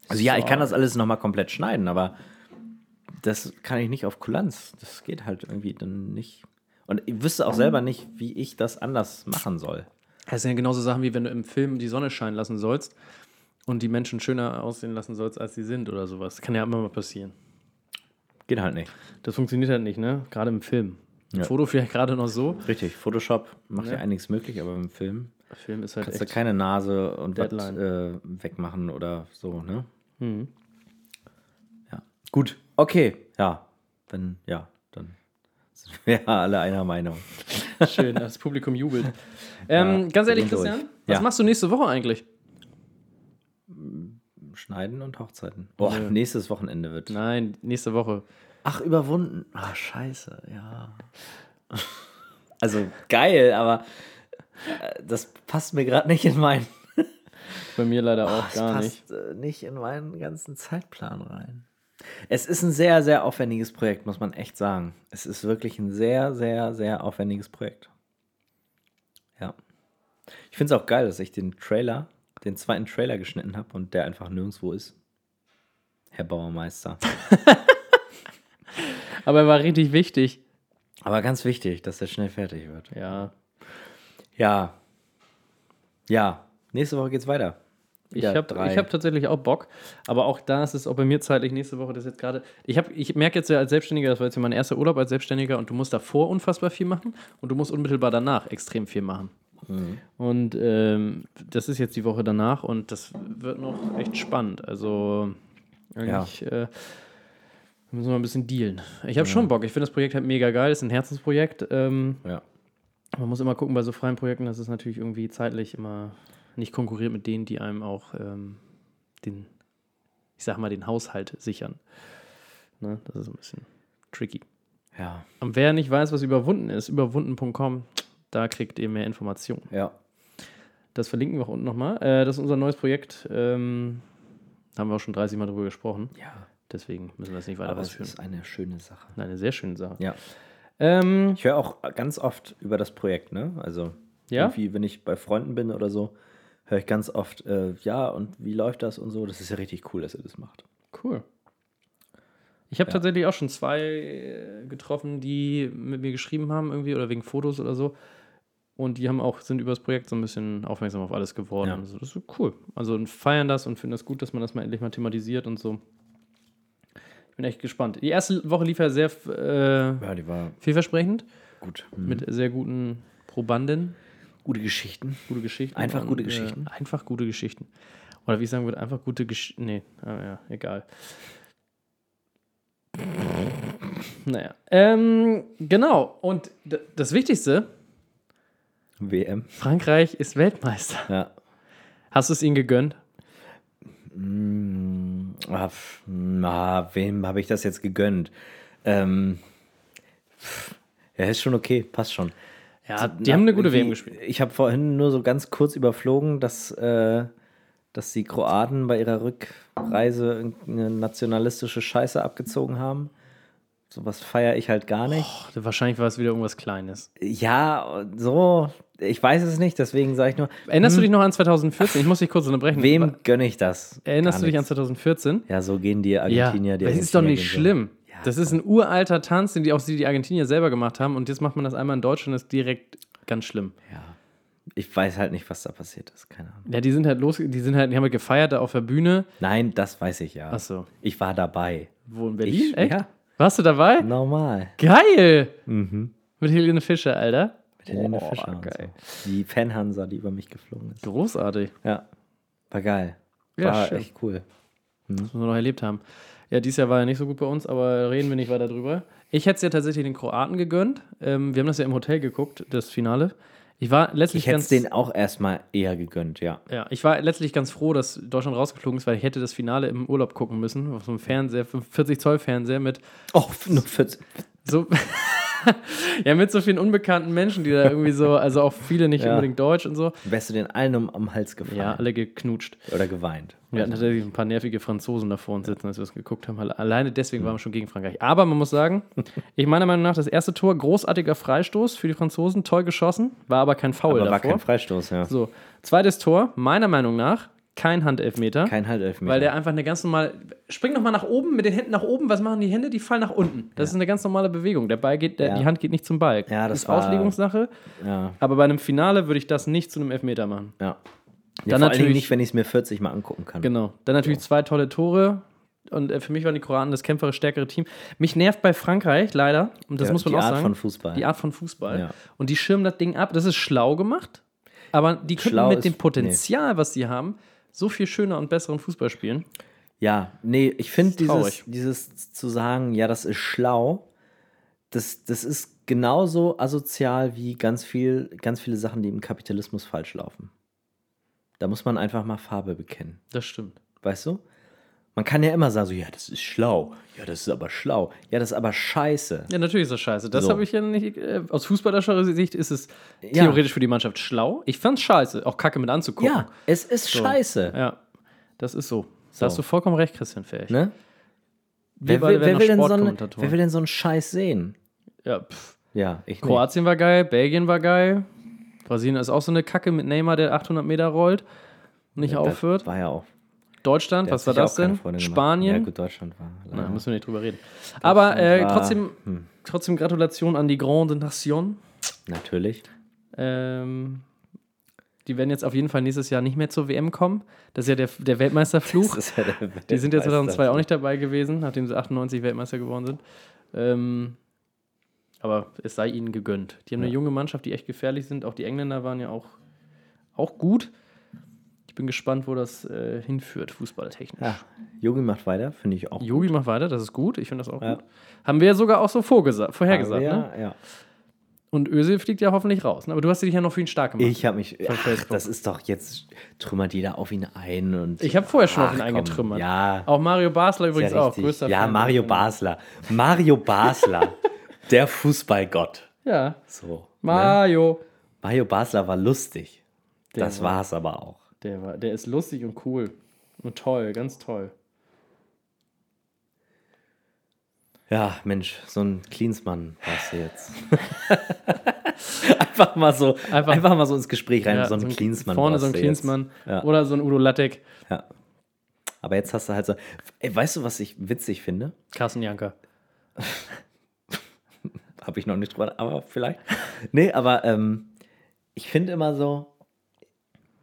[SPEAKER 1] Also ja, ich kann das alles nochmal komplett schneiden, aber das kann ich nicht auf Kulanz. Das geht halt irgendwie dann nicht. Und ich wüsste auch selber nicht, wie ich das anders machen soll.
[SPEAKER 2] Das sind ja genauso Sachen, wie wenn du im Film die Sonne scheinen lassen sollst und die Menschen schöner aussehen lassen sollst, als sie sind oder sowas. Kann ja immer mal passieren.
[SPEAKER 1] Geht halt nicht.
[SPEAKER 2] Das funktioniert halt nicht, ne? Gerade im Film.
[SPEAKER 1] Ja.
[SPEAKER 2] Foto vielleicht gerade noch so.
[SPEAKER 1] Richtig, Photoshop macht ja,
[SPEAKER 2] Ja.
[SPEAKER 1] einiges möglich, aber im Film
[SPEAKER 2] Film ist halt
[SPEAKER 1] kannst du
[SPEAKER 2] echt.
[SPEAKER 1] keine Nase und was,
[SPEAKER 2] Deadline.
[SPEAKER 1] äh, wegmachen oder so, ne?
[SPEAKER 2] Mhm.
[SPEAKER 1] Ja. Gut. Okay. Ja. Dann, ja, dann sind wir ja alle einer Meinung.
[SPEAKER 2] Schön, das Publikum jubelt. Ähm,
[SPEAKER 1] Ja,
[SPEAKER 2] ganz
[SPEAKER 1] wir gehen
[SPEAKER 2] ehrlich,
[SPEAKER 1] durch.
[SPEAKER 2] Christian, was
[SPEAKER 1] Ja.
[SPEAKER 2] machst du nächste Woche eigentlich?
[SPEAKER 1] Schneiden und Hochzeiten. Boah, nächstes Wochenende wird.
[SPEAKER 2] Nein, nächste Woche.
[SPEAKER 1] Ach, überwunden. Ach, scheiße, ja. Also geil, aber äh, das passt mir gerade nicht in meinen.
[SPEAKER 2] Bei mir leider auch
[SPEAKER 1] Das
[SPEAKER 2] gar nicht.
[SPEAKER 1] passt äh, nicht in meinen ganzen Zeitplan rein. Es ist ein sehr, sehr aufwendiges Projekt, muss man echt sagen. Es ist wirklich ein sehr, sehr, sehr aufwendiges Projekt. Ja. Ich finde es auch geil, dass ich den Trailer, den zweiten Trailer geschnitten habe und der einfach nirgendwo ist. Herr Bauermeister.
[SPEAKER 2] Aber er war richtig wichtig.
[SPEAKER 1] Aber ganz wichtig, dass der schnell fertig wird.
[SPEAKER 2] Ja.
[SPEAKER 1] Ja. Ja. Nächste Woche geht's weiter.
[SPEAKER 2] Ich
[SPEAKER 1] Ja,
[SPEAKER 2] habe
[SPEAKER 1] drei.
[SPEAKER 2] hab tatsächlich auch Bock, aber auch da ist es auch bei mir zeitlich nächste Woche, das jetzt gerade. Ich, hab- ich merke jetzt ja als Selbstständiger, das war jetzt mein erster Urlaub als Selbstständiger und du musst davor unfassbar viel machen und du musst unmittelbar danach extrem viel machen.
[SPEAKER 1] Mhm.
[SPEAKER 2] Und ähm, das ist jetzt die Woche danach und das wird noch echt spannend. Also eigentlich äh, müssen wir ein bisschen dealen. Ich habe schon Bock. Ich finde das Projekt halt mega geil. ist ein Herzensprojekt. Ähm,
[SPEAKER 1] Ja.
[SPEAKER 2] man muss immer gucken bei so freien Projekten, dass es natürlich irgendwie zeitlich immer nicht konkurriert mit denen, die einem auch ähm, den, ich sag mal, den Haushalt sichern. Ne? Das ist ein bisschen tricky.
[SPEAKER 1] Ja.
[SPEAKER 2] Und wer nicht weiß, was überwunden ist, überwunden.com, da kriegt ihr mehr Informationen.
[SPEAKER 1] Ja.
[SPEAKER 2] Das verlinken wir auch unten nochmal. Äh, das ist unser neues Projekt. Ähm, haben wir auch schon 30 Mal drüber gesprochen.
[SPEAKER 1] Ja.
[SPEAKER 2] Deswegen müssen wir das nicht weiter
[SPEAKER 1] Aber es
[SPEAKER 2] ausführen.
[SPEAKER 1] ist eine schöne Sache.
[SPEAKER 2] Nein, eine sehr schöne Sache.
[SPEAKER 1] Ja.
[SPEAKER 2] Ähm,
[SPEAKER 1] Ich höre auch ganz oft über das Projekt, ne? Also,
[SPEAKER 2] Ja?
[SPEAKER 1] irgendwie, wenn ich bei Freunden bin oder so, höre ich ganz oft, äh, ja, und wie läuft das und so. Das ist ja richtig cool, dass ihr das macht.
[SPEAKER 2] Cool. Ich habe tatsächlich auch schon zwei äh, getroffen, die mit mir geschrieben haben irgendwie oder wegen Fotos oder so. Und die haben auch, sind über das Projekt so ein bisschen aufmerksam auf alles geworden.
[SPEAKER 1] Ja.
[SPEAKER 2] Also, das ist so cool. Also und feiern das und finden das gut, dass man das mal endlich mal thematisiert und so. Ich bin echt gespannt. Die erste Woche lief ja sehr äh,
[SPEAKER 1] Ja, die war
[SPEAKER 2] vielversprechend
[SPEAKER 1] gut. Hm.
[SPEAKER 2] mit sehr guten Probanden,
[SPEAKER 1] Gute Geschichten.
[SPEAKER 2] gute Geschichten.
[SPEAKER 1] Einfach gute Geschichten.
[SPEAKER 2] Äh, einfach gute Geschichten. Oder wie ich sagen würde, einfach gute Geschichten. Nee, ah, ja, egal. Naja. Ähm, genau. Und d- das Wichtigste:
[SPEAKER 1] WM.
[SPEAKER 2] Frankreich ist Weltmeister.
[SPEAKER 1] Ja.
[SPEAKER 2] Hast du es ihnen gegönnt?
[SPEAKER 1] Mm, ah, pf, na, wem habe ich das jetzt gegönnt? Ähm, pf, ja, ist schon okay, passt schon.
[SPEAKER 2] Ja, die
[SPEAKER 1] Na,
[SPEAKER 2] haben eine gute
[SPEAKER 1] irgendwie,
[SPEAKER 2] WM gespielt.
[SPEAKER 1] Ich habe vorhin nur so ganz kurz überflogen, dass, äh, dass die Kroaten bei ihrer Rückreise irgendeine nationalistische Scheiße abgezogen haben. Sowas feiere ich halt gar nicht.
[SPEAKER 2] Wahrscheinlich war es wieder irgendwas Kleines.
[SPEAKER 1] Ja, und so. Ich weiß es nicht, deswegen sage ich nur,
[SPEAKER 2] Erinnerst du dich noch an 2014? Ich muss dich kurz unterbrechen.
[SPEAKER 1] Hm. wem gönne ich das?
[SPEAKER 2] Erinnerst
[SPEAKER 1] Gar
[SPEAKER 2] du dich an
[SPEAKER 1] nichts.
[SPEAKER 2] 2014?
[SPEAKER 1] Ja, so gehen die Argentinier. die
[SPEAKER 2] das ist doch
[SPEAKER 1] Argentinier
[SPEAKER 2] nicht
[SPEAKER 1] gehen so.
[SPEAKER 2] schlimm.
[SPEAKER 1] Ja,
[SPEAKER 2] das ist ein uralter Tanz, den die auch die die Argentinier selber gemacht haben. Und jetzt macht man das einmal in Deutschland, das ist direkt ganz schlimm.
[SPEAKER 1] Ja. Ich weiß halt nicht, was da passiert ist. Keine Ahnung.
[SPEAKER 2] Ja, die sind halt los, die sind halt, die haben halt gefeiert da auf der Bühne.
[SPEAKER 1] Nein, das weiß ich ja.
[SPEAKER 2] Achso,
[SPEAKER 1] Ich war dabei.
[SPEAKER 2] wo in Berlin?
[SPEAKER 1] Ich-
[SPEAKER 2] Echt?
[SPEAKER 1] ja.
[SPEAKER 2] Warst du dabei?
[SPEAKER 1] Normal.
[SPEAKER 2] Geil!
[SPEAKER 1] Mhm.
[SPEAKER 2] Mit Helene Fischer, Alter.
[SPEAKER 1] Mit Helene
[SPEAKER 2] Boah,
[SPEAKER 1] Fischer und
[SPEAKER 2] geil.
[SPEAKER 1] so. Die Fanhansa, die über mich geflogen ist.
[SPEAKER 2] Großartig.
[SPEAKER 1] Ja. War geil.
[SPEAKER 2] Ja,
[SPEAKER 1] War
[SPEAKER 2] schön.
[SPEAKER 1] echt cool.
[SPEAKER 2] Das müssen wir noch erlebt haben. Ja, dieses Jahr war ja nicht so gut bei uns, aber reden wir nicht weiter drüber. Ich hätte es ja tatsächlich den Kroaten gegönnt. Ähm, wir haben das ja im Hotel geguckt, das Finale. Ich war letztlich
[SPEAKER 1] Ich hätte
[SPEAKER 2] ganz.
[SPEAKER 1] es denen auch erstmal eher gegönnt, ja.
[SPEAKER 2] Ja, ich war letztlich ganz froh, dass Deutschland rausgeflogen ist, weil ich hätte das Finale im Urlaub gucken müssen. Auf so einem Fernseher, 40 Zoll Fernseher mit
[SPEAKER 1] Oh, nur 14.
[SPEAKER 2] so. ja, mit so vielen unbekannten Menschen, die da irgendwie so, also auch viele nicht
[SPEAKER 1] Ja.
[SPEAKER 2] unbedingt deutsch und so.
[SPEAKER 1] Wärst du den allen um, am Hals gefallen?
[SPEAKER 2] Ja, alle geknutscht.
[SPEAKER 1] Oder geweint? Also,
[SPEAKER 2] Wir hatten tatsächlich ein paar nervige Franzosen davor uns sitzen, als wir es geguckt haben. Alle- Alleine deswegen waren wir schon gegen Frankreich. Aber man muss sagen, ich meiner Meinung nach, das erste Tor, großartiger Freistoß für die Franzosen, toll geschossen, war aber kein Foul
[SPEAKER 1] Aber
[SPEAKER 2] davor.
[SPEAKER 1] war kein Freistoß, ja.
[SPEAKER 2] so, zweites Tor, meiner Meinung nach, kein Handelfmeter.
[SPEAKER 1] Kein Haltelfmeter.
[SPEAKER 2] Weil der einfach eine ganz normale. Spring noch mal nach oben mit den Händen nach oben. Was machen die Hände? Die fallen nach unten. Das ist eine ganz normale Bewegung. Der Ball geht, der,
[SPEAKER 1] Ja.
[SPEAKER 2] die Hand geht nicht zum Ball.
[SPEAKER 1] Ja, das
[SPEAKER 2] ist
[SPEAKER 1] war-
[SPEAKER 2] Auslegungssache.
[SPEAKER 1] ja.
[SPEAKER 2] Aber bei einem Finale würde ich das nicht zu einem Elfmeter machen.
[SPEAKER 1] Ja. ja
[SPEAKER 2] Dann
[SPEAKER 1] vor allen Dingen
[SPEAKER 2] natürlich-
[SPEAKER 1] nicht, wenn ich es mir 40 mal angucken kann.
[SPEAKER 2] Genau. Dann natürlich zwei tolle Tore. Und äh, für mich waren die Kroaten das kämpferisch stärkere Team. Mich nervt bei Frankreich leider. Und das
[SPEAKER 1] Ja,
[SPEAKER 2] muss man
[SPEAKER 1] die
[SPEAKER 2] auch
[SPEAKER 1] Art
[SPEAKER 2] sagen.
[SPEAKER 1] von Fußball.
[SPEAKER 2] Die Art von Fußball.
[SPEAKER 1] Ja.
[SPEAKER 2] Und die schirmen das Ding ab. Das ist schlau gemacht. Aber die könnten
[SPEAKER 1] Schlau
[SPEAKER 2] mit
[SPEAKER 1] ist-
[SPEAKER 2] dem Potenzial, was sie haben, so viel schöner und besseren Fußball spielen.
[SPEAKER 1] Ja, nee, ich finde
[SPEAKER 2] traurig.
[SPEAKER 1] dieses, dieses zu sagen, ja, das ist schlau, das, das ist genauso asozial wie ganz, viel, ganz viele Sachen, die im Kapitalismus falsch laufen. Da muss man einfach mal Farbe bekennen,
[SPEAKER 2] Das stimmt.
[SPEAKER 1] weißt du? Man kann ja immer sagen, so, ja, das ist schlau, ja, das ist aber schlau, ja, das ist aber scheiße.
[SPEAKER 2] Ja, natürlich ist das scheiße. Das
[SPEAKER 1] So.
[SPEAKER 2] habe ich ja nicht. Äh, aus fußballerischer Sicht ist es
[SPEAKER 1] Ja.
[SPEAKER 2] theoretisch für die Mannschaft schlau. Ich fand's scheiße, auch Kacke mit anzugucken.
[SPEAKER 1] Ja, es ist scheiße.
[SPEAKER 2] Ja, das ist so.
[SPEAKER 1] So.
[SPEAKER 2] Da hast du vollkommen recht, Christian Fähig.
[SPEAKER 1] Ne? Wer, will-
[SPEAKER 2] Wir beide
[SPEAKER 1] wer, will
[SPEAKER 2] werden noch
[SPEAKER 1] denn so einen,
[SPEAKER 2] Sportkommentatoren.
[SPEAKER 1] wer will denn so einen Scheiß sehen?
[SPEAKER 2] ja, pff.
[SPEAKER 1] Ja, ich nicht.
[SPEAKER 2] Kroatien war geil, Belgien war geil. Brasilien ist auch so eine Kacke mit Neymar, der 800 Meter rollt und nicht
[SPEAKER 1] Das
[SPEAKER 2] aufhört.
[SPEAKER 1] War ja auch.
[SPEAKER 2] Deutschland,
[SPEAKER 1] der
[SPEAKER 2] was war
[SPEAKER 1] hat sich ja
[SPEAKER 2] das
[SPEAKER 1] auch keine
[SPEAKER 2] denn?
[SPEAKER 1] Freunde gemacht.
[SPEAKER 2] Spanien.
[SPEAKER 1] Ja, gut, Deutschland war.
[SPEAKER 2] Na,
[SPEAKER 1] leider-
[SPEAKER 2] müssen wir nicht drüber reden. Aber äh,
[SPEAKER 1] war- hm.
[SPEAKER 2] trotzdem, trotzdem Gratulation an die Grande Nation.
[SPEAKER 1] Natürlich.
[SPEAKER 2] Ähm, die werden jetzt auf jeden Fall nächstes Jahr nicht mehr zur WM kommen. Das ist ja der, der Weltmeisterfluch.
[SPEAKER 1] Das ist ja der
[SPEAKER 2] die sind ja
[SPEAKER 1] Weltmeister.
[SPEAKER 2] 2002 auch nicht dabei gewesen, nachdem sie 98 Weltmeister geworden sind. Ähm, aber es sei ihnen gegönnt. Die haben eine
[SPEAKER 1] Ja.
[SPEAKER 2] junge Mannschaft, die echt gefährlich sind. Auch die Engländer waren ja auch, auch gut. Ich bin gespannt, wo das äh, hinführt, fußballtechnisch.
[SPEAKER 1] Ja, Yogi macht weiter, finde ich auch.
[SPEAKER 2] Yogi macht weiter, das ist gut. Ich finde das auch
[SPEAKER 1] Ja.
[SPEAKER 2] gut. Haben wir ja sogar auch so vorgesa- vorhergesagt.
[SPEAKER 1] ja,
[SPEAKER 2] Ne?
[SPEAKER 1] ja.
[SPEAKER 2] Und Özil fliegt ja hoffentlich raus. Ne? Aber du hast dich ja noch für ihn stark gemacht.
[SPEAKER 1] Ich habe mich. Ach,
[SPEAKER 2] Facebook.
[SPEAKER 1] das ist doch jetzt trümmert jeder auf ihn ein und.
[SPEAKER 2] Ich habe vorher schon auf
[SPEAKER 1] Ach,
[SPEAKER 2] ihn
[SPEAKER 1] komm,
[SPEAKER 2] eingetrümmert.
[SPEAKER 1] Ja.
[SPEAKER 2] Auch Mario Basler
[SPEAKER 1] ist
[SPEAKER 2] übrigens
[SPEAKER 1] ja
[SPEAKER 2] auch.
[SPEAKER 1] richtig.
[SPEAKER 2] Größter
[SPEAKER 1] ja,
[SPEAKER 2] Fan.
[SPEAKER 1] Mario Basler. Mario Basler, der Fußballgott.
[SPEAKER 2] Ja,
[SPEAKER 1] So. ne?
[SPEAKER 2] Mario.
[SPEAKER 1] Mario Basler war lustig.
[SPEAKER 2] Der
[SPEAKER 1] das
[SPEAKER 2] war-
[SPEAKER 1] war's aber auch.
[SPEAKER 2] Der, war, der ist lustig und cool. Und toll, ganz toll.
[SPEAKER 1] Ja, Mensch, so ein Cleansmann warst du jetzt. einfach mal so, einfach,
[SPEAKER 2] Einfach-
[SPEAKER 1] mal so ins Gespräch rein, so ein Cleansmann.
[SPEAKER 2] Vorne
[SPEAKER 1] warst
[SPEAKER 2] so ein
[SPEAKER 1] du
[SPEAKER 2] Cleansmann.
[SPEAKER 1] jetzt. Ja.
[SPEAKER 2] Oder so ein Udo Lattek.
[SPEAKER 1] Ja. Aber jetzt hast du halt so. Ey, weißt du, was ich witzig finde?
[SPEAKER 2] Carsten Janker.
[SPEAKER 1] Habe ich noch nicht drüber, aber vielleicht. nee, aber ähm, ich finde immer so.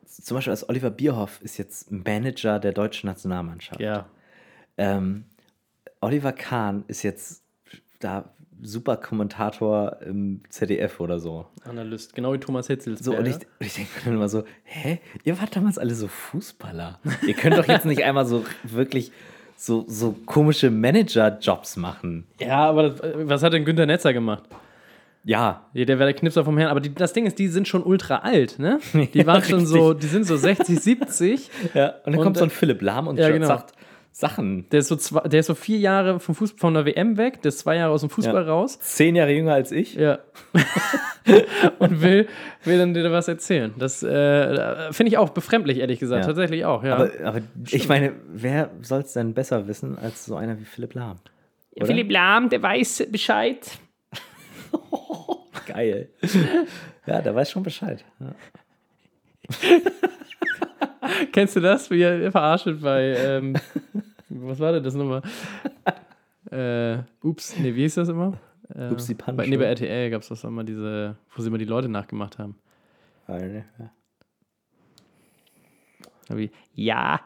[SPEAKER 1] Zum Beispiel als Oliver Bierhoff ist jetzt Manager der deutschen Nationalmannschaft.
[SPEAKER 2] Ja.
[SPEAKER 1] Ähm, Oliver Kahn ist jetzt da super Kommentator im ZDF oder so.
[SPEAKER 2] Analyst. Genau wie Thomas Hitzels.
[SPEAKER 1] So, und ich, und ich denke mir dann immer so, hä? Ihr wart damals alle so Fußballer. Ihr könnt doch jetzt nicht einmal so wirklich so, so komische Manager-Jobs machen.
[SPEAKER 2] ja, aber das, äh, was hat denn Günter Netzer gemacht?
[SPEAKER 1] Ja,
[SPEAKER 2] Ja, der wäre der Knipser vom Herrn. Aber die, das Ding ist, die sind schon ultra alt, ne? Die waren schon
[SPEAKER 1] richtig.
[SPEAKER 2] so, die sind so 60, 70.
[SPEAKER 1] Ja, und dann
[SPEAKER 2] Und,
[SPEAKER 1] kommt so ein
[SPEAKER 2] äh,
[SPEAKER 1] Philipp Lahm und
[SPEAKER 2] ja, genau.
[SPEAKER 1] sagt Sachen.
[SPEAKER 2] Der ist so, zwei, der ist so vier Jahre vom Fußball, von der WM weg, der ist zwei Jahre aus dem Fußball
[SPEAKER 1] Ja.
[SPEAKER 2] raus.
[SPEAKER 1] Zehn Jahre jünger als ich.
[SPEAKER 2] Ja. und will, will dann dir was erzählen. Das äh, finde ich auch befremdlich, ehrlich gesagt.
[SPEAKER 1] Ja.
[SPEAKER 2] Tatsächlich auch, ja.
[SPEAKER 1] Aber, aber ich meine, wer soll es denn besser wissen als so einer wie Philipp Lahm? oder?
[SPEAKER 2] Lahm, der weiß Bescheid.
[SPEAKER 1] Geil. Ja, der weiß schon Bescheid. Ja.
[SPEAKER 2] Kennst du das? Wie er verarscht wird bei, ähm, was war denn das nochmal? Äh, ups, nee, wie ist das immer? Äh,
[SPEAKER 1] Ups, die Punch, ne?
[SPEAKER 2] bei, nee, bei
[SPEAKER 1] oder?
[SPEAKER 2] RTL gab es das immer, diese, wo sie immer die Leute nachgemacht haben.
[SPEAKER 1] Ja.
[SPEAKER 2] Da Wie, ja,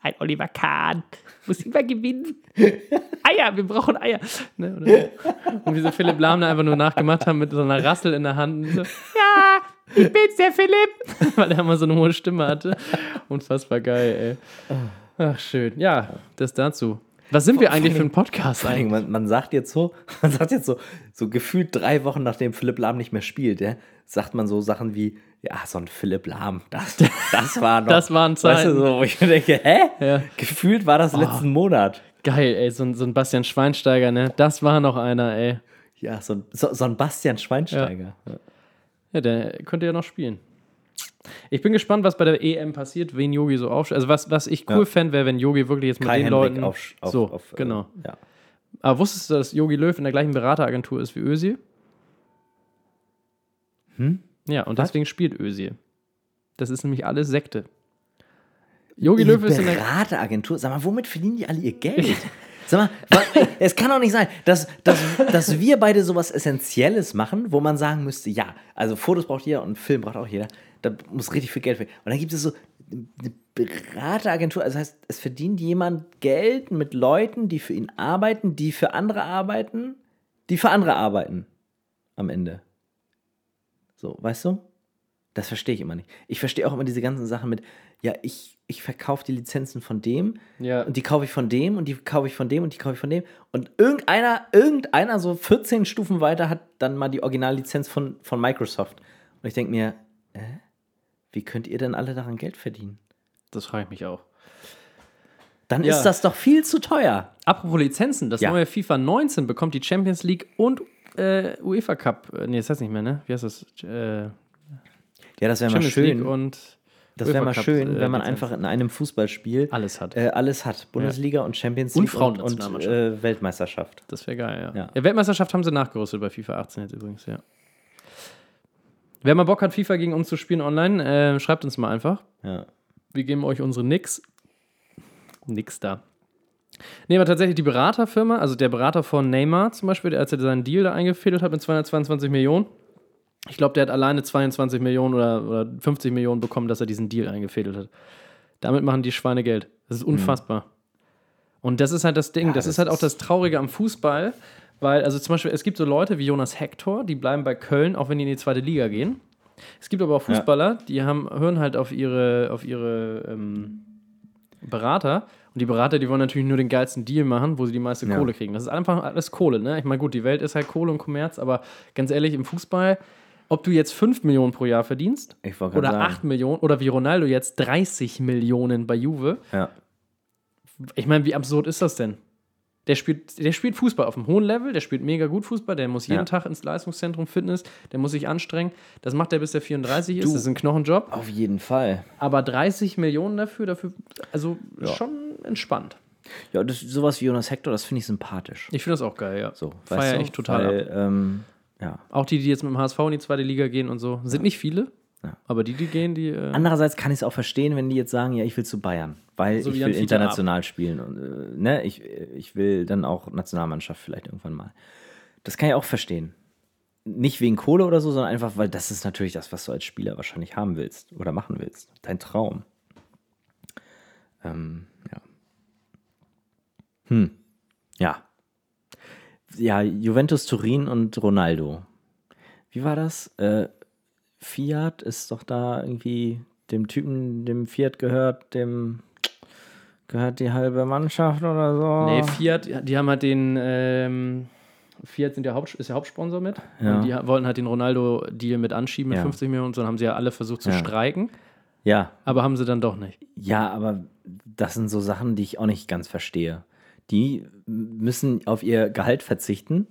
[SPEAKER 2] ein Oliver Kahn muss immer gewinnen. Eier, wir brauchen Eier. Ne, oder so. Und wie so Philipp Lahm da einfach nur nachgemacht haben mit so einer Rassel in der Hand. Und so, ja, ich bin's, der Philipp. Weil er immer so eine hohe Stimme hatte. Unfassbar geil, ey. Ach, schön. Ja, das dazu. Was sind wir eigentlich für ein Podcast
[SPEAKER 1] Vor allen Dingen,
[SPEAKER 2] eigentlich?
[SPEAKER 1] Man, man sagt jetzt so, man sagt jetzt so, so gefühlt drei Wochen nachdem Philipp Lahm nicht mehr spielt, ja, sagt man so Sachen wie, ja, so ein Philipp Lahm, das, das war noch.
[SPEAKER 2] Das waren
[SPEAKER 1] Weißt
[SPEAKER 2] Zeiten.
[SPEAKER 1] du, so, wo ich mir denke, hä?
[SPEAKER 2] Ja.
[SPEAKER 1] Gefühlt war das letzten Monat.
[SPEAKER 2] Geil, ey, so ein, so ein Bastian Schweinsteiger, ne? Das war noch einer, ey.
[SPEAKER 1] Ja, so ein, so, so ein Bastian Schweinsteiger.
[SPEAKER 2] Ja, der könnte ja noch spielen. Ich bin gespannt, was bei der EM passiert, wen Yogi so aufstellt. Also, was, was ich cool
[SPEAKER 1] Ja.
[SPEAKER 2] fände, wäre, wenn Yogi wirklich jetzt mit
[SPEAKER 1] Kai
[SPEAKER 2] den
[SPEAKER 1] Henrik
[SPEAKER 2] Leuten.
[SPEAKER 1] auf, auf,
[SPEAKER 2] so,
[SPEAKER 1] auf äh,
[SPEAKER 2] genau.
[SPEAKER 1] Ja.
[SPEAKER 2] Aber Ah, wusstest du, dass Yogi Löw in der gleichen Berateragentur ist wie Özil?
[SPEAKER 1] Hm?
[SPEAKER 2] Ja, und deswegen spielt Özil. Das ist nämlich alles Sekte. Yogi Löw ist in der.
[SPEAKER 1] Berateragentur. Sag mal, womit verdienen die alle ihr Geld? Sag mal, wa- ey, es kann doch nicht sein, dass, dass, dass wir beide sowas Essentielles machen, wo man sagen müsste, ja, also Fotos braucht jeder und einen Film braucht auch jeder. Da muss richtig viel Geld weg. Und dann gibt es so eine Berateragentur, also das heißt, es verdient jemand Geld mit Leuten, die für ihn arbeiten, die für andere arbeiten, die für andere arbeiten am Ende. So, weißt du? Das verstehe ich immer nicht. Ich verstehe auch immer diese ganzen Sachen mit, ja, ich, ich verkaufe die Lizenzen von dem äh,
[SPEAKER 2] Ja.
[SPEAKER 1] und die kaufe ich von dem und die kaufe ich von dem und die kaufe ich von dem. Und irgendeiner, irgendeiner so 14 Stufen weiter hat dann mal die Originallizenz von, von Microsoft. Und ich denke mir, äh, wie könnt ihr denn alle daran Geld verdienen?
[SPEAKER 2] Das frage ich mich auch.
[SPEAKER 1] Dann
[SPEAKER 2] Ja.
[SPEAKER 1] ist das doch viel zu teuer.
[SPEAKER 2] Apropos Lizenzen, das
[SPEAKER 1] Ja.
[SPEAKER 2] neue FIFA 19 bekommt die Champions League und äh, UEFA Cup. Äh, Nee, das heißt nicht mehr, ne? Wie heißt das? Äh,
[SPEAKER 1] Ja, das wäre mal
[SPEAKER 2] Champions
[SPEAKER 1] schön.
[SPEAKER 2] League und.
[SPEAKER 1] das wäre
[SPEAKER 2] UEFA
[SPEAKER 1] mal
[SPEAKER 2] Cup,
[SPEAKER 1] schön,
[SPEAKER 2] äh,
[SPEAKER 1] wenn man
[SPEAKER 2] Lizenz.
[SPEAKER 1] einfach in einem Fußballspiel
[SPEAKER 2] Alles hat.
[SPEAKER 1] äh, alles hat. Bundesliga und Champions
[SPEAKER 2] Und
[SPEAKER 1] League und, und
[SPEAKER 2] Frauennationalmannschaft.
[SPEAKER 1] äh, Weltmeisterschaft.
[SPEAKER 2] Das wäre geil, ja.
[SPEAKER 1] Ja.
[SPEAKER 2] ja. Weltmeisterschaft haben sie nachgerüstet bei FIFA 18 jetzt übrigens, ja. Wer mal Bock hat, FIFA gegen uns zu spielen online, äh, schreibt uns mal einfach.
[SPEAKER 1] Ja.
[SPEAKER 2] Wir geben euch unsere Nix. Nix da. Nee, aber tatsächlich die Beraterfirma, also der Berater von Neymar zum Beispiel, der, als er seinen Deal da eingefädelt hat mit 222 Millionen. Ich glaube, der hat alleine 22 Millionen oder, oder 50 Millionen bekommen, dass er diesen Deal eingefädelt hat. Damit machen die Schweine Geld. Das ist unfassbar. Und das ist halt das
[SPEAKER 1] Mhm.
[SPEAKER 2] Ding,
[SPEAKER 1] Ja,
[SPEAKER 2] das,
[SPEAKER 1] das
[SPEAKER 2] ist halt auch
[SPEAKER 1] ist-
[SPEAKER 2] das Traurige am Fußball, weil, also zum Beispiel, es gibt so Leute wie Jonas Hector, die bleiben bei Köln, auch wenn die in die zweite Liga gehen. Es gibt aber auch Fußballer, die haben, hören halt auf ihre, auf ihre ähm, Berater. Und die Berater, die wollen natürlich nur den geilsten Deal machen, wo sie die meiste
[SPEAKER 1] Ja.
[SPEAKER 2] Kohle kriegen. Das ist einfach alles Kohle, ne? Ich meine, gut, die Welt ist halt Kohle und Kommerz, aber ganz ehrlich, im Fußball, ob du jetzt 5 Millionen pro Jahr verdienst
[SPEAKER 1] Ich wollte
[SPEAKER 2] oder
[SPEAKER 1] gerade
[SPEAKER 2] 8 Millionen oder wie Ronaldo jetzt 30 Millionen bei Juve,
[SPEAKER 1] Ja.
[SPEAKER 2] ich meine, wie absurd ist das denn? Der spielt, der spielt Fußball auf einem hohen Level, der spielt mega gut Fußball, der muss jeden
[SPEAKER 1] Ja.
[SPEAKER 2] Tag ins Leistungszentrum Fitness, der muss sich anstrengen. Das macht er, bis er 34
[SPEAKER 1] Du.
[SPEAKER 2] ist, das ist ein Knochenjob.
[SPEAKER 1] Auf jeden Fall.
[SPEAKER 2] Aber 30 Millionen dafür, dafür, also schon entspannt.
[SPEAKER 1] Ja, das, sowas wie Jonas Hector, das finde ich sympathisch.
[SPEAKER 2] Ich finde das auch geil, ja.
[SPEAKER 1] So,
[SPEAKER 2] Feier ich total ab.
[SPEAKER 1] Weil, ähm, ja.
[SPEAKER 2] Auch die, die jetzt mit dem HSV in die zweite Liga gehen und so, sind nicht viele,
[SPEAKER 1] Ja.
[SPEAKER 2] aber die, die gehen, die. Äh,
[SPEAKER 1] Andererseits kann ich es auch verstehen, wenn die jetzt sagen, ja, ich will zu Bayern, weil
[SPEAKER 2] So wie
[SPEAKER 1] ich
[SPEAKER 2] Jan
[SPEAKER 1] will
[SPEAKER 2] Fiete
[SPEAKER 1] international spielen und äh, ne, ich, ich will dann auch Nationalmannschaft vielleicht irgendwann mal. Das kann ich auch verstehen. Nicht wegen Kohle oder so, sondern einfach, weil das ist natürlich das, was du als Spieler wahrscheinlich haben willst oder machen willst. Dein Traum. Ähm, ja. Hm. Ja. Ja, Juventus Turin und Ronaldo. Wie war das? Äh, Fiat ist doch da irgendwie dem Typen, dem Fiat gehört, dem gehört die halbe Mannschaft oder so.
[SPEAKER 2] Nee, Fiat, die haben halt den. Ähm, Fiat sind der Haupt, ist der Hauptsponsor mit.
[SPEAKER 1] Ja.
[SPEAKER 2] Und die ha- wollten halt den Ronaldo-Deal mit anschieben mit
[SPEAKER 1] Ja.
[SPEAKER 2] 50 Millionen und so. Dann haben sie ja alle versucht zu
[SPEAKER 1] Ja.
[SPEAKER 2] streiken,
[SPEAKER 1] ja,
[SPEAKER 2] aber haben sie dann doch nicht.
[SPEAKER 1] ja, aber das sind so Sachen, die ich auch nicht ganz verstehe. Die müssen auf ihr Gehalt verzichten.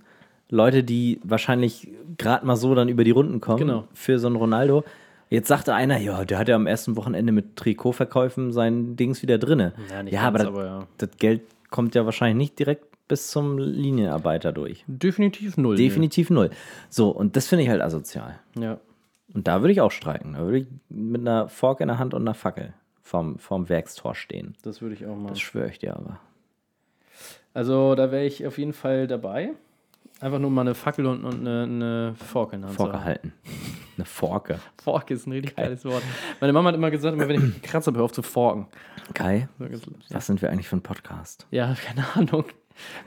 [SPEAKER 1] Leute, die wahrscheinlich gerade mal so dann über die Runden kommen
[SPEAKER 2] Genau.
[SPEAKER 1] für so einen Ronaldo. Jetzt sagte einer, ja, der hat ja am ersten Wochenende mit Trikotverkäufen sein Dings wieder drinne.
[SPEAKER 2] Ja, nicht
[SPEAKER 1] ja,
[SPEAKER 2] ganz,
[SPEAKER 1] aber, das,
[SPEAKER 2] aber ja.
[SPEAKER 1] das Geld kommt ja wahrscheinlich nicht direkt bis zum Linienarbeiter durch.
[SPEAKER 2] Definitiv null.
[SPEAKER 1] Definitiv null. So, und das finde ich halt asozial.
[SPEAKER 2] Ja.
[SPEAKER 1] Und da würde ich auch streiken. Da würde ich mit einer Fork in der Hand und einer Fackel vorm, vorm Werkstor stehen.
[SPEAKER 2] Das würde ich auch machen.
[SPEAKER 1] Das schwöre ich dir aber.
[SPEAKER 2] Also da wäre ich auf jeden Fall dabei. Einfach nur mal eine Fackel und, und eine, eine Fork in der Hand. zu
[SPEAKER 1] Forke
[SPEAKER 2] haben.
[SPEAKER 1] halten. Eine Forke.
[SPEAKER 2] Fork ist ein richtig geiles Wort. Meine Mama hat immer gesagt, immer wenn ich mich gekratzt habe, hör auf zu forken.
[SPEAKER 1] Kai,
[SPEAKER 2] So ganz-
[SPEAKER 1] was sind wir eigentlich für ein Podcast?
[SPEAKER 2] Ja, keine Ahnung.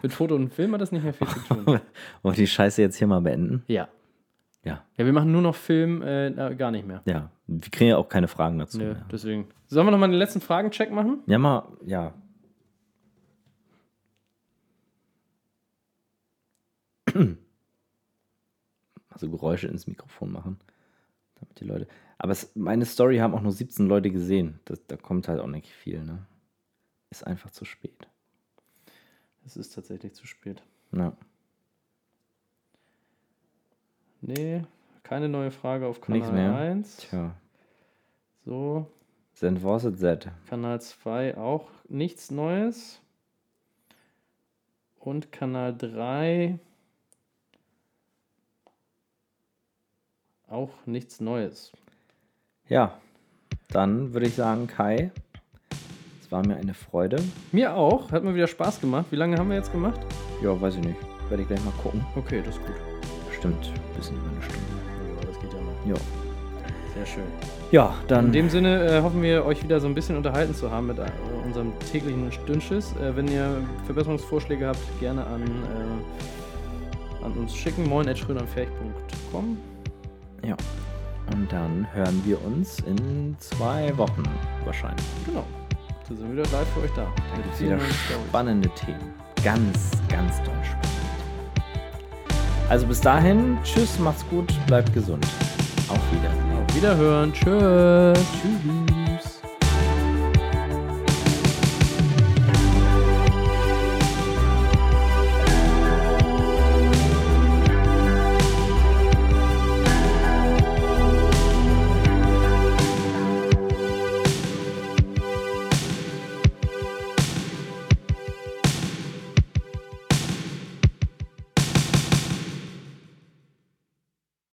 [SPEAKER 2] Mit Foto und Film hat das nicht mehr viel zu tun.
[SPEAKER 1] Wollen wir die Scheiße jetzt hier mal beenden?
[SPEAKER 2] Ja.
[SPEAKER 1] Ja.
[SPEAKER 2] Ja, wir machen nur noch Film, äh, na, gar nicht mehr.
[SPEAKER 1] Ja. Wir kriegen ja auch keine Fragen dazu.
[SPEAKER 2] Nö,
[SPEAKER 1] mehr.
[SPEAKER 2] deswegen. Sollen wir nochmal den letzten Fragencheck machen?
[SPEAKER 1] Ja, mal, ja. Also Geräusche ins Mikrofon machen. Damit die Leute. Aber es, meine Story haben auch nur 17 Leute gesehen. Das, da kommt halt auch nicht viel, ne? Ist einfach zu spät.
[SPEAKER 2] Es ist tatsächlich zu spät.
[SPEAKER 1] Ja.
[SPEAKER 2] Nee, keine neue Frage auf Kanal
[SPEAKER 1] Nichts mehr.
[SPEAKER 2] 1.
[SPEAKER 1] Tja.
[SPEAKER 2] So,
[SPEAKER 1] Send was it that.
[SPEAKER 2] Kanal 2 auch nichts Neues. Und Kanal 3 auch nichts Neues.
[SPEAKER 1] Ja. Dann würde ich sagen, Kai, es war mir eine Freude.
[SPEAKER 2] Mir auch, hat mir wieder Spaß gemacht. Wie lange haben wir jetzt gemacht?
[SPEAKER 1] Ja, weiß ich nicht. Werde ich gleich mal gucken.
[SPEAKER 2] Okay, das ist gut.
[SPEAKER 1] Bestimmt ein bisschen über eine Stunde.
[SPEAKER 2] Ja, das geht ja noch.
[SPEAKER 1] Ja.
[SPEAKER 2] Sehr schön.
[SPEAKER 1] Ja,
[SPEAKER 2] In
[SPEAKER 1] dann.
[SPEAKER 2] dem Sinne äh, hoffen wir, euch wieder so ein bisschen unterhalten zu haben mit äh, unserem täglichen Stündschiss. Äh, wenn ihr Verbesserungsvorschläge habt, gerne an, äh, an uns schicken. Moin
[SPEAKER 1] Ja. Und dann hören wir uns in zwei Wochen wahrscheinlich.
[SPEAKER 2] Genau. Da sind wir wieder live für euch da.
[SPEAKER 1] Da
[SPEAKER 2] Mit
[SPEAKER 1] gibt es
[SPEAKER 2] vielen
[SPEAKER 1] wieder
[SPEAKER 2] neuen Stories.
[SPEAKER 1] spannende Themen. Ganz, ganz toll spannend. Also bis dahin, tschüss, macht's gut, bleibt gesund. Auf Wiedersehen.
[SPEAKER 2] Auf Wiederhören. Tschüss. Tschüss.